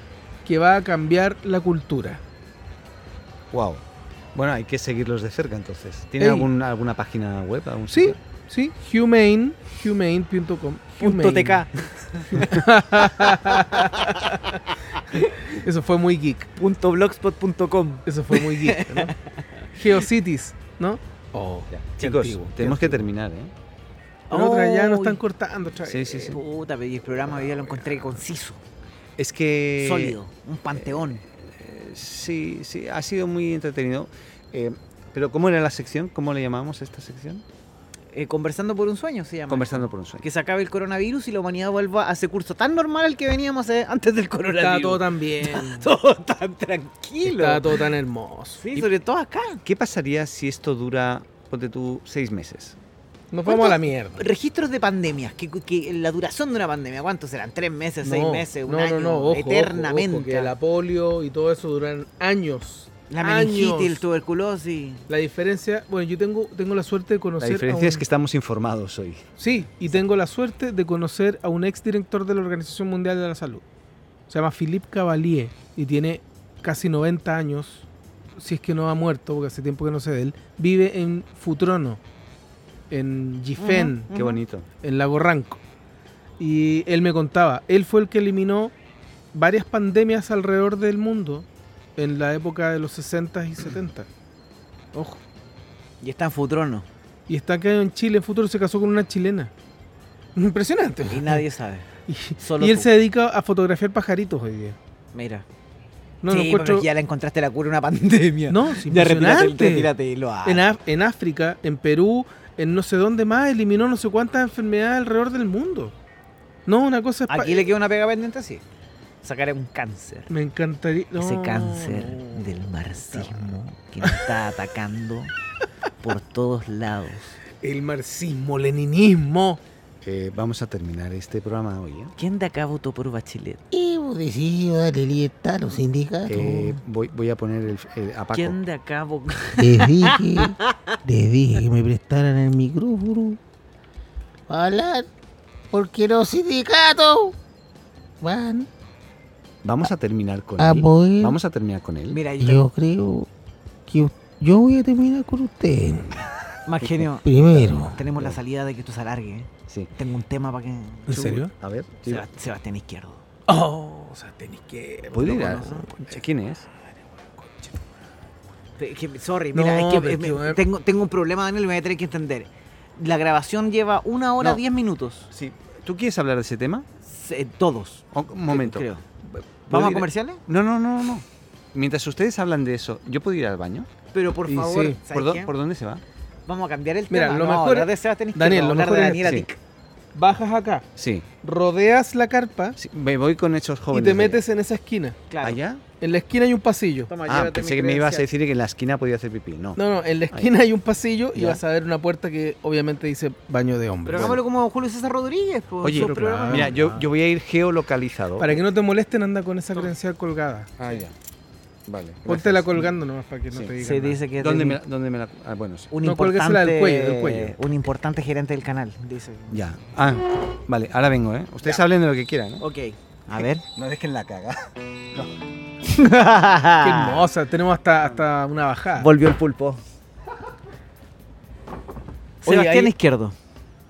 Speaker 4: que va a cambiar la cultura.
Speaker 2: Wow. Bueno, hay que seguirlos de cerca entonces. ¿Tiene
Speaker 4: Ey.
Speaker 2: algún, alguna página web? algún
Speaker 4: Sí,
Speaker 2: sitio?
Speaker 4: sí, humane, humane.com.
Speaker 5: Punto TK.
Speaker 4: Eso fue muy geek.
Speaker 5: Punto blogspot.com.
Speaker 4: Eso fue muy geek, ¿no? Geocities, ¿no? Oh,
Speaker 2: Ya. Chicos,
Speaker 4: antiguo, qué
Speaker 2: tenemos que terminar, ¿eh?
Speaker 4: Pero otras ya nos están
Speaker 5: Ay,
Speaker 4: cortando. otra vez.
Speaker 2: Sí, sí, sí.
Speaker 5: Puta, pero y el programa hoy ya lo encontré conciso,
Speaker 2: Es que...
Speaker 5: sólido, un panteón.
Speaker 2: Eh, Sí, sí, ha sido muy entretenido. Eh, pero ¿cómo era la sección? ¿Cómo le llamamos a esta sección?
Speaker 5: Eh, conversando por un sueño se llama.
Speaker 2: Conversando por un sueño.
Speaker 5: Que se acabe el coronavirus y la humanidad vuelva a ese curso tan normal al que veníamos eh, antes del coronavirus.
Speaker 4: Estaba todo tan bien.
Speaker 5: todo tan tranquilo.
Speaker 4: Estaba todo tan hermoso.
Speaker 5: Sí, sobre todo acá.
Speaker 2: ¿Qué pasaría si esto dura, ponte tú, seis meses?
Speaker 4: Nos vamos a la mierda.
Speaker 5: Registros de pandemias, que, que la duración de una pandemia, ¿cuántos serán? ¿Tres meses, seis
Speaker 4: No,
Speaker 5: meses, un
Speaker 4: no,
Speaker 5: año?
Speaker 4: no, no, ojo, ojo, ojo,
Speaker 5: eternamente.
Speaker 4: que la polio y todo eso duran años.
Speaker 5: la meningitis,
Speaker 4: años.
Speaker 5: el tuberculosis.
Speaker 4: La diferencia, bueno, yo tengo, tengo la suerte de
Speaker 2: La
Speaker 4: conocer. a
Speaker 2: diferencia es
Speaker 4: un-
Speaker 2: que estamos informados hoy.
Speaker 4: Sí, y tengo la suerte de conocer a un exdirector de la Organización Mundial de la Salud. Se llama Philippe Cavalier y tiene casi 90 años, si es que no ha muerto, porque hace tiempo que no sé de él. Vive en Futrono, en Gifen,
Speaker 2: Qué bonito.
Speaker 4: en Lago Ranco. Y él me contaba, él fue el que eliminó varias pandemias alrededor del mundo en la época de los 60 y 70. Ojo.
Speaker 5: Y está en Futrono.
Speaker 4: Y está acá en Chile, en Futuro se casó con una chilena. Impresionante.
Speaker 5: Y nadie sabe.
Speaker 4: Y,
Speaker 5: Solo
Speaker 4: y él
Speaker 5: tú.
Speaker 4: se dedica a fotografiar pajaritos hoy día.
Speaker 5: Mira.
Speaker 4: No,
Speaker 5: sí,
Speaker 4: lo
Speaker 5: pero
Speaker 4: encuentro-
Speaker 5: ya le encontraste la cura a una pandemia.
Speaker 4: No, es
Speaker 5: ya retírate,
Speaker 4: impresionante.
Speaker 5: retírate, lo hago.
Speaker 4: En, Af- en África, en Perú, en no sé dónde más, eliminó no sé cuántas enfermedades alrededor del mundo. No, una cosa es pa-
Speaker 5: Aquí le queda una pega pendiente así. Sacar un cáncer.
Speaker 4: Me encantaría. no,
Speaker 5: Ese cáncer
Speaker 4: no.
Speaker 5: del marxismo que nos está atacando por todos lados.
Speaker 4: El marxismo, leninismo.
Speaker 2: Eh, vamos a terminar este programa hoy. ¿eh?
Speaker 5: ¿Quién de acá votó por Bachelet?
Speaker 7: Y vos decís darle libertad a los
Speaker 4: Ah,
Speaker 7: sindicatos.
Speaker 2: Eh, voy, voy a poner el, el- a Paco.
Speaker 5: ¿Quién de acá vo-
Speaker 7: Les dije, les dije que me prestaran el micrófono para hablar, porque los sindicatos van
Speaker 2: Vamos a terminar con
Speaker 7: a
Speaker 4: Ah,
Speaker 2: él.
Speaker 7: poder.
Speaker 2: Vamos a terminar con él.
Speaker 5: Mira, yo
Speaker 7: Yo creo que yo voy a terminar con usted
Speaker 5: tengo- más genio.
Speaker 7: primero.
Speaker 5: Tenemos la salida de que esto se alargue. ¿eh?
Speaker 2: Sí.
Speaker 5: Tengo un tema para que.
Speaker 4: ¿En serio?
Speaker 2: A ver. sí.
Speaker 5: Seba- Sebastián Izquierdo.
Speaker 4: Oh, o sea, tenés que.
Speaker 2: ¿Puedo ir
Speaker 4: loco,
Speaker 2: a-
Speaker 4: ¿no?
Speaker 2: ¿Quién es?
Speaker 5: Eh, que- Sorry,
Speaker 4: No,
Speaker 5: mira, es que,
Speaker 4: pero
Speaker 5: eh,
Speaker 4: es que,
Speaker 5: me-
Speaker 4: bueno.
Speaker 5: tengo, tengo un problema, Daniel, y me voy a tener que entender. La grabación lleva una hora
Speaker 2: No.
Speaker 5: diez minutos.
Speaker 2: Sí. ¿Tú quieres hablar de ese tema?
Speaker 5: Se- eh, todos.
Speaker 2: O- un momento.
Speaker 5: Creo.
Speaker 2: ¿Puedo
Speaker 5: ¿Vamos a
Speaker 2: ir-
Speaker 5: comerciales?
Speaker 2: No, no, no, no. Mientras ustedes hablan de eso, ¿yo puedo ir al baño?
Speaker 5: Pero por
Speaker 4: Y
Speaker 5: favor,
Speaker 4: sí.
Speaker 5: ¿sabes
Speaker 2: ¿Por, dó-
Speaker 5: qué?
Speaker 2: por dónde se va?
Speaker 5: vamos a cambiar el
Speaker 4: Mira,
Speaker 5: tema.
Speaker 4: lo
Speaker 5: no,
Speaker 4: mejor
Speaker 5: hablar
Speaker 4: es-
Speaker 5: de Sebastián Izquierdo,
Speaker 4: Daniel, lo
Speaker 5: hablar
Speaker 4: mejor
Speaker 5: de
Speaker 4: es-
Speaker 5: Daniel
Speaker 2: sí.
Speaker 5: Atik.
Speaker 4: Bajas acá,
Speaker 2: Sí.
Speaker 4: rodeas la carpa
Speaker 2: Sí, Me voy con hechos
Speaker 4: y
Speaker 2: jóvenes.
Speaker 4: te
Speaker 2: de-
Speaker 4: metes en esa esquina.
Speaker 5: Claro.
Speaker 2: ¿Allá?
Speaker 4: En la esquina hay un pasillo.
Speaker 5: Toma,
Speaker 2: Ah,
Speaker 5: llévate
Speaker 2: pensé
Speaker 5: mi
Speaker 2: que me ibas a
Speaker 5: credencial.
Speaker 2: decir que en la esquina podía hacer pipí. No.
Speaker 4: No, no, en la esquina hay un pasillo y
Speaker 2: Ya.
Speaker 4: vas a ver una puerta que obviamente dice baño de hombres.
Speaker 5: Pero hagámoslo como Julio César Rodríguez. pues, po,
Speaker 2: Oye,
Speaker 5: sus
Speaker 4: ah,
Speaker 5: programas.
Speaker 2: mira, yo, yo voy a ir geolocalizado.
Speaker 4: Para que no te molesten, anda con esa credencial colgada.
Speaker 2: Ah, ya. Vale. gracias.
Speaker 4: Póntela colgando nomás para que no
Speaker 2: Sí.
Speaker 4: te digan.
Speaker 5: se
Speaker 4: nada.
Speaker 5: dice que
Speaker 2: ¿Dónde
Speaker 5: es
Speaker 2: me la, dónde me la- ah, bueno, sí.
Speaker 5: un
Speaker 4: No, cuélguesela
Speaker 5: importante
Speaker 4: del cuello, del cuello.
Speaker 5: un importante gerente del canal, dice.
Speaker 2: Ya. Ah, vale, ahora vengo, ¿eh? Ustedes hablen de lo que quieran, ¿eh?
Speaker 5: Ok, a ver.
Speaker 2: No dejen la caga.
Speaker 4: Qué
Speaker 5: "Ah".
Speaker 4: hermosa, tenemos hasta, hasta una bajada.
Speaker 5: Volvió el pulpo.
Speaker 4: Oye,
Speaker 5: Sebastián
Speaker 4: ahí-
Speaker 5: Izquierdo.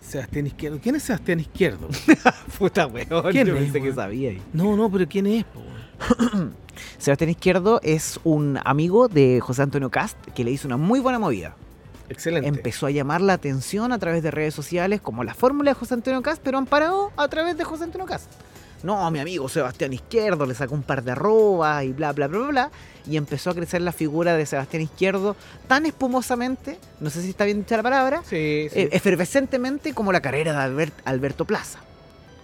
Speaker 4: Sebastián Izquierdo. ¿Quién es Sebastián Izquierdo?
Speaker 5: Puta weón,
Speaker 4: ¿Quién
Speaker 5: yo
Speaker 4: es,
Speaker 5: pensé que
Speaker 4: weón?
Speaker 5: sabía. ahí.
Speaker 4: no, no, pero ¿quién es? po, weón?
Speaker 5: Sebastián Izquierdo es un amigo de José Antonio Cast que le hizo una muy buena movida.
Speaker 4: Excelente.
Speaker 5: Empezó a llamar la atención a través de redes sociales como la fórmula de José Antonio Cast, pero amparado a través de José Antonio Cast. No, mi amigo Sebastián Izquierdo le sacó un par de arrobas y bla, bla, bla, bla, bla. Y empezó a crecer la figura de Sebastián Izquierdo tan espumosamente, no sé si está bien dicha la palabra,
Speaker 4: Sí, sí.
Speaker 5: eh, efervescentemente como la carrera de Albert- Alberto Plaza.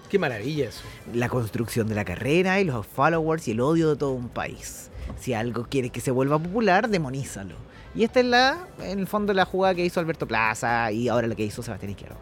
Speaker 4: Qué maravilla eso.
Speaker 5: la construcción de la carrera y los followers y el odio de todo un país. Si algo quiere que se vuelva popular, demonízalo. Y esta es la, en el fondo, la jugada que hizo Alberto Plaza y ahora la que hizo Sebastián Izquierdo.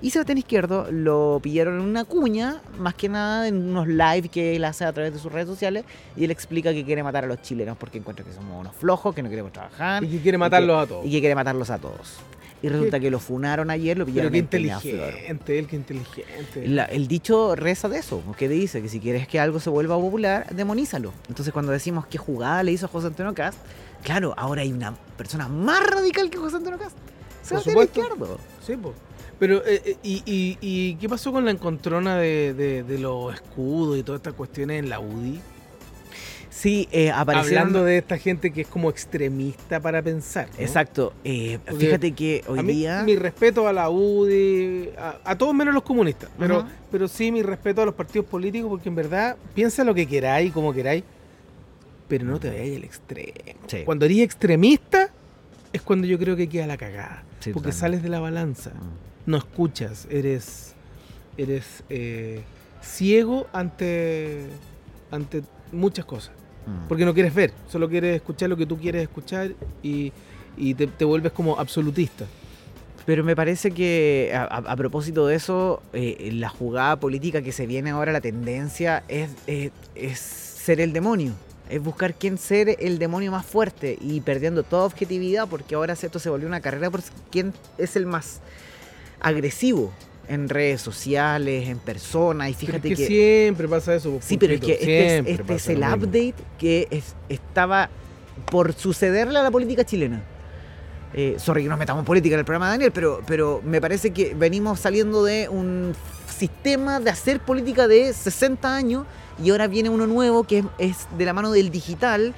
Speaker 5: Y Sebastián Izquierdo lo pillaron en una cuña, más que nada en unos live que él hace a través de sus redes sociales, y él explica que quiere matar a los chilenos porque encuentra que somos unos flojos, que no queremos trabajar
Speaker 4: Y que quiere matarlos a
Speaker 5: y
Speaker 4: todos.
Speaker 5: que quiere matarlos a todos. Y resulta que lo funaron ayer, lo
Speaker 4: Pero
Speaker 5: pillaron
Speaker 4: qué
Speaker 5: en Peñaflor.
Speaker 4: inteligente, él, qué inteligente.
Speaker 5: La- el dicho reza de eso, que dice que si quieres que algo se vuelva popular, demonízalo. Entonces cuando decimos qué jugada le hizo a José Antonio Cast, claro, ahora hay una persona más radical que José Antonio Cast. Sebastián
Speaker 4: supuesto.
Speaker 5: Izquierdo.
Speaker 4: Sí, po. Pero, eh, eh, y, y- y qué pasó con la encontrona de, de- de los escudos y todas estas cuestiones en la UDI?
Speaker 5: Sí, eh, aparecieron-
Speaker 4: Hablando de esta gente que es como extremista para pensar. ¿no?
Speaker 5: Exacto. eh,
Speaker 4: Porque
Speaker 5: fíjate que hoy
Speaker 4: A mí,
Speaker 5: día...
Speaker 4: mi respeto a la UDI, a, a todos menos los comunistas, pero,
Speaker 5: Ajá.
Speaker 4: pero sí mi respeto a los partidos políticos porque en verdad piensa lo que queráis, como queráis, pero no te vayáis al extremo.
Speaker 5: Sí.
Speaker 4: Cuando eres extremista es cuando yo creo que queda la cagada,
Speaker 5: Sí,
Speaker 4: porque
Speaker 5: totalmente.
Speaker 4: sales de la balanza, no escuchas, eres, eres eh, ciego ante, ante muchas cosas.
Speaker 5: Mm.
Speaker 4: Porque no quieres ver, solo quieres escuchar lo que tú quieres escuchar y, y te, te vuelves como absolutista.
Speaker 5: Pero me parece que a, a- a propósito de eso, eh, la jugada política que se viene ahora, la tendencia es, eh, es ser el demonio. Es buscar quién ser el demonio más fuerte y perdiendo toda objetividad porque ahora esto se volvió una carrera por quién es el más agresivo en redes sociales, en persona. Y
Speaker 4: Pero
Speaker 5: fíjate
Speaker 4: es que,
Speaker 5: que...
Speaker 4: siempre pasa eso. pues,
Speaker 5: Sí, pero es que
Speaker 4: Pulpito,
Speaker 5: este es,
Speaker 4: siempre
Speaker 5: este es
Speaker 4: pasa
Speaker 5: el
Speaker 4: lo mismo.
Speaker 5: update que es- estaba por sucederle a la política chilena. Eh, sorry que nos metamos en política en el programa de Daniel, pero, pero me parece que venimos saliendo de un sistema de hacer política de 60 años y ahora viene uno nuevo que es, es de la mano del digital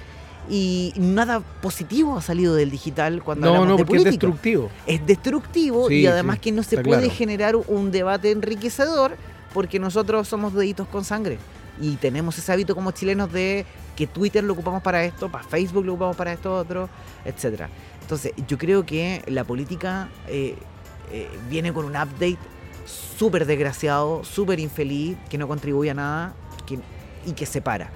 Speaker 5: y nada positivo ha salido del digital cuando
Speaker 4: No,
Speaker 5: hablamos
Speaker 4: no,
Speaker 5: de
Speaker 4: porque es
Speaker 5: política
Speaker 4: destructivo.
Speaker 5: es destructivo
Speaker 4: Sí,
Speaker 5: y además
Speaker 4: sí,
Speaker 5: que no se
Speaker 4: está
Speaker 5: puede
Speaker 4: claro.
Speaker 5: generar un debate enriquecedor porque nosotros somos deditos con sangre y tenemos ese hábito como chilenos de que Twitter lo ocupamos para esto, para Facebook lo ocupamos para esto otro, etcétera. Entonces, yo creo que la política eh, eh, viene con un update súper desgraciado, súper infeliz, que no contribuye a nada que- y que separa.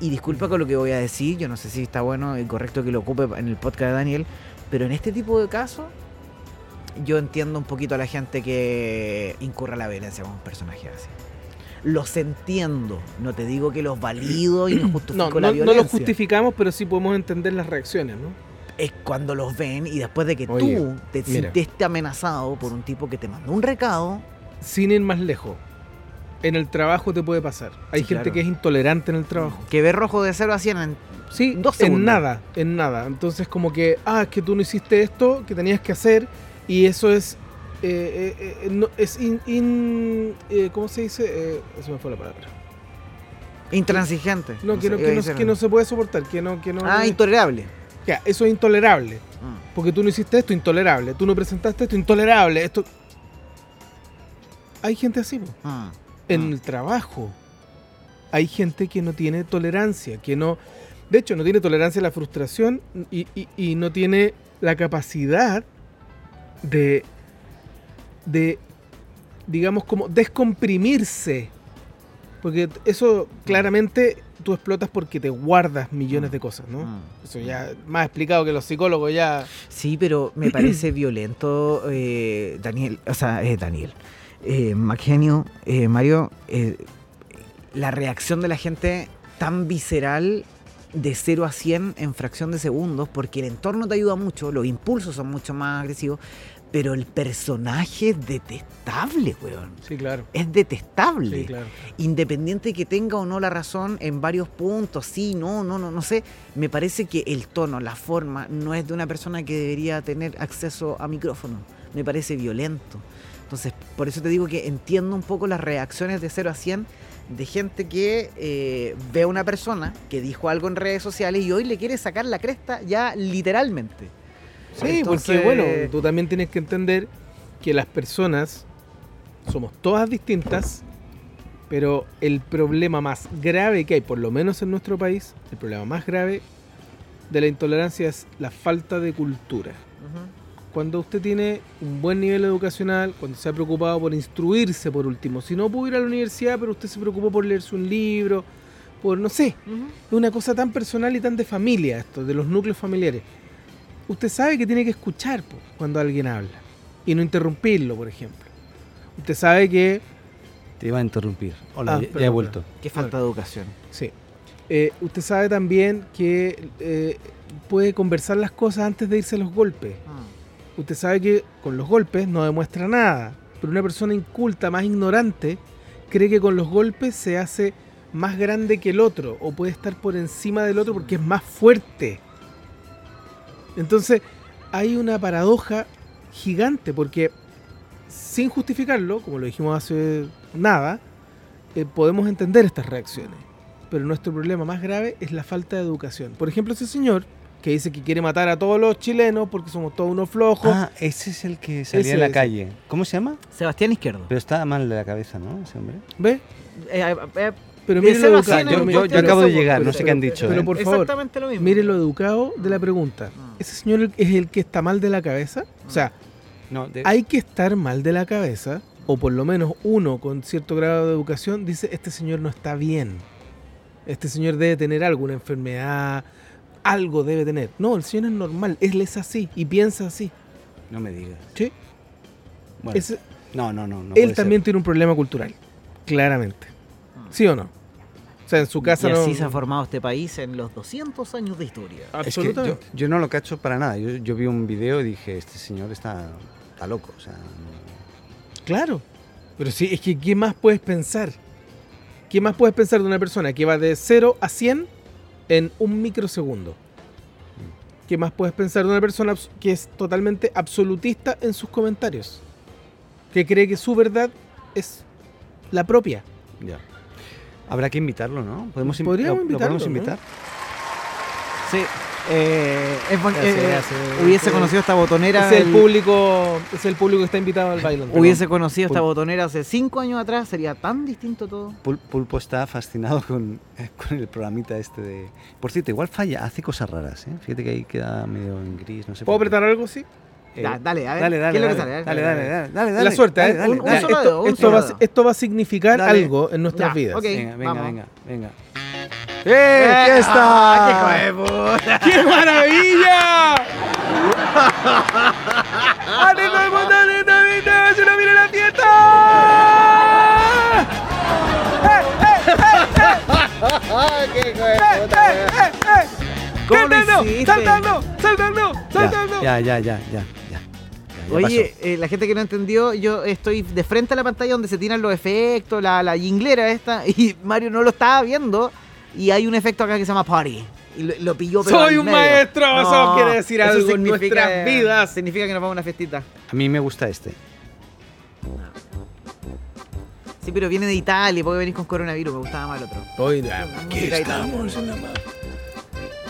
Speaker 5: Y disculpa con lo que voy a decir, yo no sé si está bueno y correcto que lo ocupe en el podcast de Daniel, pero en este tipo de casos yo entiendo un poquito a la gente que incurra a la violencia con un personaje así. Los entiendo, no te digo que los valido y no justifico
Speaker 4: No, no,
Speaker 5: la
Speaker 4: no
Speaker 5: violencia.
Speaker 4: los justificamos, pero sí podemos entender las reacciones, ¿no?
Speaker 5: es cuando los ven y después de que
Speaker 2: Oye,
Speaker 5: tú te
Speaker 4: mira.
Speaker 5: sintiste amenazado por un tipo que te mandó un recado,
Speaker 4: Sin ir más lejos. En el trabajo te puede pasar. Hay
Speaker 5: Sí,
Speaker 4: gente
Speaker 5: claro.
Speaker 4: que es intolerante en el trabajo.
Speaker 5: que ve rojo de 0 a 100 en
Speaker 4: Sí,
Speaker 5: Dos segundos.
Speaker 4: en nada, en nada. Entonces como que, ah, es que tú no hiciste esto que tenías que hacer y eso es, eh, eh, eh, no- es in, in- eh, ¿cómo se dice? Eh, eso me fue la palabra.
Speaker 5: intransigente.
Speaker 4: No, que,
Speaker 5: sé,
Speaker 4: no,
Speaker 5: iba a
Speaker 4: que, no,
Speaker 5: decir-
Speaker 4: que no se puede soportar, que no, que no.
Speaker 5: Ah, intolerable.
Speaker 4: Ya, eso es intolerable,
Speaker 5: Mm.
Speaker 4: porque tú no hiciste esto, intolerable. Tú no presentaste esto, intolerable. Esto. Hay gente así, po.
Speaker 5: Mm.
Speaker 4: en
Speaker 5: Mm.
Speaker 4: el trabajo. Hay gente que no tiene tolerancia, que no. De hecho, no tiene tolerancia a la frustración y, y- y no tiene la capacidad de. de. digamos, como descomprimirse. Porque eso claramente tú explotas porque te guardas millones de cosas, ¿no?
Speaker 5: Mm.
Speaker 4: Eso ya más explicado que los psicólogos ya.
Speaker 5: Sí, pero me parece violento, eh, Daniel, o sea, eh, Daniel, eh, Magenio, eh, Mario, eh, la reacción de la gente tan visceral de 0 a 100 en fracción de segundos, porque el entorno te ayuda mucho, los impulsos son mucho más agresivos, pero el personaje es detestable, weón.
Speaker 4: Sí, claro.
Speaker 5: Es detestable
Speaker 4: Sí, claro.
Speaker 5: independiente de que tenga o no la razón en varios puntos, sí, no, no, no, no sé, me parece que el tono, la forma, no es de una persona que debería tener acceso a micrófono, me parece violento. Entonces, por eso te digo que entiendo un poco las reacciones de 0 a 100 de gente que eh, ve a una persona que dijo algo en redes sociales y hoy le quiere sacar la cresta ya literalmente.
Speaker 4: Sí,
Speaker 5: Entonces-
Speaker 4: porque bueno, tú también tienes que entender que las personas somos todas distintas, pero el problema más grave que hay, por lo menos en nuestro país, el problema más grave de la intolerancia es la falta de cultura. Cuando usted tiene un buen nivel educacional, cuando se ha preocupado por instruirse por último, si no pudo ir a la universidad, pero usted se preocupó por leerse un libro, por no sé, es una cosa tan personal y tan de familia esto, de los núcleos familiares. Usted sabe que tiene que escuchar po, cuando alguien habla y no interrumpirlo, por ejemplo. Usted sabe que,
Speaker 2: Te iba a interrumpir. Hola, ya-
Speaker 4: Ah,
Speaker 2: ya, he
Speaker 4: perdón,
Speaker 2: vuelto.
Speaker 5: Qué falta de educación.
Speaker 4: sí, Eh, usted sabe también que eh, puede conversar las cosas antes de irse a los golpes.
Speaker 5: Ah.
Speaker 4: Usted sabe que con los golpes no demuestra nada, pero una persona inculta, más ignorante, cree que con los golpes se hace más grande que el otro o puede estar por encima del otro porque es más fuerte. Entonces, hay una paradoja gigante porque sin justificarlo, como lo dijimos hace nada, eh, podemos entender estas reacciones. Pero nuestro problema más grave es la falta de educación. Por ejemplo, ese señor que dice que quiere matar a todos los chilenos porque somos todos unos flojos.
Speaker 2: Ah, ese es el que salía
Speaker 4: Ese,
Speaker 2: en la
Speaker 4: ese.
Speaker 2: calle. ¿Cómo se llama?
Speaker 5: Sebastián Izquierdo.
Speaker 2: Pero está mal de la cabeza, ¿no? Ese hombre.
Speaker 4: ¿Ve?
Speaker 5: Eh, eh,
Speaker 4: Pero
Speaker 5: De
Speaker 4: mire lo
Speaker 5: cero a
Speaker 4: educado.
Speaker 5: cien en
Speaker 4: Pero
Speaker 2: yo-
Speaker 4: mire-
Speaker 2: yo
Speaker 4: pero-
Speaker 2: acabo de
Speaker 4: pero-
Speaker 2: llegar, no
Speaker 4: pero-
Speaker 2: sé qué han dicho,
Speaker 4: Pero
Speaker 2: ¿eh?
Speaker 4: por favor,
Speaker 5: Exactamente lo mismo.
Speaker 4: mire lo educado de la pregunta.
Speaker 5: Mm.
Speaker 4: ¿Ese señor es el que está mal de la cabeza? O sea,
Speaker 5: Ah.
Speaker 2: No, de-
Speaker 4: hay que estar mal de la cabeza, o por lo menos uno con cierto grado de educación dice, este señor no está bien. Este señor debe tener alguna enfermedad, algo debe tener. No, el señor es normal, él es así y piensa así.
Speaker 2: no me digas.
Speaker 4: Sí.
Speaker 2: Bueno,
Speaker 4: Ese-
Speaker 2: no, no, no. no puede
Speaker 4: él
Speaker 2: ser.
Speaker 4: también tiene un problema cultural, claramente. ¿Sí o no? O sea, en su casa
Speaker 5: Ah. y
Speaker 4: no...
Speaker 5: así se ha formado este país en los 200 años de historia.
Speaker 2: Es que yo,
Speaker 4: Absolutamente.
Speaker 2: yo no lo cacho para nada. Yo, yo vi un video y dije, este señor está, está loco. O sea, no-
Speaker 4: Claro. Pero sí, es que ¿qué más puedes pensar? ¿Qué más puedes pensar de una persona que va de 0 a 100 en un microsegundo? ¿Qué más puedes pensar de una persona abs- que es totalmente absolutista en sus comentarios? Que cree que su verdad es la propia.
Speaker 2: ya. Habrá que invitarlo, ¿no? ¿Podemos invi-
Speaker 4: Podríamos
Speaker 2: lo- lo podemos
Speaker 4: invitarlo, ¿no?
Speaker 2: invitar?
Speaker 5: Sí. eh, es bon-
Speaker 4: Gracias,
Speaker 5: eh, eh,
Speaker 4: gracias.
Speaker 5: Hubiese conocido esta botonera.
Speaker 4: es el,
Speaker 5: el-
Speaker 4: público, es el público que está invitado al baile.
Speaker 5: Hubiese conocido esta botonera hace cinco años atrás, sería tan distinto todo.
Speaker 2: Pul- Pulpo está fascinado con, eh, con el programita este de... Por cierto, igual falla, hace cosas raras, ¿eh? Fíjate que ahí queda medio en gris, no sé.
Speaker 4: ¿Puedo
Speaker 2: por qué.
Speaker 4: apretar algo? Sí.
Speaker 2: Eh,
Speaker 5: Da- dale, a ver.
Speaker 2: dale, dale,
Speaker 5: ¿qué es lo
Speaker 2: dale,
Speaker 5: que sale? A
Speaker 2: dale,
Speaker 5: ver,
Speaker 2: dale, dale,
Speaker 5: dale, dale.
Speaker 2: dale,
Speaker 4: La
Speaker 2: dale,
Speaker 4: suerte,
Speaker 2: dale,
Speaker 4: ¿eh?
Speaker 2: dale,
Speaker 4: Un-
Speaker 5: un
Speaker 2: dale.
Speaker 5: solo
Speaker 4: esto,
Speaker 5: dedo, un
Speaker 4: esto va, a
Speaker 5: solo
Speaker 4: ser-
Speaker 5: dedo.
Speaker 4: esto va a significar
Speaker 2: Dale.
Speaker 4: algo en nuestras
Speaker 5: Ya,
Speaker 4: vidas.
Speaker 5: ok.
Speaker 2: Venga, venga,
Speaker 5: vamos.
Speaker 2: venga, venga.
Speaker 4: ¡Eh,
Speaker 5: ¡Eh!
Speaker 4: fiesta!
Speaker 5: ¡Ah, qué hijo de puta!
Speaker 4: ¡Qué maravilla! ¡Antes del mundo de David Neves, ¡Si no viene la fiesta!
Speaker 7: ¡Qué puta,
Speaker 4: ¡Eh, eh, eh!
Speaker 5: ¿Cómo lo
Speaker 4: ¡Cantando!
Speaker 5: hiciste?
Speaker 4: ¡Saltando! ¡Saltando! ¡Saltando!
Speaker 2: Ya, ya, ya, ya, ya. ya, ya
Speaker 5: Oye, eh, la gente que no entendió, yo estoy de frente a la pantalla donde se tiran los efectos, la, la jinglera esta, y Mario no lo estaba viendo, y hay un efecto acá que se llama Party. Y lo, lo pilló pero
Speaker 4: Soy
Speaker 5: al
Speaker 4: un
Speaker 5: medio.
Speaker 4: maestro, eso quiere decir algo en
Speaker 5: significa-
Speaker 4: nuestras vidas.
Speaker 5: Significa que nos vamos a una fiestita.
Speaker 2: pasó. a mí me gusta este.
Speaker 5: Sí, pero viene de Italia, porque venís con coronavirus, me gustaba más el otro.
Speaker 4: Oye,
Speaker 5: Música de Italia.
Speaker 9: en la mano.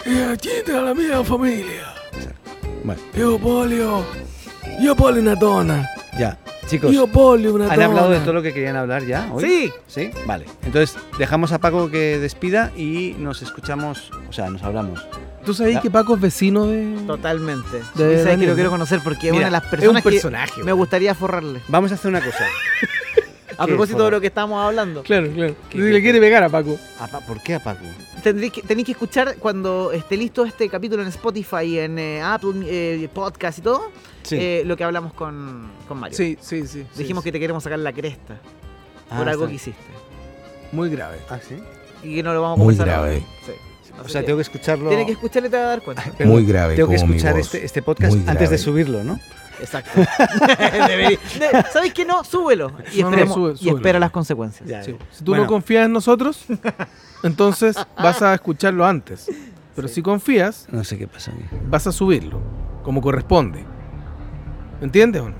Speaker 9: Y aquí está la mia familia.
Speaker 2: Bueno,
Speaker 9: Io voglio. Io voglio una donna.
Speaker 2: ya. Chicos,
Speaker 9: Io voglio una
Speaker 2: ¿han
Speaker 9: donna.
Speaker 2: hablado de todo lo que querían hablar ya hoy?
Speaker 5: Sí,
Speaker 2: ¿Sí? Vale. Entonces, dejamos a Paco que despida y nos escuchamos, o sea, nos hablamos.
Speaker 4: ¿Tú sabías que Paco es vecino de.?
Speaker 5: totalmente. Sí,
Speaker 4: De
Speaker 5: sabes que
Speaker 4: Daniel.
Speaker 5: lo quiero conocer porque es
Speaker 4: Mira,
Speaker 5: una de
Speaker 4: Es
Speaker 5: las
Speaker 4: un
Speaker 5: personas que
Speaker 4: personaje.
Speaker 5: me gustaría forrarle.
Speaker 2: Vamos a hacer una cosa.
Speaker 5: A
Speaker 2: ¿Qué?
Speaker 5: propósito de
Speaker 2: Forrar.
Speaker 5: lo que estábamos hablando.
Speaker 4: Claro, claro.
Speaker 2: ¿Qué-
Speaker 4: Le
Speaker 2: qué-
Speaker 4: quiere pegar a Paco.
Speaker 2: ¿A Pa- ¿Por qué a Paco?
Speaker 5: Tendréis que, tenéis que escuchar cuando esté listo este capítulo en Spotify, en eh, Apple eh, Podcast y todo,
Speaker 2: Sí.
Speaker 5: eh, lo que hablamos con, con Mario.
Speaker 4: Sí, sí, sí.
Speaker 5: Dijimos que te queremos sacar la cresta
Speaker 2: Ah,
Speaker 5: por algo
Speaker 2: está bien.
Speaker 5: que hiciste.
Speaker 4: que. Muy grave.
Speaker 2: Ah, sí.
Speaker 5: Y que no lo vamos a
Speaker 9: Muy
Speaker 5: conversar ahora.
Speaker 9: grave.
Speaker 5: Sí.
Speaker 2: O sea, tengo que escucharlo.
Speaker 5: Tienes que escucharle y te vas a dar cuenta.
Speaker 2: Perdón,
Speaker 9: Muy grave
Speaker 2: Tengo que
Speaker 9: como mi
Speaker 2: escuchar
Speaker 9: voz.
Speaker 2: este, este podcast
Speaker 9: Muy
Speaker 2: antes
Speaker 9: grave.
Speaker 2: de subirlo, ¿no?
Speaker 5: Exacto. Deberí- de- ¿Sabes qué? No, súbelo. Y,
Speaker 4: No, no,
Speaker 5: esperemos-
Speaker 4: sube-
Speaker 5: y
Speaker 4: súbelo.
Speaker 5: espera las consecuencias.
Speaker 2: Ya,
Speaker 4: Sí.
Speaker 2: ya.
Speaker 4: Si tú
Speaker 2: Bueno,
Speaker 4: no confías en nosotros, entonces vas a escucharlo antes. Pero si confías,
Speaker 2: No sé qué pasa aquí.
Speaker 4: vas a subirlo, como corresponde. ¿Me entiendes o no?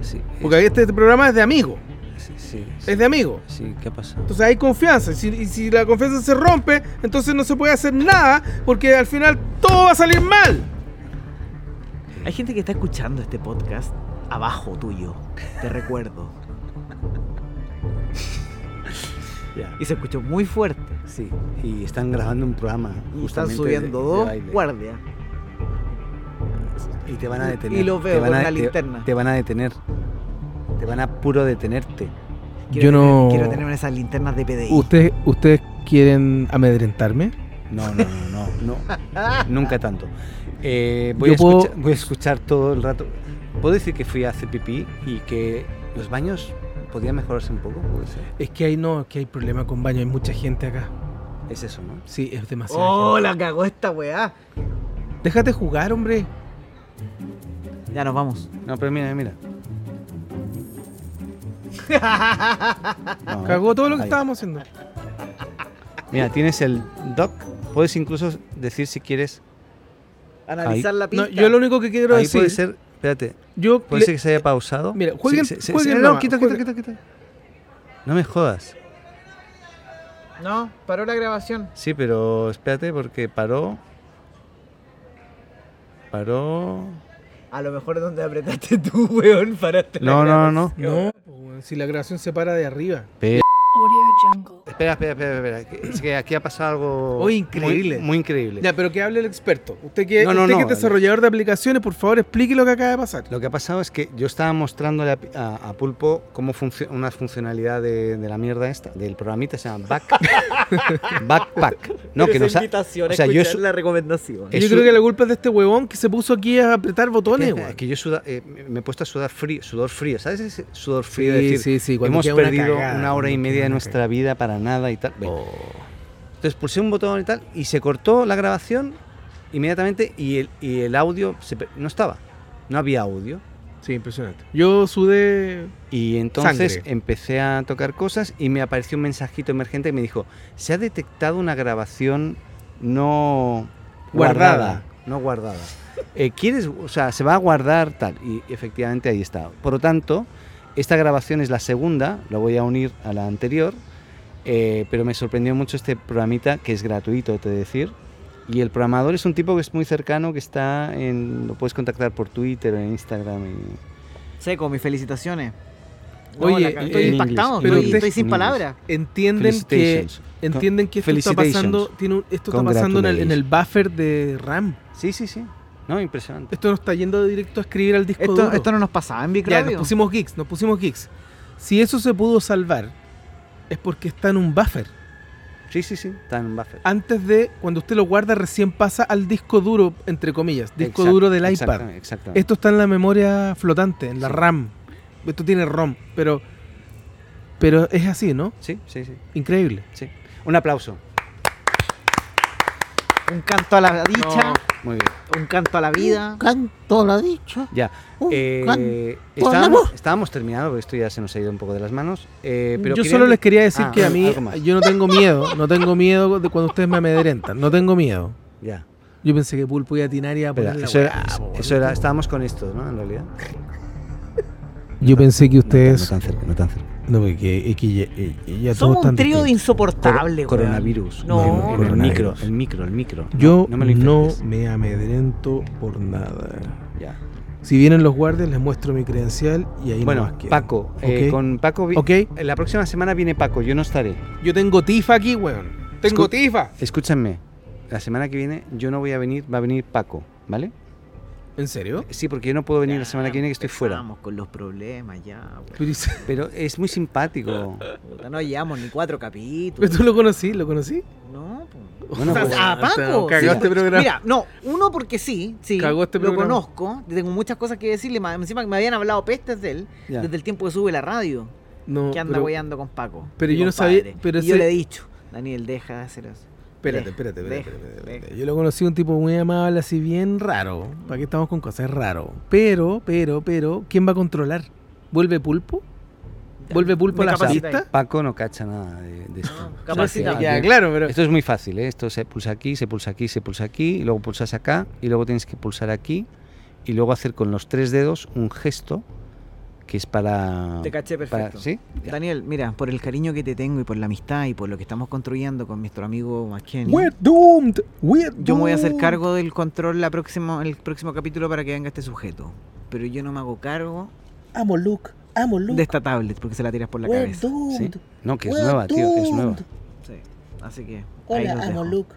Speaker 2: Sí, eh,
Speaker 4: Porque ahí este programa es de amigo.
Speaker 2: sí, sí, sí,
Speaker 4: Es de amigo.
Speaker 2: sí, ¿qué pasa?
Speaker 4: Entonces hay confianza. Y si, y si la confianza se rompe, entonces no se puede hacer nada porque al final todo va a salir mal.
Speaker 5: Hay gente que está escuchando este podcast abajo tuyo. Te recuerdo.
Speaker 2: Ya.
Speaker 5: Y se escuchó muy fuerte.
Speaker 2: Sí, y están grabando un programa.
Speaker 5: Y están
Speaker 2: justamente
Speaker 5: subiendo
Speaker 2: de- de
Speaker 5: dos
Speaker 2: baile.
Speaker 5: guardias.
Speaker 2: Y te van a detener.
Speaker 5: Y los veo
Speaker 2: te van
Speaker 5: con
Speaker 2: a-
Speaker 5: una
Speaker 2: te-
Speaker 5: linterna.
Speaker 2: Te van a detener. Te van a puro detenerte.
Speaker 5: Quiero
Speaker 4: Yo no-
Speaker 5: tener- quiero tener esas linternas de PDI.
Speaker 4: ¿Ustedes, ¿Ustedes quieren amedrentarme?
Speaker 2: No, no, no, no, no. Nunca tanto. Eh, voy,
Speaker 4: Yo
Speaker 2: a
Speaker 4: puedo-
Speaker 2: escuchar, voy a escuchar todo el rato. ¿Puedo decir que fui a hacer pipí y que los baños podían mejorarse un poco? Puede ser.
Speaker 4: Es que hay no, es que hay problema con baño, hay mucha gente acá.
Speaker 2: Es eso, ¿no?
Speaker 4: Sí, es demasiado.
Speaker 5: ¡Oh, la cagó esta weá!
Speaker 4: Déjate jugar, hombre.
Speaker 5: Ya nos vamos.
Speaker 2: No, pero mira, mira. No,
Speaker 4: Cagó todo lo que
Speaker 2: ahí.
Speaker 4: estábamos haciendo.
Speaker 2: Mira, tienes el doc. Puedes incluso decir si quieres.
Speaker 5: Analizar la
Speaker 4: No,
Speaker 5: pista.
Speaker 4: yo lo único que quiero
Speaker 2: ahí
Speaker 4: decir.
Speaker 2: puede ser. Espérate,
Speaker 4: Yo
Speaker 2: puede
Speaker 4: le-
Speaker 2: ser que se haya pausado.
Speaker 4: Mira,
Speaker 2: Sí,
Speaker 4: jueguen-
Speaker 2: sí, sí,
Speaker 4: jueguen
Speaker 2: sí,
Speaker 4: nomás,
Speaker 2: No, quita, quita,
Speaker 4: jueguen.
Speaker 2: quita, quita. No me jodas.
Speaker 5: No, paró la grabación.
Speaker 2: Sí, pero espérate porque paró. Paró.
Speaker 5: A lo mejor donde apretaste tú, weón, paraste la
Speaker 2: No, no,
Speaker 5: grabación.
Speaker 2: no.
Speaker 4: No, pues, weón, si la grabación se para de arriba.
Speaker 10: Audio Jungle.
Speaker 2: Espera, espera, espera, espera. que- Es que aquí ha pasado algo.
Speaker 4: Uy, Oh, increíble.
Speaker 2: Muy, muy increíble.
Speaker 4: Ya, pero que hable el experto. Usted que,
Speaker 2: No, no,
Speaker 4: usted
Speaker 2: no,
Speaker 4: que es
Speaker 2: el-
Speaker 4: desarrollador de aplicaciones, por favor, explique lo que acaba de pasar.
Speaker 2: Lo que ha pasado es que yo estaba mostrándole a, Pi- a- a Pulpo cómo funciona una funcionalidad de, de la mierda esta, del programita, se llama Back, Backpack. No, que nos ha-
Speaker 5: invitación
Speaker 2: o sea, yo Eh.
Speaker 5: yo
Speaker 2: su-
Speaker 5: la recomendación.
Speaker 2: Es
Speaker 4: yo
Speaker 2: su-
Speaker 4: creo que la culpa es de este huevón que se puso aquí a apretar botones,
Speaker 2: Espera,
Speaker 4: weón.
Speaker 2: Es que yo suda- eh, me me he puesto a sudar frío, sudor frío, ¿sabes? Ese sudor frío. de decir,
Speaker 4: sí.
Speaker 2: hemos
Speaker 4: queda
Speaker 2: perdido una,
Speaker 4: cagada,
Speaker 2: hora y
Speaker 4: cuando queda
Speaker 2: media de
Speaker 4: una Oh.
Speaker 2: nuestra vida para nada y tal. Bueno, Entonces pulsé un botón y tal y se cortó la grabación inmediatamente y el, y el audio se per- no estaba. No había audio.
Speaker 4: cagada. Sí, impresionante. Yo sudé.
Speaker 2: Y entonces
Speaker 4: Sangre.
Speaker 2: empecé a tocar cosas y me apareció un mensajito emergente que me dijo, se ha detectado una grabación no
Speaker 4: Guardada.
Speaker 2: guardada. No guardada. Eh, ¿Quieres? O sea, se va a guardar tal. Y efectivamente ahí está. Por lo tanto, esta grabación es la segunda, la voy a unir a la anterior, eh, pero me sorprendió mucho este programita que es gratuito, te decir. Y el programador es un tipo que es muy cercano, que está en... Lo puedes contactar por Twitter, en Instagram. y-
Speaker 5: Seco, mis felicitaciones.
Speaker 4: Oye,
Speaker 5: la- estoy
Speaker 4: eh,
Speaker 2: en
Speaker 5: impactado,
Speaker 2: inglés,
Speaker 4: en
Speaker 5: estoy,
Speaker 4: inglés,
Speaker 5: estoy sin
Speaker 2: en
Speaker 5: palabras.
Speaker 4: Entienden que.
Speaker 2: Felicitations.
Speaker 4: Entienden que esto está pasando.
Speaker 2: Felicitations.
Speaker 4: Tiene un- esto está pasando en el, en el buffer de RAM.
Speaker 2: Sí, sí, sí. No, impresionante.
Speaker 4: Esto nos está yendo directo a escribir al disco
Speaker 5: Esto,
Speaker 4: duro.
Speaker 5: esto no nos pasaba en Big
Speaker 4: Ya,
Speaker 5: Radio.
Speaker 4: nos pusimos geeks, nos pusimos geeks. Si eso se pudo salvar, es porque está en un buffer.
Speaker 2: Sí, sí, sí, está en buffer.
Speaker 4: Antes de, cuando usted lo guarda, recién pasa al disco duro, entre comillas, disco
Speaker 2: Exacto,
Speaker 4: duro del iPad.
Speaker 2: exactamente, exactamente.
Speaker 4: Esto está en la memoria flotante, en la
Speaker 2: Sí.
Speaker 4: RAM. Esto tiene ROM, pero, pero es así, ¿no?
Speaker 2: Sí, sí, sí,
Speaker 4: Increíble.
Speaker 2: sí. Un aplauso.
Speaker 5: Un canto a la dicha,
Speaker 2: Muy bien.
Speaker 5: un canto a la vida.
Speaker 7: Canto la dicha.
Speaker 2: Ya.
Speaker 4: Uh,
Speaker 7: Un
Speaker 2: Eh,
Speaker 7: canto
Speaker 2: estábamos,
Speaker 7: amor.
Speaker 2: estábamos terminando, porque esto ya se nos ha ido un poco de las manos. Eh, pero
Speaker 4: yo
Speaker 2: quería-
Speaker 4: solo les quería decir
Speaker 2: Ah,
Speaker 4: que a
Speaker 2: algo-
Speaker 4: mí
Speaker 2: algo más.
Speaker 4: yo no tengo miedo, no tengo miedo de cuando ustedes me amedrentan, no tengo miedo.
Speaker 2: Ya.
Speaker 4: Yo pensé que Pulpo iba a atinar y a
Speaker 2: Espera,
Speaker 4: poner la
Speaker 2: eso era,
Speaker 4: weá, po,
Speaker 2: eso era- estábamos con esto, ¿no? En realidad.
Speaker 4: Yo pensé que ustedes...
Speaker 2: No tan cerca, no tan cerca.
Speaker 4: No, es que, es que ya, eh, ya todos
Speaker 5: Somos un
Speaker 4: están
Speaker 5: trío de
Speaker 4: distintos.
Speaker 5: insoportables,
Speaker 2: Cor-
Speaker 5: weón.
Speaker 2: coronavirus.
Speaker 5: No,
Speaker 2: En el- en el
Speaker 4: coronavirus.
Speaker 2: micro, el micro, el micro.
Speaker 4: Yo
Speaker 2: me lo
Speaker 4: no
Speaker 2: inventes.
Speaker 4: me amedrento por nada.
Speaker 2: Ya.
Speaker 4: Si vienen los guardias, les muestro mi credencial y ahí no
Speaker 2: Bueno,
Speaker 4: más quedan.
Speaker 2: Paco, eh,
Speaker 4: Ok.
Speaker 2: con Paco vi-
Speaker 4: Ok.
Speaker 2: eh, la próxima semana viene Paco, yo no estaré.
Speaker 4: Yo tengo tifa aquí, weón. Tengo
Speaker 2: Escu-
Speaker 4: tifa.
Speaker 2: Escúchame, la semana que viene yo no voy a venir, va a venir Paco, ¿vale?
Speaker 4: ¿En serio?
Speaker 2: Sí, porque yo no puedo venir la semana que viene que estoy fuera.
Speaker 5: Vamos con los problemas ya, weón.
Speaker 4: Pero, ¿y-
Speaker 2: Pero es muy simpático.
Speaker 5: Puta, No llevamos ni cuatro
Speaker 4: pero
Speaker 5: capítulos.
Speaker 4: tú lo conocí, lo conocí.
Speaker 5: No, po.
Speaker 2: Bueno, pues,
Speaker 5: Ah,
Speaker 4: Ah, te-
Speaker 5: Paco,
Speaker 4: cagó
Speaker 5: sí.
Speaker 4: este programa.
Speaker 5: Mira, no, uno porque sí, sí,
Speaker 4: Cagó este
Speaker 5: lo
Speaker 4: programa.
Speaker 5: conozco, tengo muchas cosas que decirle, más encima que me habían hablado pestes de él
Speaker 2: ya.
Speaker 5: desde el tiempo que sube la radio,
Speaker 4: No,
Speaker 5: que anda
Speaker 4: pero-
Speaker 5: weyando con Paco.
Speaker 4: pero
Speaker 5: mi
Speaker 4: yo no
Speaker 5: compadre.
Speaker 4: sabía- pero
Speaker 5: Y yo
Speaker 4: ese-
Speaker 5: le he dicho, Daniel, deja de hacer eso.
Speaker 4: Espérate,
Speaker 5: Deja,
Speaker 4: espérate, espérate,
Speaker 5: deja,
Speaker 4: espérate, espérate.
Speaker 5: deja.
Speaker 4: Yo lo conocí un tipo muy amable, así bien raro. ¿Para qué estamos con cosas? Es raro. Pero, pero, pero, ¿quién va a controlar? ¿Vuelve Pulpo? ¿Vuelve Pulpo a
Speaker 5: Me
Speaker 4: la
Speaker 5: capacita
Speaker 4: pista?
Speaker 2: Paco no cacha nada de, de esto.
Speaker 5: No,
Speaker 2: O sea,
Speaker 5: capacita.
Speaker 2: que-
Speaker 4: Ya, claro, pero...
Speaker 2: Esto es muy fácil, ¿eh? Esto se pulsa aquí, se pulsa aquí, se pulsa aquí, y luego pulsas acá, y luego tienes que pulsar aquí, y luego hacer con los tres dedos un gesto que es para...
Speaker 5: Te caché
Speaker 2: para-
Speaker 5: perfecto.
Speaker 2: ¿Sí? Ya.
Speaker 5: Daniel, mira, por el cariño que te tengo y por la amistad y por lo que estamos construyendo con nuestro amigo Mackenny,
Speaker 6: We're doomed. We're
Speaker 5: yo me voy a hacer
Speaker 6: doomed.
Speaker 5: cargo del control la próxima, el próximo capítulo para que venga este sujeto. Pero yo no me hago cargo
Speaker 6: Amo Luke. Amo Luke.
Speaker 5: de esta tablet porque se la tiras por la
Speaker 6: We're
Speaker 5: cabeza.
Speaker 6: doomed.
Speaker 2: ¿Sí? No, que es
Speaker 6: We're
Speaker 2: nueva, tío, que es nueva.
Speaker 6: doomed.
Speaker 5: Sí. Así que. ahí
Speaker 6: Hola,
Speaker 5: los
Speaker 6: amo
Speaker 5: dejo.
Speaker 6: Luke.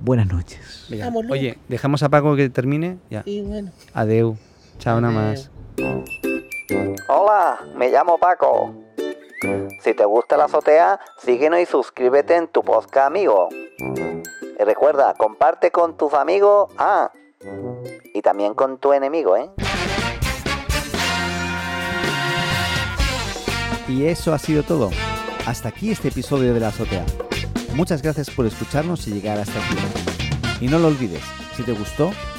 Speaker 5: Buenas noches.
Speaker 2: Venga,
Speaker 6: Vamos, Luke.
Speaker 2: Oye, dejamos a Paco que termine. Ya.
Speaker 6: Y bueno.
Speaker 2: Adeu. Chao, nada más.
Speaker 11: Hola, me llamo Paco. Si te gusta la azotea, síguenos y suscríbete en tu podcast amigo. Y recuerda, comparte con tus amigos, ah, y también con tu enemigo, ¿eh?
Speaker 2: Y eso ha sido todo. Hasta aquí este episodio de La Azotea. Muchas gracias por escucharnos y llegar hasta aquí. Y no lo olvides, si te gustó,